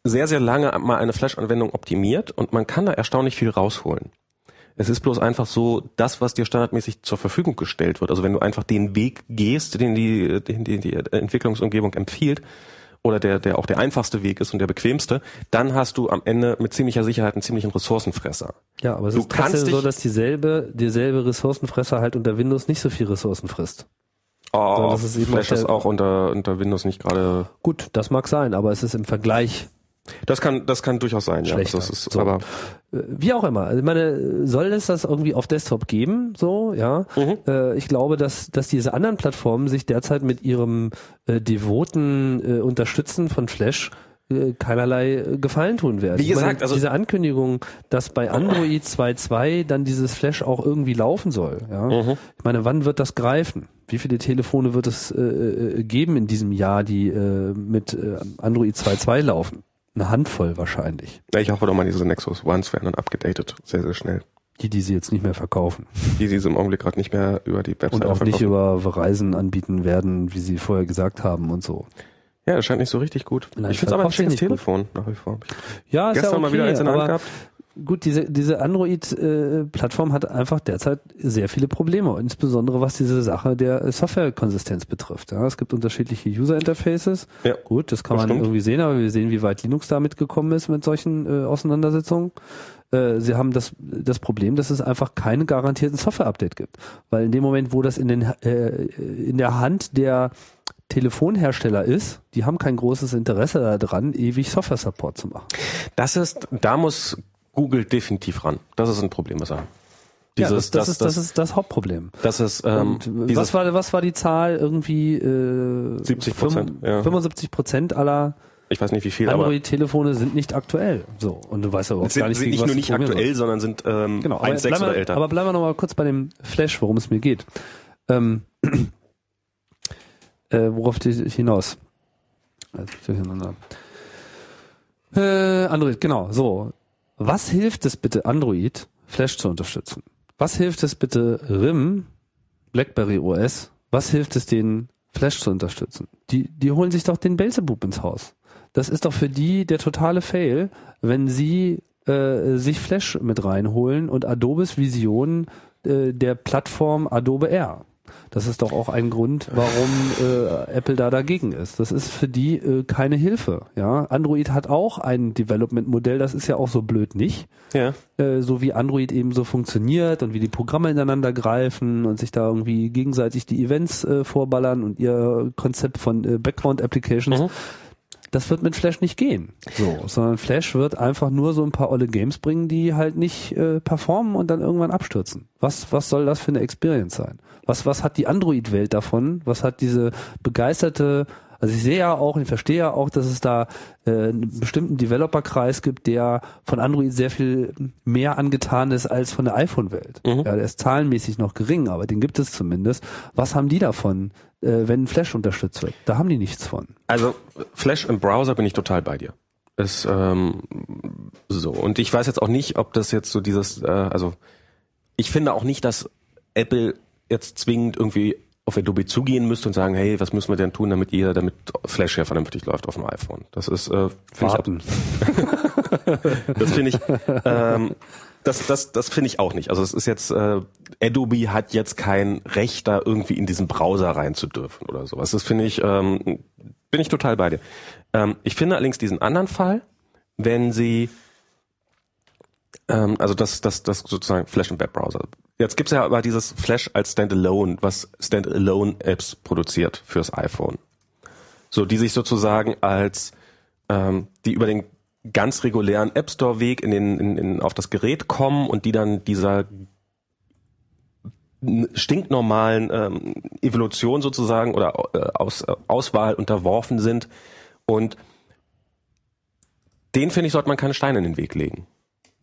sehr, sehr lange mal eine Flash-Anwendung optimiert und man kann da erstaunlich viel rausholen. Es ist bloß einfach so, das, was dir standardmäßig zur Verfügung gestellt wird. Also wenn du einfach den Weg gehst, den die, den, den die Entwicklungsumgebung empfiehlt, oder der, der auch der einfachste Weg ist und der bequemste, dann hast du am Ende mit ziemlicher Sicherheit einen ziemlichen Ressourcenfresser.
Ja, aber es
Du
ist trotzdem
kannst dich-
so, dass dieselbe, dieselbe Ressourcenfresser halt unter Windows nicht so viel Ressourcen frisst.
Oh,
das ist eben
Flash
auch der-
ist auch unter, unter Windows nicht gerade
Gut, das mag sein, aber es ist im Vergleich
Das kann, das kann durchaus sein,
Schlechter.
ja. Das ist,
So.
aber,
wie auch immer. Also ich meine, soll es das irgendwie auf Desktop geben? So, ja.
Mhm.
Äh, ich glaube, dass, dass diese anderen Plattformen sich derzeit mit ihrem äh, devoten äh, Unterstützen von Flash äh, keinerlei äh, Gefallen tun werden.
Wie
Ich meine,
gesagt, also-
diese Ankündigung, dass bei Android 2.2 dann dieses Flash auch irgendwie laufen soll. Ja?
Mhm.
Ich meine, wann wird das greifen? Wie viele Telefone wird es äh, äh, geben in diesem Jahr, die äh, mit äh, Android 2.2 laufen? Eine Handvoll wahrscheinlich.
Ja, ich hoffe doch mal, diese Nexus Ones werden dann abgedatet. Sehr, sehr schnell.
die die sie jetzt nicht mehr verkaufen
Die sie im Augenblick gerade nicht mehr über die Webseite
und auch nicht
verkaufen.
über Verizon anbieten werden, wie sie vorher gesagt haben und so.
Ja, das scheint nicht so richtig gut.
Nein,
ich finde es aber ein
verkauft sich
schönes
nicht gut.
Telefon nach wie vor.
Ja, ist
Gestern
ja okay,
mal wieder eins in der Hand
aber
gehabt.
gut, diese diese Android äh, Plattform hat einfach derzeit sehr viele Probleme, und insbesondere was diese Sache der äh, Softwarekonsistenz betrifft. Ja, es gibt unterschiedliche User Interfaces.
Ja.
Gut, das kann
Das
man
stimmt.
irgendwie sehen, aber wir sehen, wie weit Linux damit gekommen ist mit solchen äh, Auseinandersetzungen. Äh, Sie haben das, das Problem, dass es einfach keine garantierten Software-Update gibt. Weil in dem Moment, wo das in, den, äh, in der Hand der Telefonhersteller ist, die haben kein großes Interesse daran, ewig Software-Support zu machen.
Das ist, da muss Google definitiv ran. Das ist ein Problem, was er.
ja, das, das, ist, das, ist das Hauptproblem.
das ist, ähm,
Und was
dieses,
war, was war die Zahl? Irgendwie äh,
70%,
fünf-
ja.
75 Prozent aller
ich weiß nicht wie viel, aber
Android-Telefone sind nicht aktuell. So Und du weißt ja überhaupt
sind,
gar nicht,
sind
gegen
nicht
was
nur
du
nicht
programmieren
aktuell, sondern sind ähm,
Genau, aber
1,6
bleiben wir-
oder älter.
Aber bleiben wir nochmal kurz bei dem Flash, worum es mir geht. Ähm, äh, worauf die ich hinaus? Also, durcheinander. Äh, Android, genau, so. Was hilft es bitte, Android Flash zu unterstützen? Was hilft es bitte, RIM, BlackBerry OS, was hilft es denen, Flash zu unterstützen? Die, die holen sich doch den Belzebub ins Haus. Das ist doch für die der totale Fail, wenn sie äh, sich Flash mit reinholen und Adobes Vision äh, der Plattform Adobe Air. Das ist doch auch ein Grund, warum äh, Apple da dagegen ist. Das ist für die äh, keine Hilfe. Ja, Android hat auch ein Development-Modell. Das ist ja auch so blöd nicht
ja.
äh, so wie Android eben so funktioniert und wie die Programme ineinander greifen und sich da irgendwie gegenseitig die Events äh, vorballern und ihr Konzept von äh, Background Applications.
Mhm.
Das wird mit Flash nicht gehen. So, sondern Flash wird einfach nur so ein paar olle Games bringen, die halt nicht äh, performen und dann irgendwann abstürzen. Was was soll das für eine Experience sein? Was was hat die Android Welt davon? Was hat diese begeisterte also ich sehe ja auch und ich verstehe ja auch, dass es da äh, einen bestimmten Developerkreis gibt, der von Android sehr viel mehr angetan ist als von der iPhone-Welt.
Mhm.
Ja, der ist zahlenmäßig noch gering, aber den gibt es zumindest. Was haben die davon, äh, wenn Flash unterstützt wird? Da haben die nichts von.
Also Flash im Browser bin ich total bei dir. Ist ähm, so und ich weiß jetzt auch nicht, ob das jetzt so dieses, äh, also ich finde auch nicht, dass Apple jetzt zwingend irgendwie auf Adobe zugehen müsste und sagen, hey, was müssen wir denn tun, damit jeder, damit Flash ja vernünftig läuft auf dem iPhone. Das ist äh, finde ich ab- das finde ich, ähm, das, das, das finde ich auch nicht. Also es ist jetzt, äh, Adobe hat jetzt kein Recht, da irgendwie in diesen Browser rein zu dürfen oder sowas. Das finde ich, ähm, bin ich total bei dir. Ähm, ich finde allerdings diesen anderen Fall, wenn sie Ähm, also das, das, das sozusagen Flash und Webbrowser. Jetzt gibt's ja aber dieses Flash als Standalone, was Standalone-Apps produziert fürs iPhone. So, die sich sozusagen als ähm, die über den ganz regulären App Store Weg in den in, in, auf das Gerät kommen und die dann dieser stinknormalen ähm, Evolution sozusagen oder äh, Aus, äh, Auswahl unterworfen sind und den finde ich sollte man keine Steine in den Weg legen.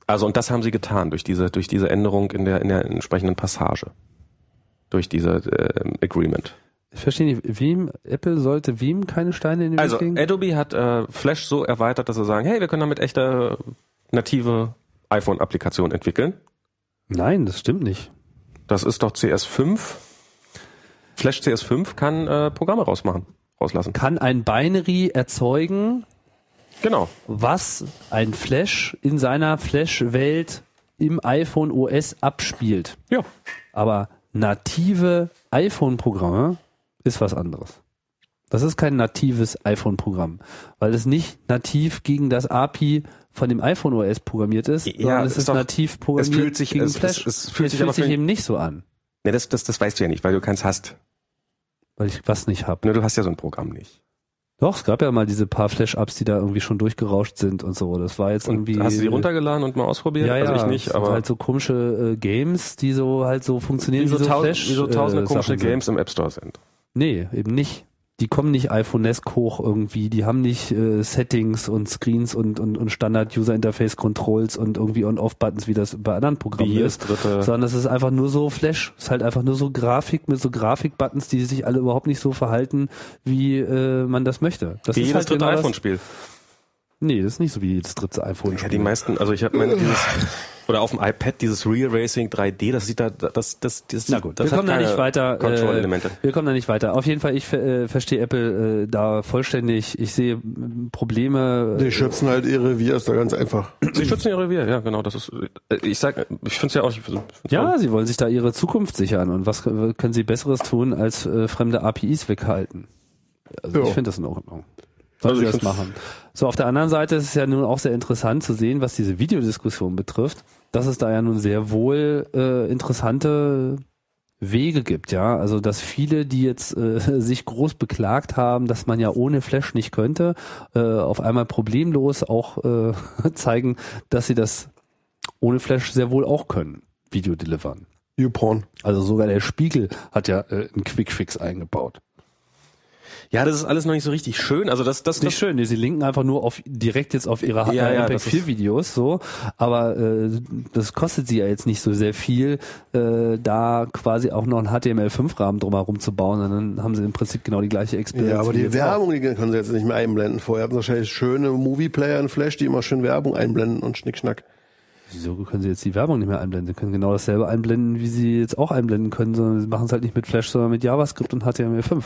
Also und das haben sie getan durch diese durch diese Änderung in der in der entsprechenden Passage durch diese äh, Agreement.
Ich verstehe nicht, Veeam, Apple sollte Veeam keine Steine in den
Also
Weg legen?
Adobe hat äh, Flash so erweitert, dass sie sagen, hey, wir können damit echte native iPhone-Applikationen entwickeln.
Nein, das stimmt nicht.
Das ist doch CS5. Flash CS5 kann äh, Programme rausmachen, rauslassen.
Kann ein Binary erzeugen,
Genau.
was ein Flash in seiner Flash-Welt im iPhone OS abspielt.
Ja.
Aber native iPhone-Programme ist was anderes. Das ist kein natives iPhone-Programm, weil es nicht nativ gegen das API von dem iPhone OS programmiert ist,
Ja,
sondern es
ist
ist,
doch-
nativ programmiert
fühlt sich-
gegen
es-
Flash.
es- es fühlt sich aber
fühlt sich
für-
eben nicht so an,
Nee, das, das, das weißt du ja nicht, weil du keins hast.
weil ich was nicht habe.
Ne, du hast ja so ein Programm nicht.
Doch, es gab ja mal diese paar Flash-Ups, die da irgendwie schon durchgerauscht sind und so. Das war jetzt
Und
irgendwie.
hast du die runtergeladen und mal ausprobiert?
Ja, ja,
also ich nicht,
das
aber
sind halt so komische äh, Games, die so halt so funktionieren,
wie, so tausend,
Flash,
wie so tausende
äh,
komische
Sachen sind.
Games im App Store sind.
Nee, eben nicht. Die kommen nicht iPhone-esque hoch irgendwie, die haben nicht äh, Settings und Screens und, und, und Standard-User-Interface-Controls und irgendwie On-Off-Buttons, wie das bei anderen
Wie
Programmen
hier
ist.
ist dritte.
Sondern es ist einfach nur so Flash, es ist halt einfach nur so Grafik mit so Grafik-Buttons, die sich alle überhaupt nicht so verhalten, wie äh, man das möchte. Das
Wie
ist
jedes
halt
dritte
genau das-
iPhone-Spiel.
Nee, das ist nicht so wie jedes dritte iPhone.
Ja, die meisten, also ich habe meine dieses oder auf dem iPad dieses Real Racing 3D, das sieht da das das das
Na gut,
das
wir kommen da
keine
nicht weiter.
Control
Äh,
Elemente.
wir kommen da nicht weiter. Auf jeden Fall, ich ver- äh, verstehe Apple äh, da vollständig. Ich sehe mm, Probleme.
Die schützen halt ihre Vias da ganz einfach.
Sie schützen ihr Revier, ja, genau, das ist äh, ich sag ich find's ja auch ich find's
Ja, sie wollen sich da ihre Zukunft sichern. Und was äh, können sie Besseres tun, als äh, fremde APIs weghalten? Also
Ja.
ich finde das in Ordnung. Sollen
Also
sie
ich
das
find's-
machen. So, auf der anderen Seite ist es ja nun auch sehr interessant zu sehen, was diese Videodiskussion betrifft, dass es da ja nun sehr wohl äh, interessante Wege gibt, ja. Also dass viele, die jetzt äh, sich groß beklagt haben, dass man ja ohne Flash nicht könnte, äh, auf einmal problemlos auch äh, zeigen, dass sie das ohne Flash sehr wohl auch können, Video delivern.
YouPorn.
Also sogar der Spiegel hat ja äh, einen Quickfix eingebaut.
Ja, das ist alles noch nicht so richtig schön. Also das,
Das
das,
ist
das
schön, nee, sie linken einfach nur auf direkt jetzt auf ihre
Ja, ja, das ist-
4 Videos so, aber äh, das kostet sie ja jetzt nicht so sehr viel, äh, da quasi auch noch einen HTML5 Rahmen drumherum zu bauen, und dann haben sie im Prinzip genau die gleiche Experience.
Ja, aber
wie
die
jetzt
Werbung, die können sie jetzt nicht mehr einblenden. Vorher hatten sie wahrscheinlich schöne Movieplayer in Flash, die immer schön Werbung einblenden und schnickschnack.
auch. Wieso können sie jetzt die Werbung nicht mehr einblenden? Sie können genau dasselbe einblenden, wie sie jetzt auch einblenden können, sondern sie machen es halt nicht mit Flash, sondern mit JavaScript und HTML5.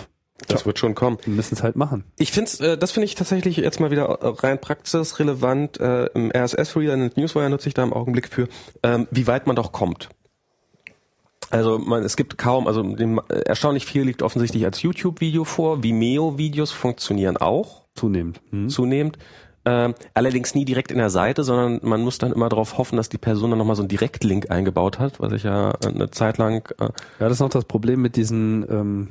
das wird schon kommen.
Die müssen es halt machen.
Ich find's, äh, das finde ich tatsächlich jetzt mal wieder äh, rein praxisrelevant. Äh, Im RSS-Reader, in den Newswire nutze ich da im Augenblick für, ähm, wie weit man doch kommt. Also man, es gibt kaum, also dem, äh, erstaunlich viel liegt offensichtlich als YouTube-Video vor. Vimeo-Videos funktionieren auch
Zunehmend. Hm?
zunehmend. Ähm, allerdings nie direkt in der Seite, sondern man muss dann immer darauf hoffen, dass die Person dann nochmal so einen Direktlink eingebaut hat, was ich ja eine Zeit lang... Äh,
Ja, das ist noch das Problem mit diesen, ähm,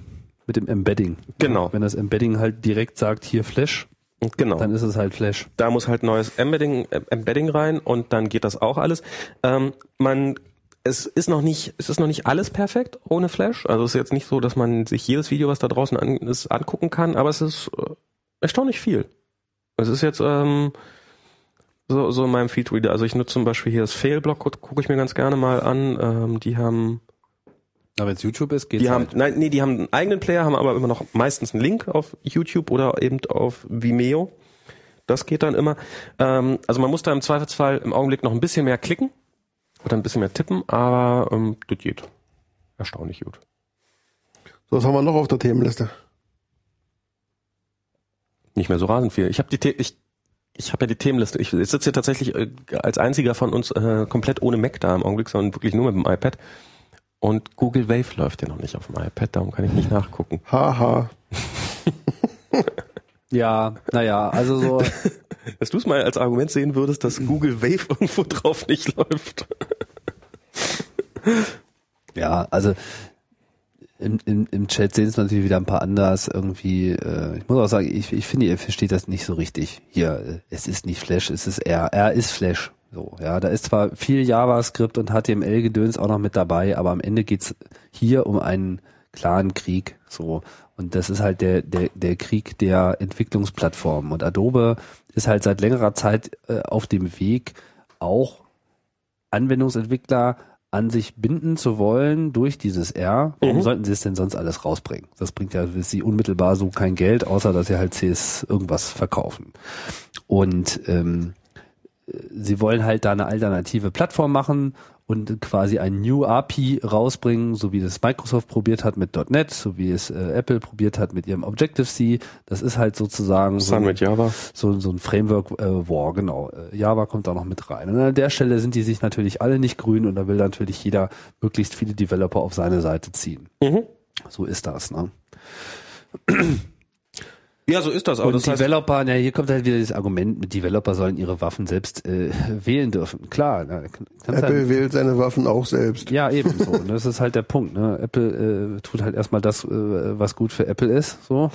mit dem Embedding.
Genau.
Wenn das Embedding halt direkt sagt, hier Flash,
genau.
dann ist es halt Flash.
da muss halt neues Embedding, äh, Embedding rein und dann geht das auch alles. Ähm, man, es ist noch nicht, es ist noch nicht alles perfekt ohne Flash. Also es ist jetzt nicht so, dass man sich jedes Video, was da draußen an, ist, angucken kann, aber es ist äh, erstaunlich viel. Es ist jetzt ähm, so, so in meinem Feedreader. Also ich nutze zum Beispiel hier das Failblock, gucke guck ich mir ganz gerne mal an. Ähm, die haben,
Aber wenn es YouTube ist, geht's halt.
die haben, nein, nee, die haben einen eigenen Player, haben aber immer noch meistens einen Link auf YouTube oder eben auf Vimeo. Das geht dann immer. Ähm, also man muss da im Zweifelsfall im Augenblick noch ein bisschen mehr klicken oder ein bisschen mehr tippen, aber ähm, das geht. Erstaunlich gut.
So, was haben wir noch auf der Themenliste?
Nicht mehr so rasend viel. Ich habe die The ich ich habe ja die Themenliste. Ich sitze hier tatsächlich äh, als einziger von uns äh, komplett ohne Mac da im Augenblick, sondern wirklich nur mit dem iPad. Und Google Wave läuft ja noch nicht auf dem iPad, darum kann ich nicht nachgucken.
Haha.
Ja, naja, also so
dass du es mal als Argument sehen würdest, dass Google Wave irgendwo drauf nicht läuft.
Ja, also im, im, im Chat sehen es natürlich wieder ein paar anders irgendwie. Äh, ich muss auch sagen, ich, ich finde, ihr versteht das nicht so richtig. Hier, äh, es ist nicht Flash, es ist R. R ist Flash. So, ja, da ist zwar viel JavaScript und HTML-Gedöns auch noch mit dabei, aber am Ende geht's hier um einen klaren Krieg. So. Und das ist halt der, der, der Krieg der Entwicklungsplattformen. Und Adobe ist halt seit längerer Zeit äh, auf dem Weg, auch Anwendungsentwickler an sich binden zu wollen durch dieses R. Warum
Mhm.
sollten sie es denn sonst alles rausbringen? Das bringt ja für sie unmittelbar so kein Geld, außer dass sie halt CS irgendwas verkaufen. Und ähm, sie wollen halt da eine alternative Plattform machen und quasi ein New API rausbringen, so wie das Microsoft probiert hat mit .NET, so wie es äh, Apple probiert hat mit ihrem Objective-C. Das ist halt sozusagen so,
Sun mit Java.
so, so ein Framework äh, War, genau. Äh, Java kommt da noch mit rein. Und an der Stelle sind die sich natürlich alle nicht grün und da will natürlich jeder möglichst viele Developer auf seine Seite ziehen.
Mhm.
So ist das, ne?
Ja, so ist das. Aber
Und
das heißt,
Developer, na, hier kommt halt wieder das Argument, mit Developer sollen ihre Waffen selbst äh, wählen dürfen. Klar, na, kann- kannst halt-
Apple wählt seine Waffen auch selbst.
Ja, ebenso. Und das ist halt der Punkt. Ne? Apple äh, tut halt erstmal das, äh, was gut für Apple ist. So.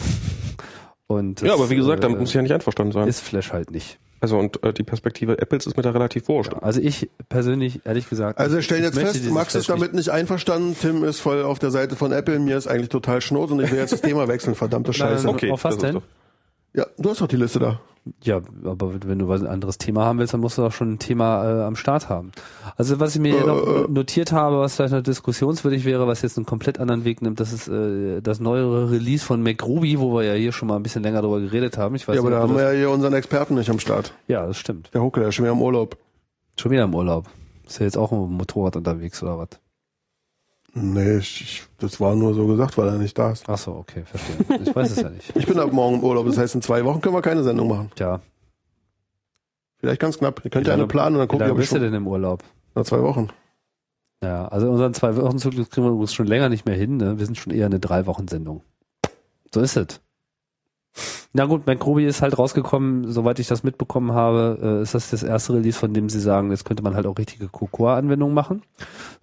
Und das,
ja, aber wie gesagt, damit
äh,
muss ich ja nicht einverstanden sein.
ist Flash halt nicht.
Also und äh, die Perspektive Apples ist mir da relativ wurscht.
Also ich persönlich, ehrlich gesagt.
Also wir
ich-
stellen
ich
jetzt
möchte
fest,
dieses
Max ist
Flash
damit nicht einverstanden, Tim ist voll auf der Seite von Apple, mir ist eigentlich total schnurz und ich will jetzt das Thema wechseln, verdammte Scheiße.
Nein, nein, auf was
das ist
denn?
doch-
Ja, du hast doch die Liste da.
nicht- Ja, aber wenn du was- ein anderes Thema haben willst, dann musst du auch schon ein Thema äh, am Start haben. Also was ich mir hier
Äh,
noch notiert habe, was vielleicht noch diskussionswürdig wäre, was jetzt einen komplett anderen Weg nimmt, das ist äh, das neuere Release von MacRuby, wo wir ja hier schon mal ein bisschen länger drüber geredet haben. Ich weiß
Ja, aber
nicht,
da
ob
haben
du
wir
das,
ja hier unseren Experten nicht am Start.
ja, das stimmt.
Der Huckel, der ist schon wieder im Urlaub.
Schon wieder im Urlaub. Ist ja jetzt auch im Motorrad unterwegs oder was?
Nee, ich, ich, das war nur so gesagt, weil er nicht da ist.
Ach so, okay, verstehe. Ich weiß es ja nicht.
Ich bin ab morgen im Urlaub, das heißt, in zwei Wochen können wir keine Sendung machen.
Tja,
Vielleicht ganz knapp. Ihr könnt
Wie
ja eine
lange-
planen und dann
wie
gucken,
lange
ob ich
bist du
schon
denn im Urlaub?
nach zwei Wochen.
Ja, also unseren zwei Wochen Zyklus kriegen wir übrigens schon länger nicht mehr hin. Ne? Wir sind schon eher eine drei Wochen Sendung. So ist es. Na gut, McRoby ist halt rausgekommen, soweit ich das mitbekommen habe, äh, ist das das erste Release, von dem sie sagen, jetzt könnte man halt auch richtige Cocoa-Anwendungen machen.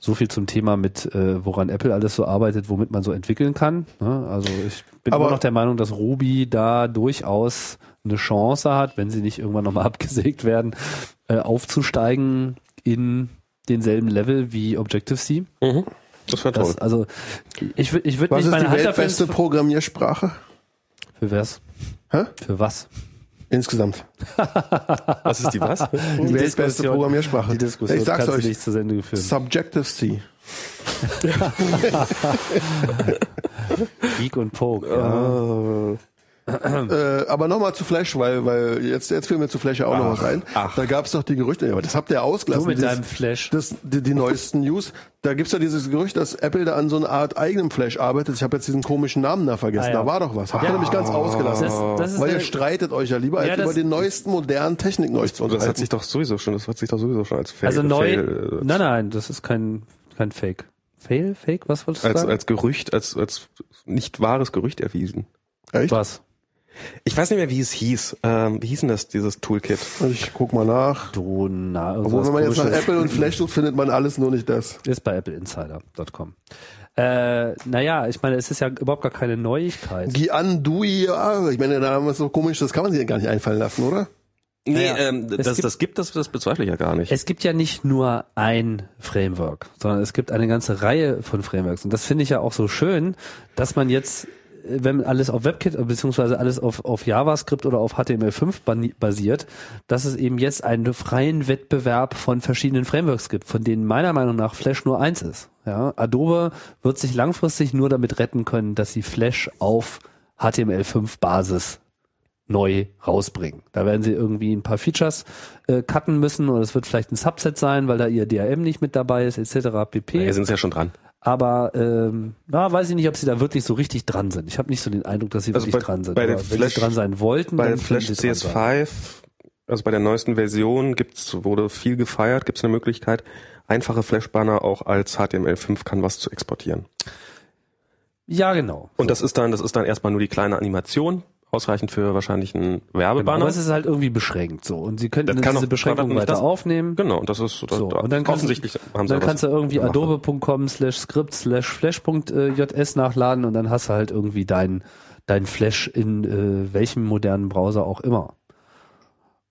So viel zum Thema mit, äh, woran Apple alles so arbeitet, womit man so entwickeln kann. Ne? Also ich bin
Aber-
immer noch der Meinung, dass Ruby da durchaus eine Chance hat, wenn sie nicht irgendwann nochmal abgesägt werden, äh, aufzusteigen in denselben Level wie Objective-C.
Mhm. Das wäre toll.
Das, also ich, wür- ich würde
Was ist
nicht
die
meine Hand dafür
weltbeste Programmiersprache?
Für was?
Hä?
Für was?
Insgesamt.
Was ist die was?
Die, weltbeste
Diskussion-
Programmiersprache.
Die Diskussion
ich sag's
kannst
euch.
du nicht zur Sendung führen.
Subjective-C.
Geek und Poke. Ja.
Oh.
Äh,
Äh, aber nochmal zu Flash, weil, weil jetzt, jetzt fiel mir zu Flash ja auch noch was ein.
ach.
Da gab es doch die Gerüchte, ja, aber das habt ihr ausgelassen.
Du mit
dieses-
deinem Flash.
Das, die, die neuesten News. Da gibt's ja dieses Gerücht, dass Apple da an so einer Art eigenem Flash arbeitet. Ich habe jetzt diesen komischen Namen da vergessen.
Ah, ja.
Da war doch was. Habt ihr
Ja.
nämlich ganz ausgelassen.
Das- das ist
weil ihr
eine-
streitet euch ja lieber,
Ja,
als
das-
über die neuesten modernen Techniken euch zu
das
unterhalten.
hat sich doch sowieso schon, das hat sich doch sowieso schon als Fail,
Also neu.
Fail, äh,
Nein, nein, das ist kein, kein Fake. Fail? Fake? Was wolltest du
äh, als,
sagen?
als Gerücht, als, als nicht wahres Gerücht erwiesen.
Echt?
was?
Ich weiß nicht mehr, wie es hieß. Ähm, wie hieß denn das, dieses Toolkit?
Also Ich guck mal nach.
Du, na,
Obwohl,
irgendwas
wenn man jetzt nach
Komisches.
Apple und Flash sucht, findet man alles nur nicht das.
Ist bei appleinsider.com. Äh, naja, ich meine, es ist ja überhaupt gar keine Neuigkeit.
Gianduia. Ich meine, der Name ist so komisch, das kann man sich ja gar nicht einfallen lassen, oder?
Nee,
Ja, ja.
ähm,
Es
das,
gibt-
das gibt das, das bezweifle ich ja gar nicht.
Es gibt ja nicht nur ein Framework, sondern es gibt eine ganze Reihe von Frameworks. Und das finde ich ja auch so schön, dass man jetzt, äh, wenn alles auf WebKit äh, beziehungsweise alles auf, auf JavaScript oder auf HTML5 bani- basiert, dass es eben jetzt einen freien Wettbewerb von verschiedenen Frameworks gibt, von denen meiner Meinung nach Flash nur eins ist. Ja, Adobe wird sich langfristig nur damit retten können, dass sie Flash auf HTML5 Basis neu rausbringen. Da werden sie irgendwie ein paar Features äh, cutten müssen oder es wird vielleicht ein Subset sein, weil da ihr DRM nicht mit dabei ist, etc. pp.
sind ja schon dran.
aber ähm, na, weiß ich nicht, ob sie da wirklich so richtig dran sind. Ich habe nicht so den Eindruck, dass sie
Also
wirklich
bei-
dran sind.
bei der
aber wenn
Flash-
sie dran sein wollten,
Bei
dann
Flash
können sie dran sein.
CS5, also bei der neuesten Version, gibt's, wurde viel gefeiert, gibt es eine Möglichkeit, einfache Flash-Banner auch als HTML5 kann was zu exportieren.
Ja, genau.
Und das ist dann, das ist dann erstmal nur die kleine Animation Ausreichend für wahrscheinlich einen Werbebanner.
Aber es ist halt irgendwie beschränkt so. Und sie könnten
Das kann
diese
auch-
Beschränkung
kann man nicht
weiter
das-
aufnehmen.
Genau, und das ist das,
So,
da-
und dann kannst
offensichtlich haben sie
Dann
was
kannst du irgendwie
gemacht.
adobe.com slash script slash flash.js nachladen und dann hast du halt irgendwie dein, dein Flash in äh, welchem modernen Browser auch immer.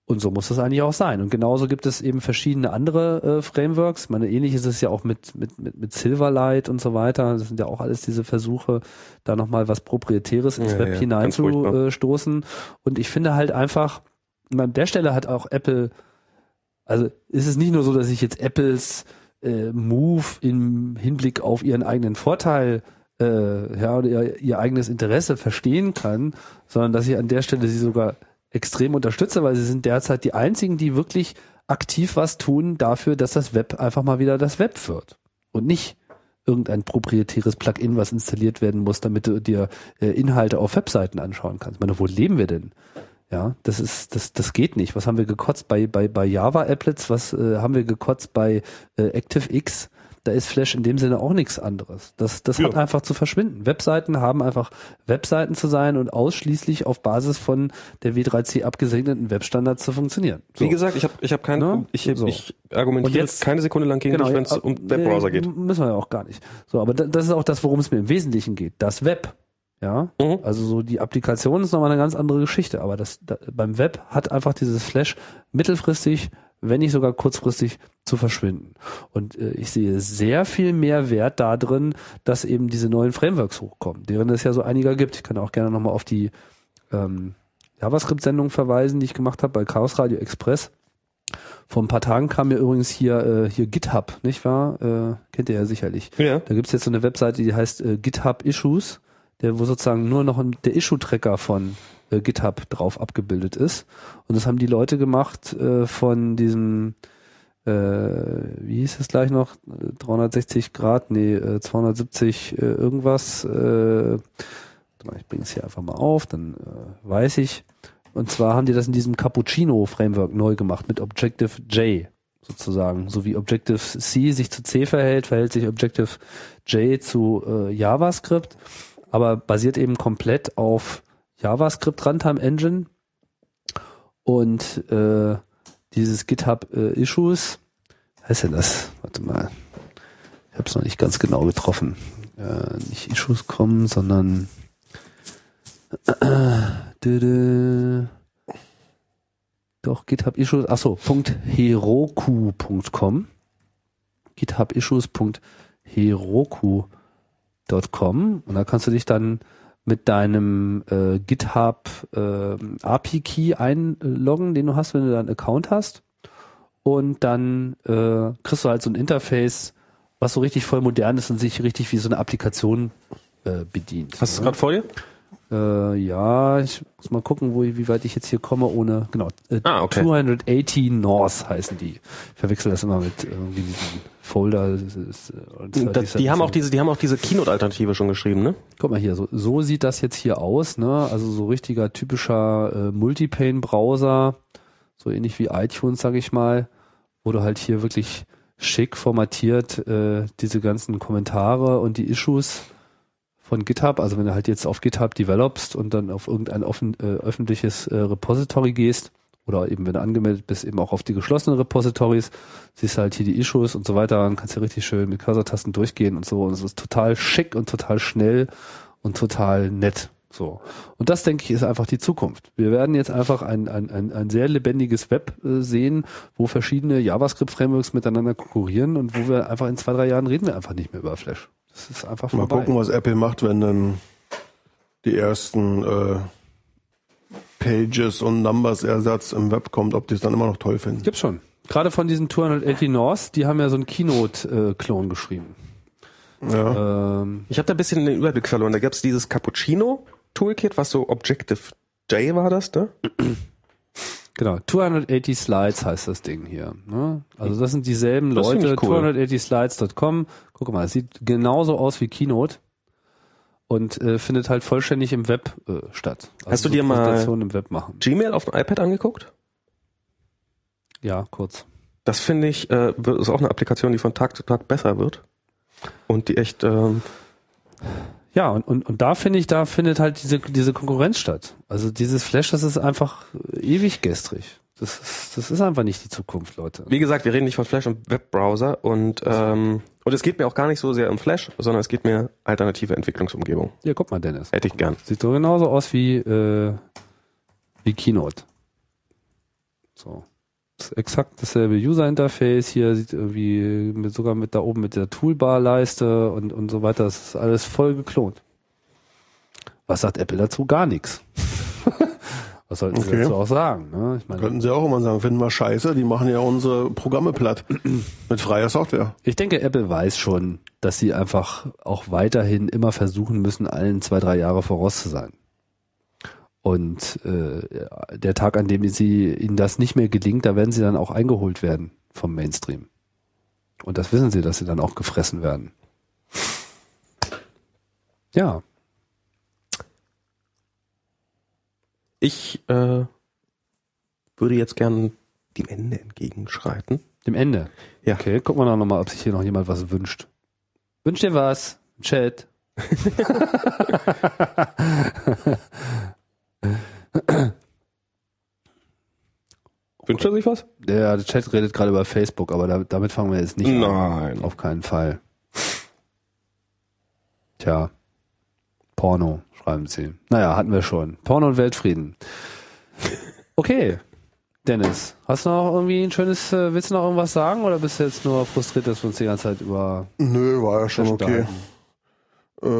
Und so muss das eigentlich auch sein. Und genauso gibt es eben verschiedene andere äh, Frameworks. Ich meine, ähnlich ist es ja auch mit, mit, mit, mit Silverlight und so weiter. Das sind ja auch alles diese Versuche, da nochmal was Proprietäres ins
Ja,
Web
ja, ganz furchtbar.
hineinzustoßen. Äh, Und ich finde halt einfach, an der Stelle hat auch Apple, also ist es nicht nur so, dass ich jetzt Apples äh, Move im Hinblick auf ihren eigenen Vorteil äh, ja, oder ihr, ihr eigenes Interesse verstehen kann, sondern dass ich an der Stelle sie sogar extrem unterstütze, weil sie sind derzeit die einzigen, die wirklich aktiv was tun dafür, dass das Web einfach mal wieder das Web wird und nicht irgendein proprietäres Plugin, was installiert werden muss, damit du dir äh, Inhalte auf Webseiten anschauen kannst. Ich meine, wo leben wir denn? Ja, das ist, das, das geht nicht. Was haben wir gekotzt bei, bei, bei Java-Applets? Was äh, haben wir gekotzt bei äh, ActiveX? Da ist Flash in dem Sinne auch nichts anderes. Das, das hat einfach zu verschwinden. Webseiten haben einfach Webseiten zu sein und ausschließlich auf Basis von der W3C abgesegneten Webstandards zu funktionieren. So.
Wie gesagt, ich habe ich hab keinen,
Ne?
ich,
So.
ich argumentiere
Und jetzt-
keine Sekunde lang gegen dich, wenn es
ja,
um
äh,
Webbrowser geht.
Müssen wir ja auch gar nicht. So, aber da, das ist auch das, worum es mir im Wesentlichen geht. Das Web. Ja.
Mhm.
Also so die Applikation ist nochmal eine ganz andere Geschichte, aber das da, beim Web hat einfach dieses Flash mittelfristig, wenn nicht sogar kurzfristig zu verschwinden. Und äh, ich sehe sehr viel mehr Wert darin, dass eben diese neuen Frameworks hochkommen, deren es ja so einiger gibt. Ich kann auch gerne nochmal auf die ähm, JavaScript-Sendung verweisen, die ich gemacht habe bei Chaos Radio Express. Vor ein paar Tagen kam mir übrigens hier, äh, hier GitHub, nicht wahr? Äh, kennt ihr ja sicherlich.
Ja.
Da gibt's jetzt so eine Webseite, die heißt äh, GitHub Issues, der wo sozusagen nur noch ein, der Issue-Tracker von äh, GitHub drauf abgebildet ist. Und das haben die Leute gemacht äh, von diesem, äh, wie hieß es gleich noch, 360 Grad, nee, äh, 270 äh, irgendwas. Äh, warte mal, ich bringe es hier einfach mal auf, dann äh, weiß ich. Und zwar haben die das in diesem Cappuccino-Framework neu gemacht mit Objective J sozusagen. So wie Objective C sich zu C verhält, verhält sich Objective J zu äh, JavaScript, aber basiert eben komplett auf JavaScript Runtime Engine und äh, dieses GitHub äh, Issues. Was heißt denn das? Warte mal. Ich habe es noch nicht ganz genau getroffen. Äh, nicht Issues kommen, sondern Dü-dü. Doch, GitHub-Issues, achso, .heroku.com github-issues.heroku.com und da kannst du dich dann mit deinem äh, GitHub ähm, API-Key einloggen, den du hast, wenn du deinen Account hast und dann äh, kriegst du halt so ein Interface, was so richtig voll modern ist und sich richtig wie so eine Applikation äh, bedient.
Hast du es
ne?
gerade vor dir?
Äh, ja, ich muss mal gucken, wo, wie weit ich jetzt hier komme ohne. Genau. Äh,
Ah, okay.
280 North heißen die. Ich verwechsel das immer mit irgendwie diesen Folder. das ist, äh, und zwar
Das,
dieser-
die haben auch diese, die haben auch diese Keynote-Alternative schon geschrieben, ne?
Guck mal hier, so, so sieht das jetzt hier aus, ne? Also so richtiger typischer äh, Multipane-Browser, so ähnlich wie iTunes, sag ich mal, wo du halt hier wirklich schick formatiert äh, diese ganzen Kommentare und die Issues von GitHub, also wenn du halt jetzt auf GitHub developst und dann auf irgendein offen, äh, öffentliches äh, Repository gehst oder eben wenn du angemeldet bist, eben auch auf die geschlossenen Repositories, siehst halt hier die Issues und so weiter und kannst hier richtig schön mit Cursor-Tasten durchgehen und so und es ist total schick und total schnell und total nett. So. Und das, denke ich, ist einfach die Zukunft. Wir werden jetzt einfach ein, ein, ein, ein sehr lebendiges Web äh, sehen, wo verschiedene JavaScript-Frameworks miteinander konkurrieren und wo wir einfach in zwei, drei Jahren reden wir einfach nicht mehr über Flash. Das ist einfach
Mal
vorbei.
gucken, was Apple macht, wenn dann die ersten äh, Pages und Numbers-Ersatz im Web kommt, ob die es dann immer noch toll finden.
Gibt's schon. Gerade von diesen 280 North, die haben ja so einen Keynote-Klon geschrieben.
Ja.
Ähm,
Ich habe da ein bisschen den Überblick verloren. Da gab es dieses Cappuccino-Toolkit, was so Objective J war das, ne?
genau, 280 Slides heißt das Ding hier. Ne? Also das sind dieselben
Das finde
Leute,
ich cool.
280slides.com. Guck mal, es sieht genauso aus wie Keynote und äh, findet halt vollständig im Web äh, statt. Also
Hast du dir mal-
Präsentationen im Web machen?
Gmail auf dem iPad angeguckt?
Ja, kurz.
Das finde ich, äh, wird- ist auch eine Applikation, die von Tag zu Tag besser wird. Und die echt, ähm,
Ja, und, und, und da finde ich, da findet halt diese, diese Konkurrenz statt. Also dieses Flash, das ist einfach äh, ewig gestrig. Das ist, das ist einfach nicht die Zukunft, Leute.
Wie gesagt, wir reden nicht von Flash und Webbrowser und ähm, und es geht mir auch gar nicht so sehr um Flash, sondern es geht mir alternative Entwicklungsumgebung.
Ja, guck mal, Dennis.
Hätte ich gern.
Sieht so genauso aus wie, äh, wie Keynote. So. Ist exakt dasselbe User-Interface. Hier sieht irgendwie mit, sogar mit da oben mit der Toolbar-Leiste und, und so weiter. Das ist alles voll geklont. Was sagt Apple dazu? Gar nichts. Was sollten sie
Okay.
dazu auch sagen? Ne? Ich meine,
Könnten sie auch immer sagen, finden wir scheiße, die machen ja unsere Programme platt. Mit freier Software.
Ich denke, Apple weiß schon, dass sie einfach auch weiterhin immer versuchen müssen, allen zwei, drei Jahre voraus zu sein. Und äh, der Tag, an dem sie ihnen das nicht mehr gelingt, da werden sie dann auch eingeholt werden vom Mainstream. Und das wissen sie, dass sie dann auch gefressen werden. Ja,
Ich äh, würde jetzt gern dem Ende entgegenschreiten.
dem Ende.
Ja.
Okay, gucken wir doch nochmal, ob sich hier noch jemand was wünscht. Wünscht dir was? Chat.
Wünscht er sich was?
Der Chat redet gerade über Facebook, aber da, damit fangen wir jetzt nicht an.
Nein.
Auf keinen Fall. Tja. Porno, schreiben sie. Naja, hatten wir schon. Porno und Weltfrieden. Okay. Dennis, hast du noch irgendwie ein schönes, äh, willst du noch irgendwas sagen oder bist du jetzt nur frustriert, dass wir uns die ganze Zeit über
Nö, war ja schon okay.
unterhalten?
Äh, äh,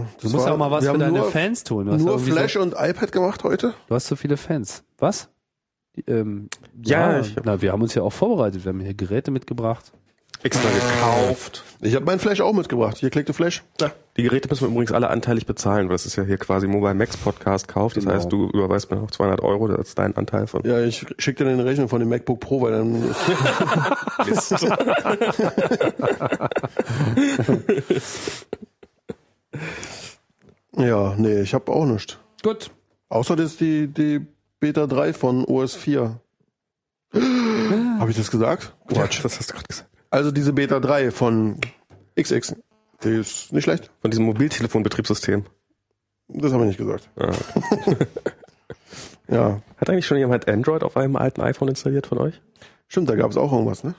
äh,
Du musst ja auch mal was für deine Fans tun. Du hast, ja
Nur
irgendwie
Flash und iPad gemacht heute?
So, du hast so viele Fans. Was? Die, Ähm,
Ja, ich-
na, wir haben uns ja auch vorbereitet. Wir haben hier Geräte mitgebracht.
Extra gekauft.
Ich habe meinen Flash auch mitgebracht. Hier klickte Flash. Da.
Die Geräte müssen wir übrigens alle anteilig bezahlen, weil es ist ja hier quasi Mobile Max Podcast Kauf. Das
Genau.
heißt, du überweist mir noch 200 Euro, das ist dein Anteil von.
Ja, ich schicke dir den Rechnung von dem MacBook Pro, weil dann ja, nee, ich habe auch nichts.
Gut.
Außer das die die Beta 3 von OS 4. habe ich das gesagt?
Quatsch, das hast du gerade gesagt.
Also diese Beta 3 von XX, die ist nicht schlecht.
Von diesem Mobiltelefonbetriebssystem.
Das habe ich nicht gesagt.
Ah.
Ja,
Hat eigentlich schon jemand Android auf einem alten iPhone installiert von euch?
stimmt, da gab es auch irgendwas, ne?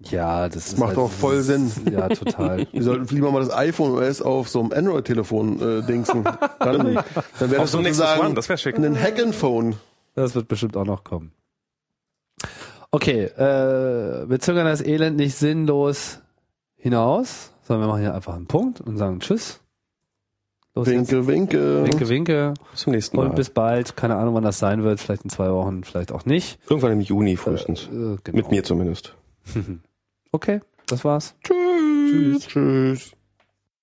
Ja, das ist
Macht
halt-
doch voll Sinn.
Ja, total.
Wir sollten lieber mal das iPhone OS auf so einem Android-Telefon äh, dingsen. Dann, dann wäre
Auf
das
so ein Nexus
sozusagen
One, das wär
Ne.
schick.
ein Hack-and-Phone.
Das wird bestimmt auch noch kommen. Okay, äh, wir zögern das Elend nicht sinnlos hinaus, sondern wir machen hier einfach einen Punkt und sagen Tschüss. Los jetzt.
Winke, winke.
Winke, winke.
Bis zum nächsten Mal.
Und bis bald. Keine Ahnung, wann das sein wird. Vielleicht in zwei Wochen, vielleicht auch nicht.
Irgendwann im Juni
Äh,
frühestens.
äh, genau.
Mit mir zumindest.
Okay, das war's.
Tschüss. Tschüss.